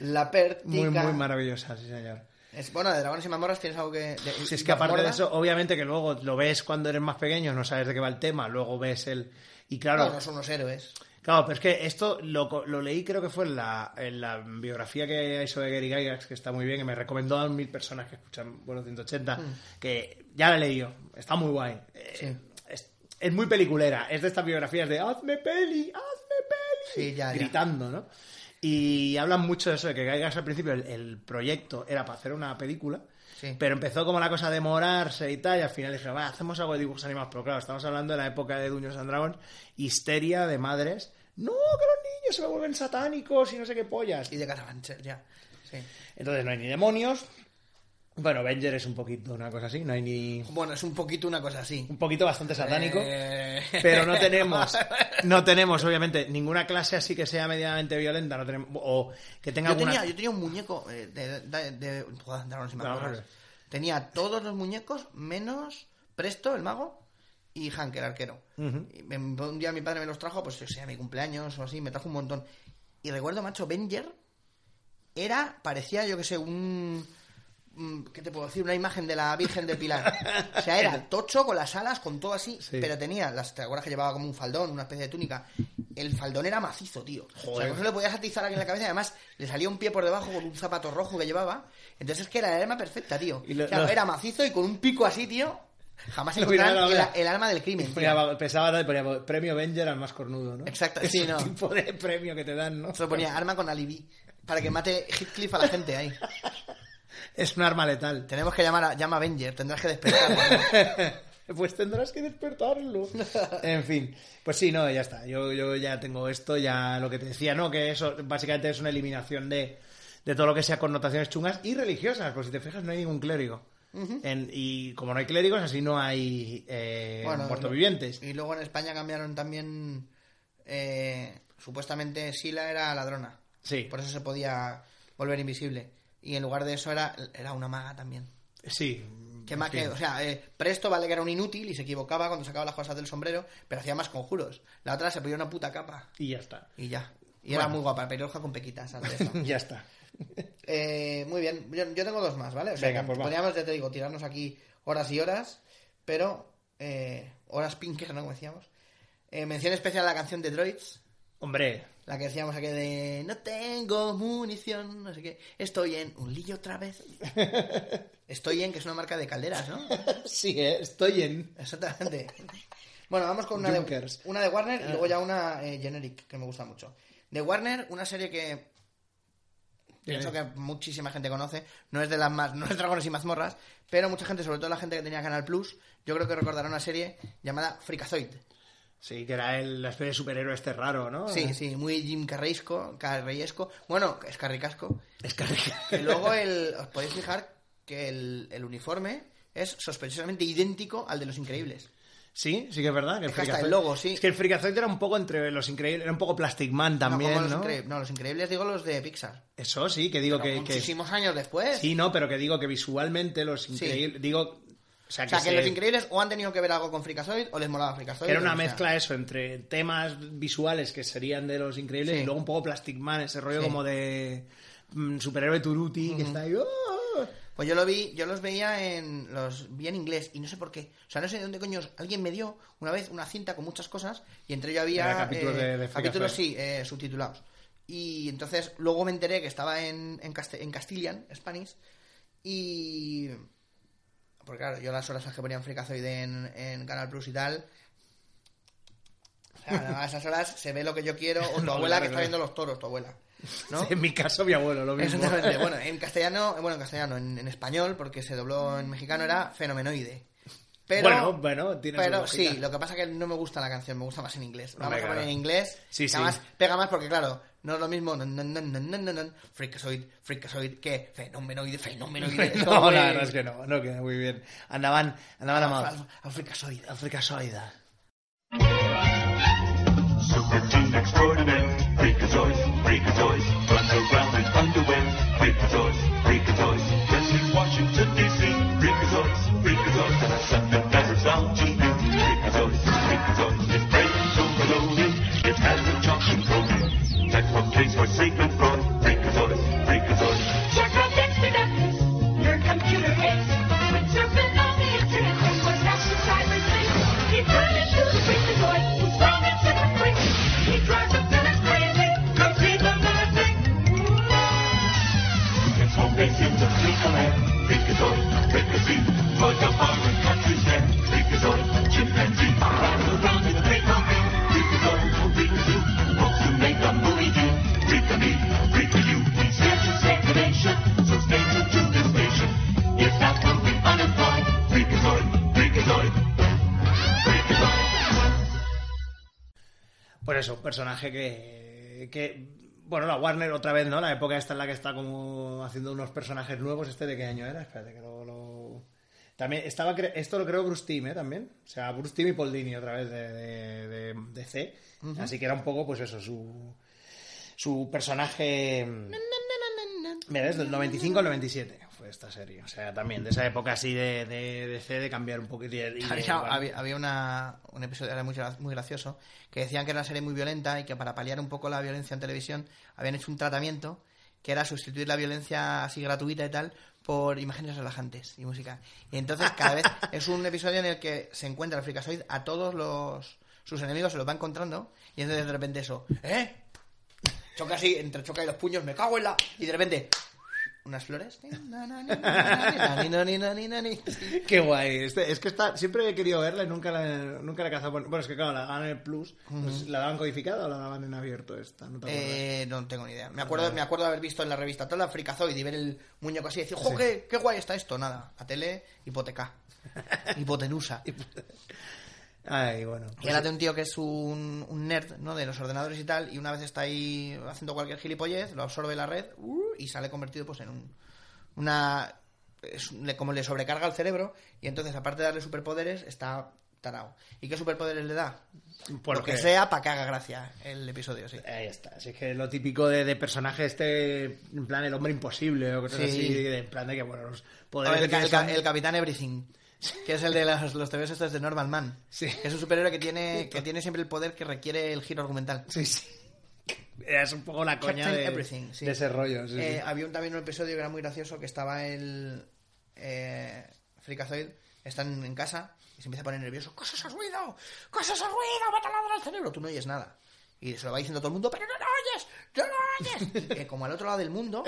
la pértiga
muy, muy maravillosas, sí, señor.
Es- bueno de dragones y mazmorras tienes algo que de-
Si es que aparte de
mazmorra.
eso, obviamente que luego lo ves cuando eres más pequeño, no sabes de qué va el tema, luego ves el... Y claro,
Bueno, son unos héroes
Claro, pero es que esto lo, co- lo leí, creo que fue en la, en la biografía que hizo de Gary Gygax, que está muy bien, que me recomendó a mil personas que escuchan Bueno 180,
Mm.
que ya la he leído, está muy guay. Eh, es, es muy peliculera, es de estas biografías de hazme peli, hazme peli,
Sí, ya, ya.
gritando, ¿no? Y hablan mucho de eso, de que Gygax al principio el, el proyecto era para hacer una película,
Sí.
pero empezó como la cosa a demorarse y tal, y al final dije, va, hacemos algo de dibujos animados. Pero claro, estamos hablando de la época de Duños and Dragons, histeria de madres. No, que los niños se me vuelven satánicos y no sé qué pollas.
Y de Carabanchel, ya. Sí.
Entonces no hay ni demonios. Bueno, Avenger es un poquito una cosa así, no hay ni...
Bueno, es un poquito una cosa así.
Un poquito bastante satánico.
Eh,
Pero no tenemos, no tenemos, obviamente, ninguna clase así que sea medianamente violenta, no tenemos, o que tenga
yo,
alguna...
tenía, yo tenía un muñeco eh, de, de, de- Buah, Dragones y Mazmorras.
Dragones.
Tenía todos los muñecos menos Presto, el mago, y Hank, el arquero.
Ujú.
Y me- un día mi padre me los trajo, pues yo sé, a mi cumpleaños o así, me trajo un montón. Y recuerdo, macho, Benger era, parecía, yo que sé, un... mm, ¿Qué te puedo decir? Una imagen de la Virgen del Pilar. O sea, era tocho con las alas, con todo así,
Sí.
pero tenía, las, ¿te acuerdas que llevaba como un faldón, una especie de túnica? El faldón era macizo, tío. O sea,
Joder.
que no le podías atizar aquí en la cabeza y además le salía un pie por debajo con un zapato rojo que llevaba. Entonces es que era el arma perfecta, tío.
Y lo-
Claro,
lo-
era macizo y con un pico así, tío. Jamás
Lo miraba
encontraron
la
el,
hora.
el alma del crimen. tío.
Ponía- pesaba tal y ponía premio Avenger al más cornudo, ¿no?
Exacto,
Es
sí,
el
no.
tipo de premio que te dan, ¿no?
Se lo ponía arma con alibi para que mate Heathcliff a la gente ahí.
Es un arma letal.
Tenemos que llamar a llama a Avenger, tendrás que despertarlo.
Pues tendrás que despertarlo. En fin, pues sí, no, ya está. Yo, yo ya tengo esto, ya lo que te decía, ¿no? Que eso básicamente es una eliminación de, de todo lo que sea connotaciones chungas y religiosas, porque si te fijas no hay ningún clérigo.
Ujú.
En- y como no hay clérigos, así no hay eh,
Bueno, Mm.
muertos vivientes.
Y luego en España cambiaron también. eh, supuestamente Sila era ladrona.
Sí.
Por eso se podía volver invisible. Y en lugar de eso era, era una maga también.
Sí.
Que más que,
Sí.
o sea, eh, Presto vale que era un inútil y se equivocaba cuando sacaba las cosas del sombrero, pero hacía más conjuros. La otra se ponía una puta capa
Y ya está.
y ya. Y
Bueno.
era muy guapa, pelirroja con pequitas. antes de eso.
ya está.
Eh, muy bien, yo, yo tengo dos más, ¿vale? O sea,
Venga,
que
pues va.
podríamos, ya te digo, tirarnos aquí horas y horas, pero eh, horas pinques, ¿no? Como decíamos. Eh, mención especial a la canción de Droids,
Hombre,
la que decíamos aquí de No tengo munición, no sé qué. Estoy en un lillo otra vez. Estoy en, que es una marca de calderas, ¿no?
sí, eh, estoy en...
Exactamente. Bueno, vamos con una de,
Junkers.
una de Warner y luego ya una eh, generic, que me gusta mucho. De Warner, una serie que pienso que muchísima gente conoce, no es de las más, no es Dragones y Mazmorras, pero mucha gente, sobre todo la gente que tenía Canal Plus, yo creo que recordará una serie llamada Freakazoid.
Sí, que era el, la especie de superhéroe este raro, ¿no?
Sí, sí, muy Jim Carreyesco, Carreyesco, bueno, es Carricasco.
Es que...
Y luego el, os podéis fijar que el, el uniforme es sospechosamente idéntico al de Los Increíbles.
Sí, sí que es verdad. Que
Es que hasta
Freakazoid-
el logo, sí.
Es que el Freakazoid era un poco entre los increíbles, era un poco Plastic Man
No,
también,
como
¿no?
los, Increíbles, no, los Increíbles digo los de Pixar.
Eso sí, que digo que, que-
muchísimos años después.
Sí, no, pero que digo que visualmente los increíbles... Digo, o sea,
o sea, que
se-
los increíbles o han tenido que ver algo con Frikazoid o les molaba Frikazoid.
que era
o
una
sea.
mezcla eso entre temas visuales que serían de los increíbles
Sí.
y luego un poco Plastic Man, ese rollo
Sí.
como de mm, superhéroe Turuti que está ahí... ¡oh!
Pues yo lo vi, yo los veía en los vi en inglés y no sé por qué. O sea, no sé de dónde coño alguien me dio una vez una cinta con muchas cosas y entre ello había eh,
Era capítulos de- de Frikazoid.
capítulos sí eh, subtitulados. Y entonces luego me enteré que estaba en en, cast- en Castilian, Spanish y porque claro, yo las horas en las que ponían Frikazoid en, en Canal Plus y tal, o sea, a esas horas se ve lo que yo quiero o tu
No,
abuela
claro,
que está
claro.
viendo los toros, tu abuela. ¿no?
En mi caso, mi abuelo, lo mismo.
Exactamente. Bueno, en castellano, bueno, en castellano, en, en español, porque se dobló en mexicano, era fenomenoide. Pero,
Bueno, bueno, tiene su
pero
lógica.
sí, lo que pasa es que no me gusta la canción, me gusta más en inglés. La
Hombre,
vamos a poner
claro.
en inglés,
Sí,
que
sí.
además pega más porque, claro, no es lo mismo no, no, no, no, no, no, no, freakazoid, freakazoid, que fenomenoide, fenomenoide. Es como
no,
muy-
la verdad es que no, no queda muy bien. Andaban, andaban
Alfa,
amados.
alfa, alfa, freakazoid.
Africasoida.
Super Team Extraordinaire, Freakazoid, Freakazoid, runs around in underwear, Freakazoid, Freakazoid, lives in Washington D.C., Freakazoid, Freakazoid, and I send them letters out to you, Freakazoid, Freakazoid, it brains overloaded, it has a junction program, that one case for segment fraud, Freakazoid, Freakazoid.
Check out Dexter your computer hates. When surfing on the internet, it was actually cyberspace. He turned into the freakazoid, who's found into the freak. He drives a
eso, personaje que, que. Bueno, la Warner otra vez, ¿no? La época esta en la que está como haciendo unos personajes nuevos. ¿Este de qué año era? Espérate que lo. lo- También estaba. cre- Esto lo creo Bruce Timm, ¿eh? También. O sea, Bruce Timm y Paul Dini otra vez de, de, de- de C.
Ujú.
Así que era un poco, pues eso, su. Su personaje. Mira, desde el 95 al 97 fue esta serie. O sea, también de esa época así de, de, de C, de cambiar un poquito. y de- y de-
Había, había- había una- un episodio era muy, gra- muy gracioso que decían que era una serie muy violenta y que para paliar un poco la violencia en televisión habían hecho un tratamiento que era sustituir la violencia así gratuita y tal por imágenes relajantes y música. Y entonces cada vez es un episodio en el que se encuentra el fricasoid a todos los sus enemigos, se los va encontrando y entonces de repente eso, ¿eh? Choca así, entre choca y los puños, me cago en la... Y de repente, unas flores. Ni, no, ni, no, ni, no, ni.
Qué guay. Este- es que está, siempre he querido verla y nunca la, nunca la he cazado. por- Bueno, es que claro, la daban en el Plus. pues, ¿La daban codificada o la daban en abierto esta? No te acuerdas.
Eh, no tengo ni idea. Me acuerdo, me acuerdo de haber visto en la revista toda la fricazoid y ver el muñeco así y decir, ¡jo,
Sí.
qué, qué guay está esto! Nada, a tele, hipoteca. Hipotenusa.
Ay, bueno. pues,
Y era de un tío que es un, un nerd, ¿no? De los ordenadores y tal, y una vez está ahí haciendo cualquier gilipollez, lo absorbe la red ¡uh! y sale convertido pues en un, una... es un- le- como le sobrecarga el cerebro y entonces aparte de darle superpoderes, está tarao. ¿Y qué superpoderes le da? Lo que
Porque-
sea para que haga gracia el episodio, sí.
Ahí está. Así que lo típico de, de personaje este, en plan el hombre imposible o cosas
Sí.
así, de- en plan de que, bueno, los
O
poderes
el,
que
ca- el
tienes
ca-
son-
el Capitán Everything, que es el de los, los TVs estos de Norman Man. Que es un superhéroe que tiene, que tiene siempre el poder que requiere el giro argumental.
Sí, sí. Es un poco la coña de,
Everything, sí.
de ese rollo. sí, sí.
Eh, Había un- también un episodio que era muy gracioso, que estaba el eh, Freakazoid, están en casa y se empieza a poner nervioso. ¡Cosas al ruido! ¡Cosas al ruido! ¡Me ha taladro el cerebro! Tú no oyes nada. Y se lo va diciendo todo el mundo, ¡pero no lo oyes! ¡No lo oyes! Eh, como al otro lado del mundo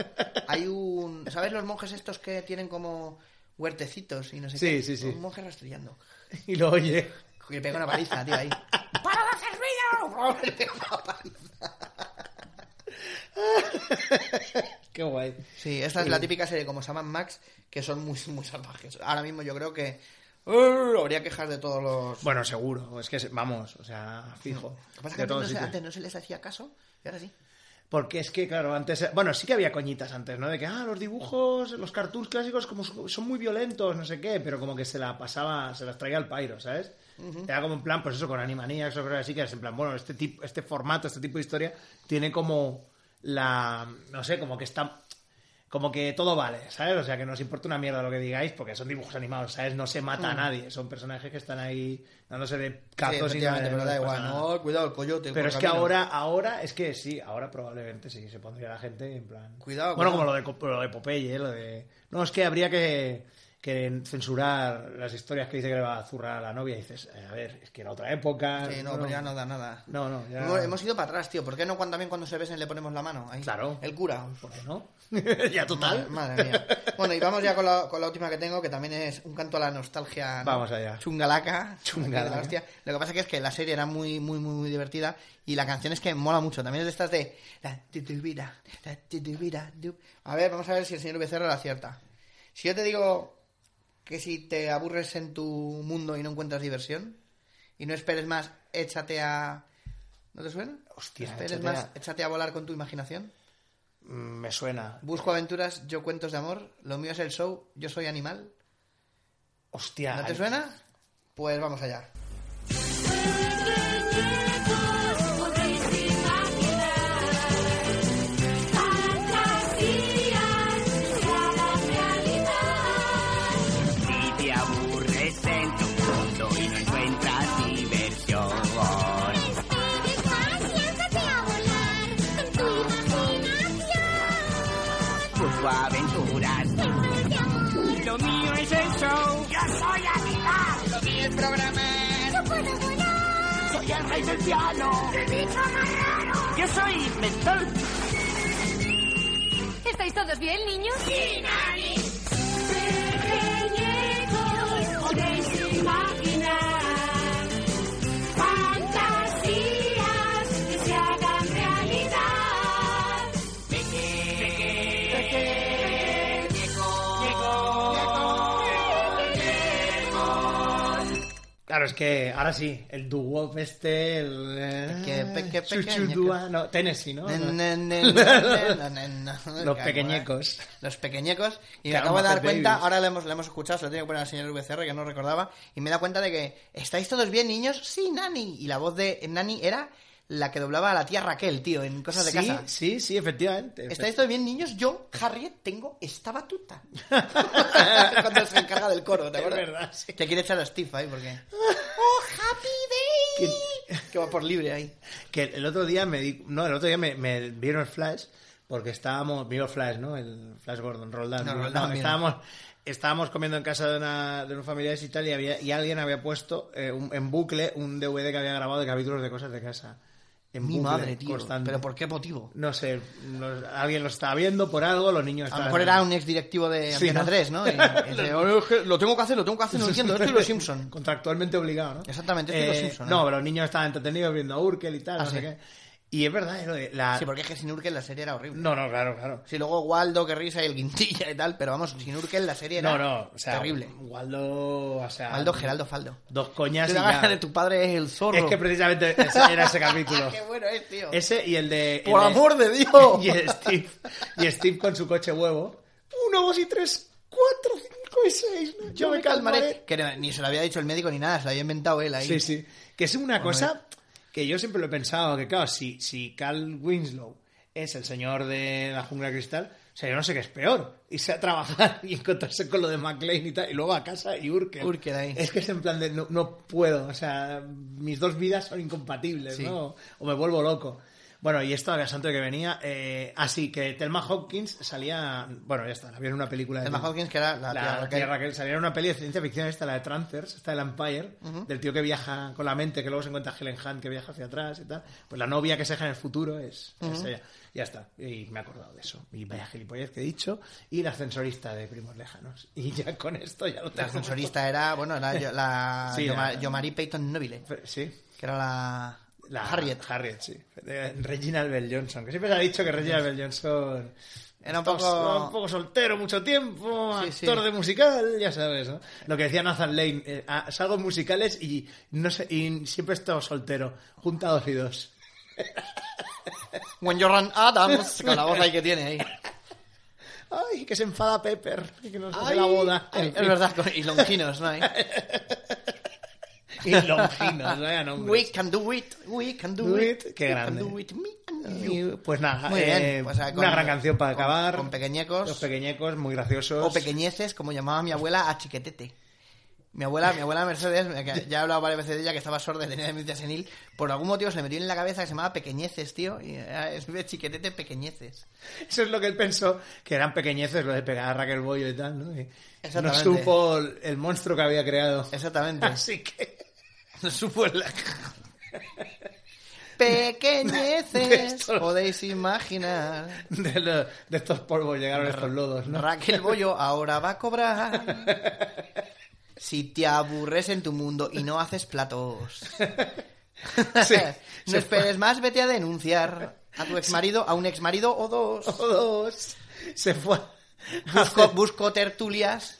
hay un... ¿Sabes los monjes estos que tienen como huertecitos y no sé
Sí,
qué?
sí, sí.
Un monje rastrillando.
Y lo oye.
Y le pega una paliza, tío, ahí. ¡Para de hacer ruido! Le pega una paliza.
Qué guay.
Sí, esta es la típica serie como Saman Max, que son muy, muy salvajes. Ahora mismo yo creo que uh, habría quejas de todos los...
Bueno, seguro. Es que, se- vamos, o sea, fijo.
Lo que pasa es que
De
antes
todo
no, se,
sitio.
antes no se les hacía caso y ahora sí.
Porque es que, claro, antes. Bueno, sí que había coñitas antes, ¿no? De que, ah, los dibujos, los cartoons clásicos como su- son muy violentos, no sé qué, pero como que se la pasaba, se las traía al pairo, ¿sabes?
Ujú.
Era como en plan, pues eso, con Animaniacs o cosas así, que es en plan, bueno, este tipo, este formato, este tipo de historia, tiene como la. No sé, como que está. Como que todo vale, ¿sabes? O sea, que no os importa una mierda lo que digáis, porque son dibujos animados, ¿sabes? No se mata a
Mm.
nadie, son personajes que están ahí dándose de
Sí,
cazos y nada.
efectivamente, pero
no
da
les pasa
igual.
nada.
No, cuidado, el coyote.
Pero
por
es que
camino.
ahora, ahora, es que sí, ahora probablemente sí, se pondría la gente en plan.
Cuidado,
Bueno, como
cuidado.
lo de, Cop- lo de Popeye, ¿eh? lo de. No, es que habría que, que censurar las historias que dice que le va a zurrar a la novia. Y dices, eh, a ver, es que era otra época.
Sí, no, pero ya no da nada.
No, no, ya.
Hemos, hemos ido para atrás, tío. ¿Por qué no cuando, también cuando se besen le ponemos la mano? Ahí.
Claro.
El cura.
¿Por qué no? ya total.
Madre, madre mía. Bueno, y vamos ya con la, con la última que tengo, que también es un canto a la nostalgia. ¿no?
Vamos allá.
Chungalaca.
Chungalaca.
de la hostia. Lo que pasa que es que la serie era muy, muy, muy, muy divertida y la canción es que mola mucho. También es de estas de... la tutubira, la tutubira, du- A ver, vamos a ver si el señor Becerra la acierta. Si yo te digo que si te aburres en tu mundo y no encuentras diversión y no esperes más, échate a... ¿No te suena?
Hostia,
No esperes
échate
más,
a-
échate a volar con tu imaginación.
Mm, Me suena.
Busco aventuras, yo cuentos de amor, lo mío es el show, yo soy animal.
Hostia.
¿No te suena? Pues vamos allá.
Si te aburres en tu mundo y no encuentras diversión. Busco aventuras. Lo mío es el show. Yo soy animal. Lo mío es programar. Yo puedo volar. Soy el rey del piano. El bicho más raro. Yo soy inventor.
¿Estáis todos bien, niños?
Sí, Nani.
Pequeñecos, podéis imaginar fantasías que se hagan realidad.
Claro, Claro, es que ahora sí, el doo este, el... eh,
Peque- peque-
chuchudúa, no, Tennessee, ¿no?
Ne- ne- ne- ne- ne- ne- ne- ne-
Los
que-
pequeñecos.
Los pequeñecos.
Que
Y me acabo de
Muppet
dar cuenta,
Babies.
ahora lo hemos, lo hemos escuchado, se lo tengo que poner al señor VCR, que no recordaba, y me da cuenta de que, ¿estáis todos bien, niños? Sí, Nani. Y la voz de Nani era la que doblaba a la tía Raquel, tío, en Cosas de
sí,
Casa.
Sí, sí, efectivamente.
¿Estáis todos bien, niños? Yo, Harriet, tengo esta batuta. Cuando se encarga del coro, ¿te
Es
acuerdas?
verdad,
Que quiere echar a Steve ahí, porque...
Que,
que va por libre ahí.
Que el otro día me di- no, el otro día me, me vieron el Flash porque estábamos, vio Flash, ¿no? El Flash Gordon, Roldán.
No,
vio-
Roldán,
no,
mira.
estábamos estábamos comiendo en casa de una de unos familiares y tal y había y alguien había puesto eh, un- en bucle un DVD que había grabado de capítulos de cosas de casa. En
Mi
bucle,
madre, tío.
constante.
¿Pero por qué motivo?
No sé, los- alguien lo estaba viendo por algo, los niños
A lo
estaban
mejor era un ex directivo de
Sí,
Antena
¿no?
3, ¿no? Y- y dice, "Oye, es que lo tengo que hacer, lo tengo que hacer, no entiendo. Esto es los Simpson.
Contractualmente obligado, ¿no?
Exactamente, esto es los
Eh,
Simpson.
No, pero los niños estaban entretenidos viendo a Urkel y tal,
Ah,
no sé
sí.
qué. Y es verdad, es lo de la...
Sí, porque es que sin Urkel la serie era horrible.
No, no, claro, claro.
Sí, luego Waldo, que risa y el Guintilla y tal, pero vamos, sin Urkel la serie
No,
era
no, o sea,
terrible.
Waldo, o sea...
Waldo, Geraldo, Faldo.
Dos coñas y
Te da ganas de
ya.
tu padre es el zorro.
Es que precisamente ese- era ese capítulo.
Qué bueno es, tío.
Ese y el de...
¡Por
el
amor de Dios!
Y el Steve, y Steve con su coche huevo.
Uno, dos y tres, cuatro, cinco y seis. Yo, me, calmaré. Que no- ni se lo había dicho el médico ni nada, se lo había inventado él ahí.
Sí, sí. Que es una
Bueno,
cosa que yo siempre lo he pensado, que claro, si, si Carl Winslow es el señor de la jungla de cristal, o sea, yo no sé qué es peor. Irse a trabajar y encontrarse con lo de McLean y tal, y luego a casa y Urkel.
Urkel ahí.
Es que es en plan de no, no puedo, o sea, mis dos vidas son incompatibles,
Sí.
¿no? O me vuelvo loco. Bueno, y esto había santo de que venía. eh, así que Thelma Hopkins salía. Bueno, ya está, la vi en una película de.
Thelma Hopkins, que era la,
La
tía
tía
Raquel.
Raquel salía en una peli de ciencia ficción esta, la de Trancers, esta del Empire,
Ujú.
del tío que viaja con la mente, que luego se encuentra Helen Hunt que viaja hacia atrás y tal. Pues la novia que se deja en el futuro es, es
Ujú.
ella. Ya está. Y me he acordado de eso. Y vaya gilipollez que he dicho. Y la ascensorista de Primos Lejanos. Y ya con esto ya lo
La
tengo.
ascensorista era, bueno, la, yo- la
Sí,
Yoma-
la-
Yomari Peyton Nobile,
Fe- Sí.
que era la,
La
Harriet.
Harriet, sí. Eh, Regina Bell Johnson. Que siempre se ha dicho que Regina Bell Johnson.
Era un
estaba-
poco-
era un poco soltero mucho tiempo,
Sí, sí.
actor de musical, ya sabes, ¿no? Lo que decía Nathan Lane, eh, ah, salgo en musicales y no sé, y siempre he estado soltero, junta dos y dos.
When you run Adams, con la voz ahí que tiene ahí.
Ay, que se enfada Pepper, y que nos hace
Ay,
la boda.
ay, es verdad, con- y longinos, ¿no? Ahí.
Y longinos, vaya nombres.
We can do it, we can do,
Do
it,
it, qué
we
grande.
can do it, me and you.
Y, Pues nada,
Muy
eh,
bien, pues, ah, con-
una gran canción para
con-
acabar.
con pequeñecos.
Los pequeñecos, muy graciosos.
O pequeñeces, como llamaba mi abuela, a chiquetete. Mi abuela, mi abuela Mercedes, que ya he hablado varias veces de ella, que estaba sorda y tenía demencia senil, por algún motivo se le metió en la cabeza que se llamaba pequeñeces, tío. Y era- es de chiquetete pequeñeces.
Eso es lo que él pensó, que eran pequeñeces lo de pegar a Raquel Bollo y tal, ¿no? Y no
Exactamente.
supo el el monstruo que había creado.
Exactamente.
Así que...
No supo el- Pequeñeces, podéis imaginar.
De, lo- de estos polvos llegaron estos lodos, ¿no?
Raquel Bollo ahora va a cobrar. Si te aburres en tu mundo y no haces platos.
Sí,
no
se
esperes más, vete a denunciar a tu exmarido, a un exmarido o dos.
O dos. Se fue, Ah,
Busco, busco tertulias.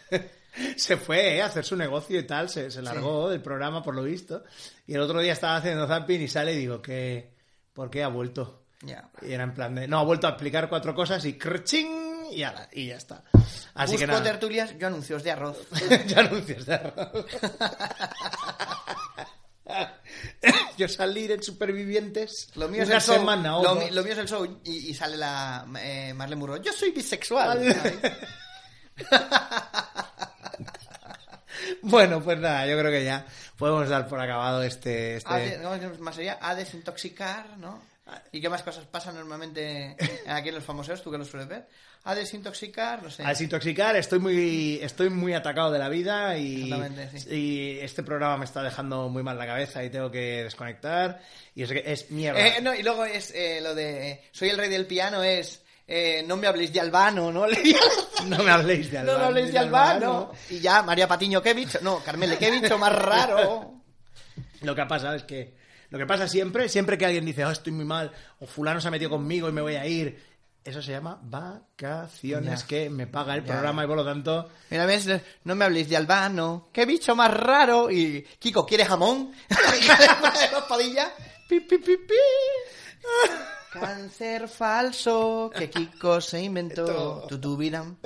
se fue eh, a hacer su negocio y tal, se, se largó del programa por lo visto. Y el otro día estaba haciendo zapping y sale y digo, que ¿por qué ha vuelto?
Ya.
Y era en plan de, no, ha vuelto a explicar cuatro cosas y crching y, ala, y ya está. Así
busco
que nada.
tertulias, yo anuncios de arroz.
ya anuncios de arroz. Yo salir en Supervivientes.
Lo mío, es
una
el show,
semana o
lo,
dos.
mi- lo mío es el show y, y sale la eh, Marlene Murro. Yo soy bisexual.
Bueno, pues nada, yo creo que ya podemos dar por acabado este. este-
A de- no, más sería a desintoxicar, ¿no? ¿Y qué más cosas pasan normalmente aquí en los famosos? ¿Tú que los sueles ver? A desintoxicar, no sé. Eh,
A desintoxicar, estoy muy, estoy muy atacado de la vida y,
Exactamente, sí.
y este programa me está dejando muy mal la cabeza y tengo que desconectar. Y es, que es mierda.
Eh, no, y luego es eh, lo de eh, soy el rey del piano es eh, no me habléis de albano, ¿no? Le digo,
No me habléis de
no
Albano.
me habléis de albano. Y ya María Patiño, qué bicho. No, Carmele, qué bicho más raro.
Lo que ha pasado es que. Lo que pasa siempre, siempre que alguien dice, oh, estoy muy mal, o fulano se ha metido conmigo y me voy a ir, Eso se llama vacaciones
Ya.
que me paga el
Ya.
programa y por lo tanto.
Mira, ves, no me habléis de Albano. ¡Qué bicho más raro! Y Kiko, ¿quieres jamón? Una espadilla. Pi, pi, pi, pi. Cáncer falso que Kiko se inventó. Tu, tu, viram.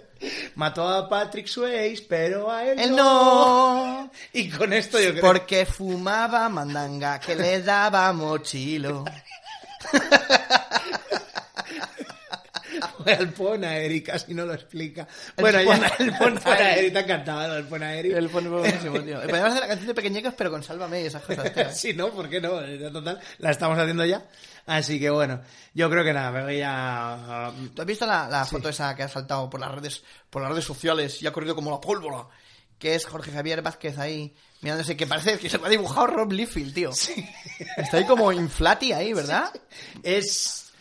Mató a Patrick Swayze, pero a él,
Él no.
Y con esto yo creo.
Porque fumaba mandanga que le daba mochilo.
El Ponaeri casi no lo explica. Bueno, ya
Ponaeri.
el Ponaeri te ha encantado, el Ponaeri.
El buenísimo, tío. Podríamos hacer la canción de Pequeñecos, pero con Sálvame y esas cosas. tío.
Sí, ¿no? ¿Por qué no? Eh, Total, la estamos haciendo ya. Así que bueno, yo creo que nada, me voy a...
¿Tú has visto la, la foto esa que ha saltado por las redes, por las redes sociales y ha corrido como la pólvora? Que es Jorge Javier Vázquez ahí mirándose, que parece que se lo ha dibujado Rob Liefeld, tío. Está ahí como inflati ahí, ¿verdad?
Es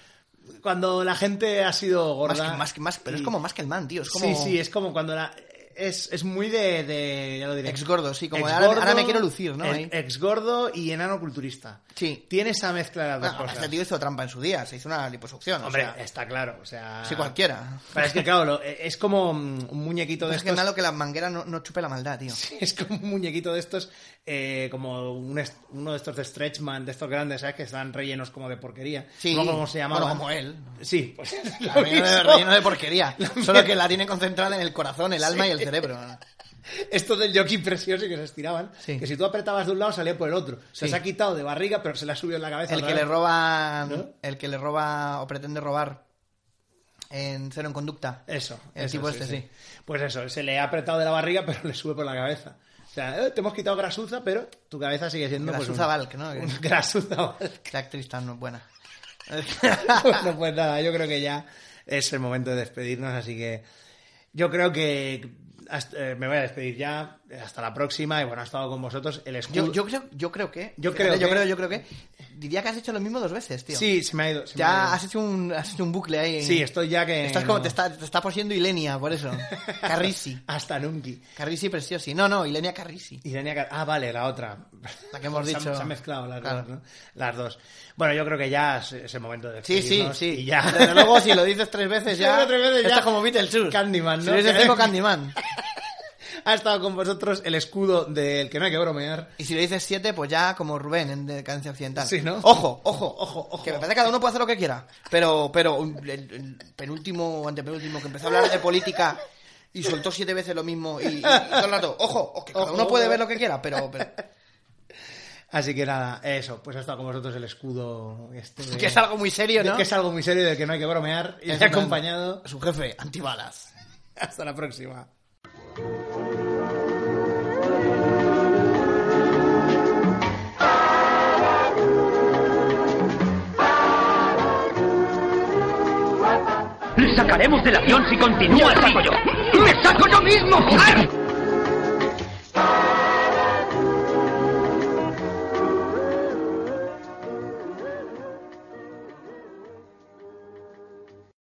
cuando la gente ha sido
Más
gorda...
que, más que- más- pero es como más que el man, tío. Es como
Sí, sí, es como cuando la... Es, es muy de, de- Ya lo diré.
ex gordo, sí, como de ahora, ahora me quiero lucir, ¿no? Ahí.
Ex gordo y enano culturista.
Sí.
Tiene esa mezcla de las dos
Bueno,
cosas.
este tío hizo trampa en su día, se hizo una liposucción.
Hombre,
o sea,
está claro, o sea...
sí, cualquiera.
Pero es que claro, lo- es como mm, un muñequito de
Es que
estos...
malo que la manguera no, no chupe la maldad, tío.
Es como un muñequito de estos, eh, como un est- uno de estos de Stretchman, de estos grandes, ¿sabes? Que están rellenos como de porquería.
Sí.
No como se llamaban.
Bueno, como él.
Sí, pues. lo
Relleno de,
mismo.
relleno de porquería. Solo que la tiene concentrada en el corazón, el alma y el cerebro.
Estos del jockey precioso que se estiraban.
Sí.
Que si tú apretabas de un lado salía por el otro. Se
Sí.
las ha quitado de barriga, pero se la subió en la cabeza.
El
otra
que le
vez.
roba.
¿No?
El que le roba o pretende robar en cero en conducta.
Eso.
El
eso,
tipo este, sí.
Pues eso, se le ha apretado de la barriga, pero le sube por la cabeza. O sea, eh, te hemos quitado grasuza, pero tu cabeza sigue siendo. pues,
Grasuza
un-
Valk, ¿no?
un grasuza Valk.
Qué actriz tan no- buena.
bueno, pues nada, yo creo que ya es el momento de despedirnos, así que yo creo que hasta- eh, me voy a despedir ya. eh, Hasta la próxima y bueno, ha estado con vosotros el escudo.
Yo, yo creo, yo creo que.
Yo
fíjate,
creo
yo
que-
creo, yo creo que. Diría que has hecho lo mismo dos veces, tío.
Sí, se me ha ido. se me ha
Ya
ido.
has hecho un, has hecho un bucle ahí.
Sí, estoy ya que.
Estás como,
no.
te, está, te está poseyendo Ilenia, por eso. Carrisi.
Hasta Nunki.
Carrisi preciosi. No, no, Ilenia Carrisi.
Y tenía que- Ah, vale, la otra.
La que hemos
se
dicho.
Han, se han mezclado las,
Claro.
dos, ¿no? las dos. Bueno, yo creo que ya es, es el momento de
Sí, sí,
despedirnos
sí.
y ya.
Desde luego, si lo dices tres veces
Si lo
ya.
digo tres veces
esto
ya.
es como Beetlejuice.
Candyman,
Si
¿no?
lo dices cinco, Candyman.
Ha estado con vosotros el escudo del que no hay que bromear.
Y si le dices siete, pues ya como Rubén en Decadencia Occidental.
Sí, ¿no?
Ojo, ojo,
Ojo, ojo.
Que me parece que cada uno puede hacer lo que quiera. Pero, pero un- el, el penúltimo o antepenúltimo que empezó a hablar de política y soltó siete veces lo mismo y, y todo el rato, ojo, o que cada
Ojo,
uno puede
ojo.
ver lo que quiera, pero, pero
Así que nada, eso, pues ha estado con vosotros el escudo. Este de-
que es algo muy serio, ¿no?
Que es algo muy serio del que no hay que bromear. Y me ha
Exactamente.
acompañado.
Su jefe, antibalas.
Hasta la próxima.
Le sacaremos del avión si continúa, saco yo. ¡Me saco yo mismo, joder!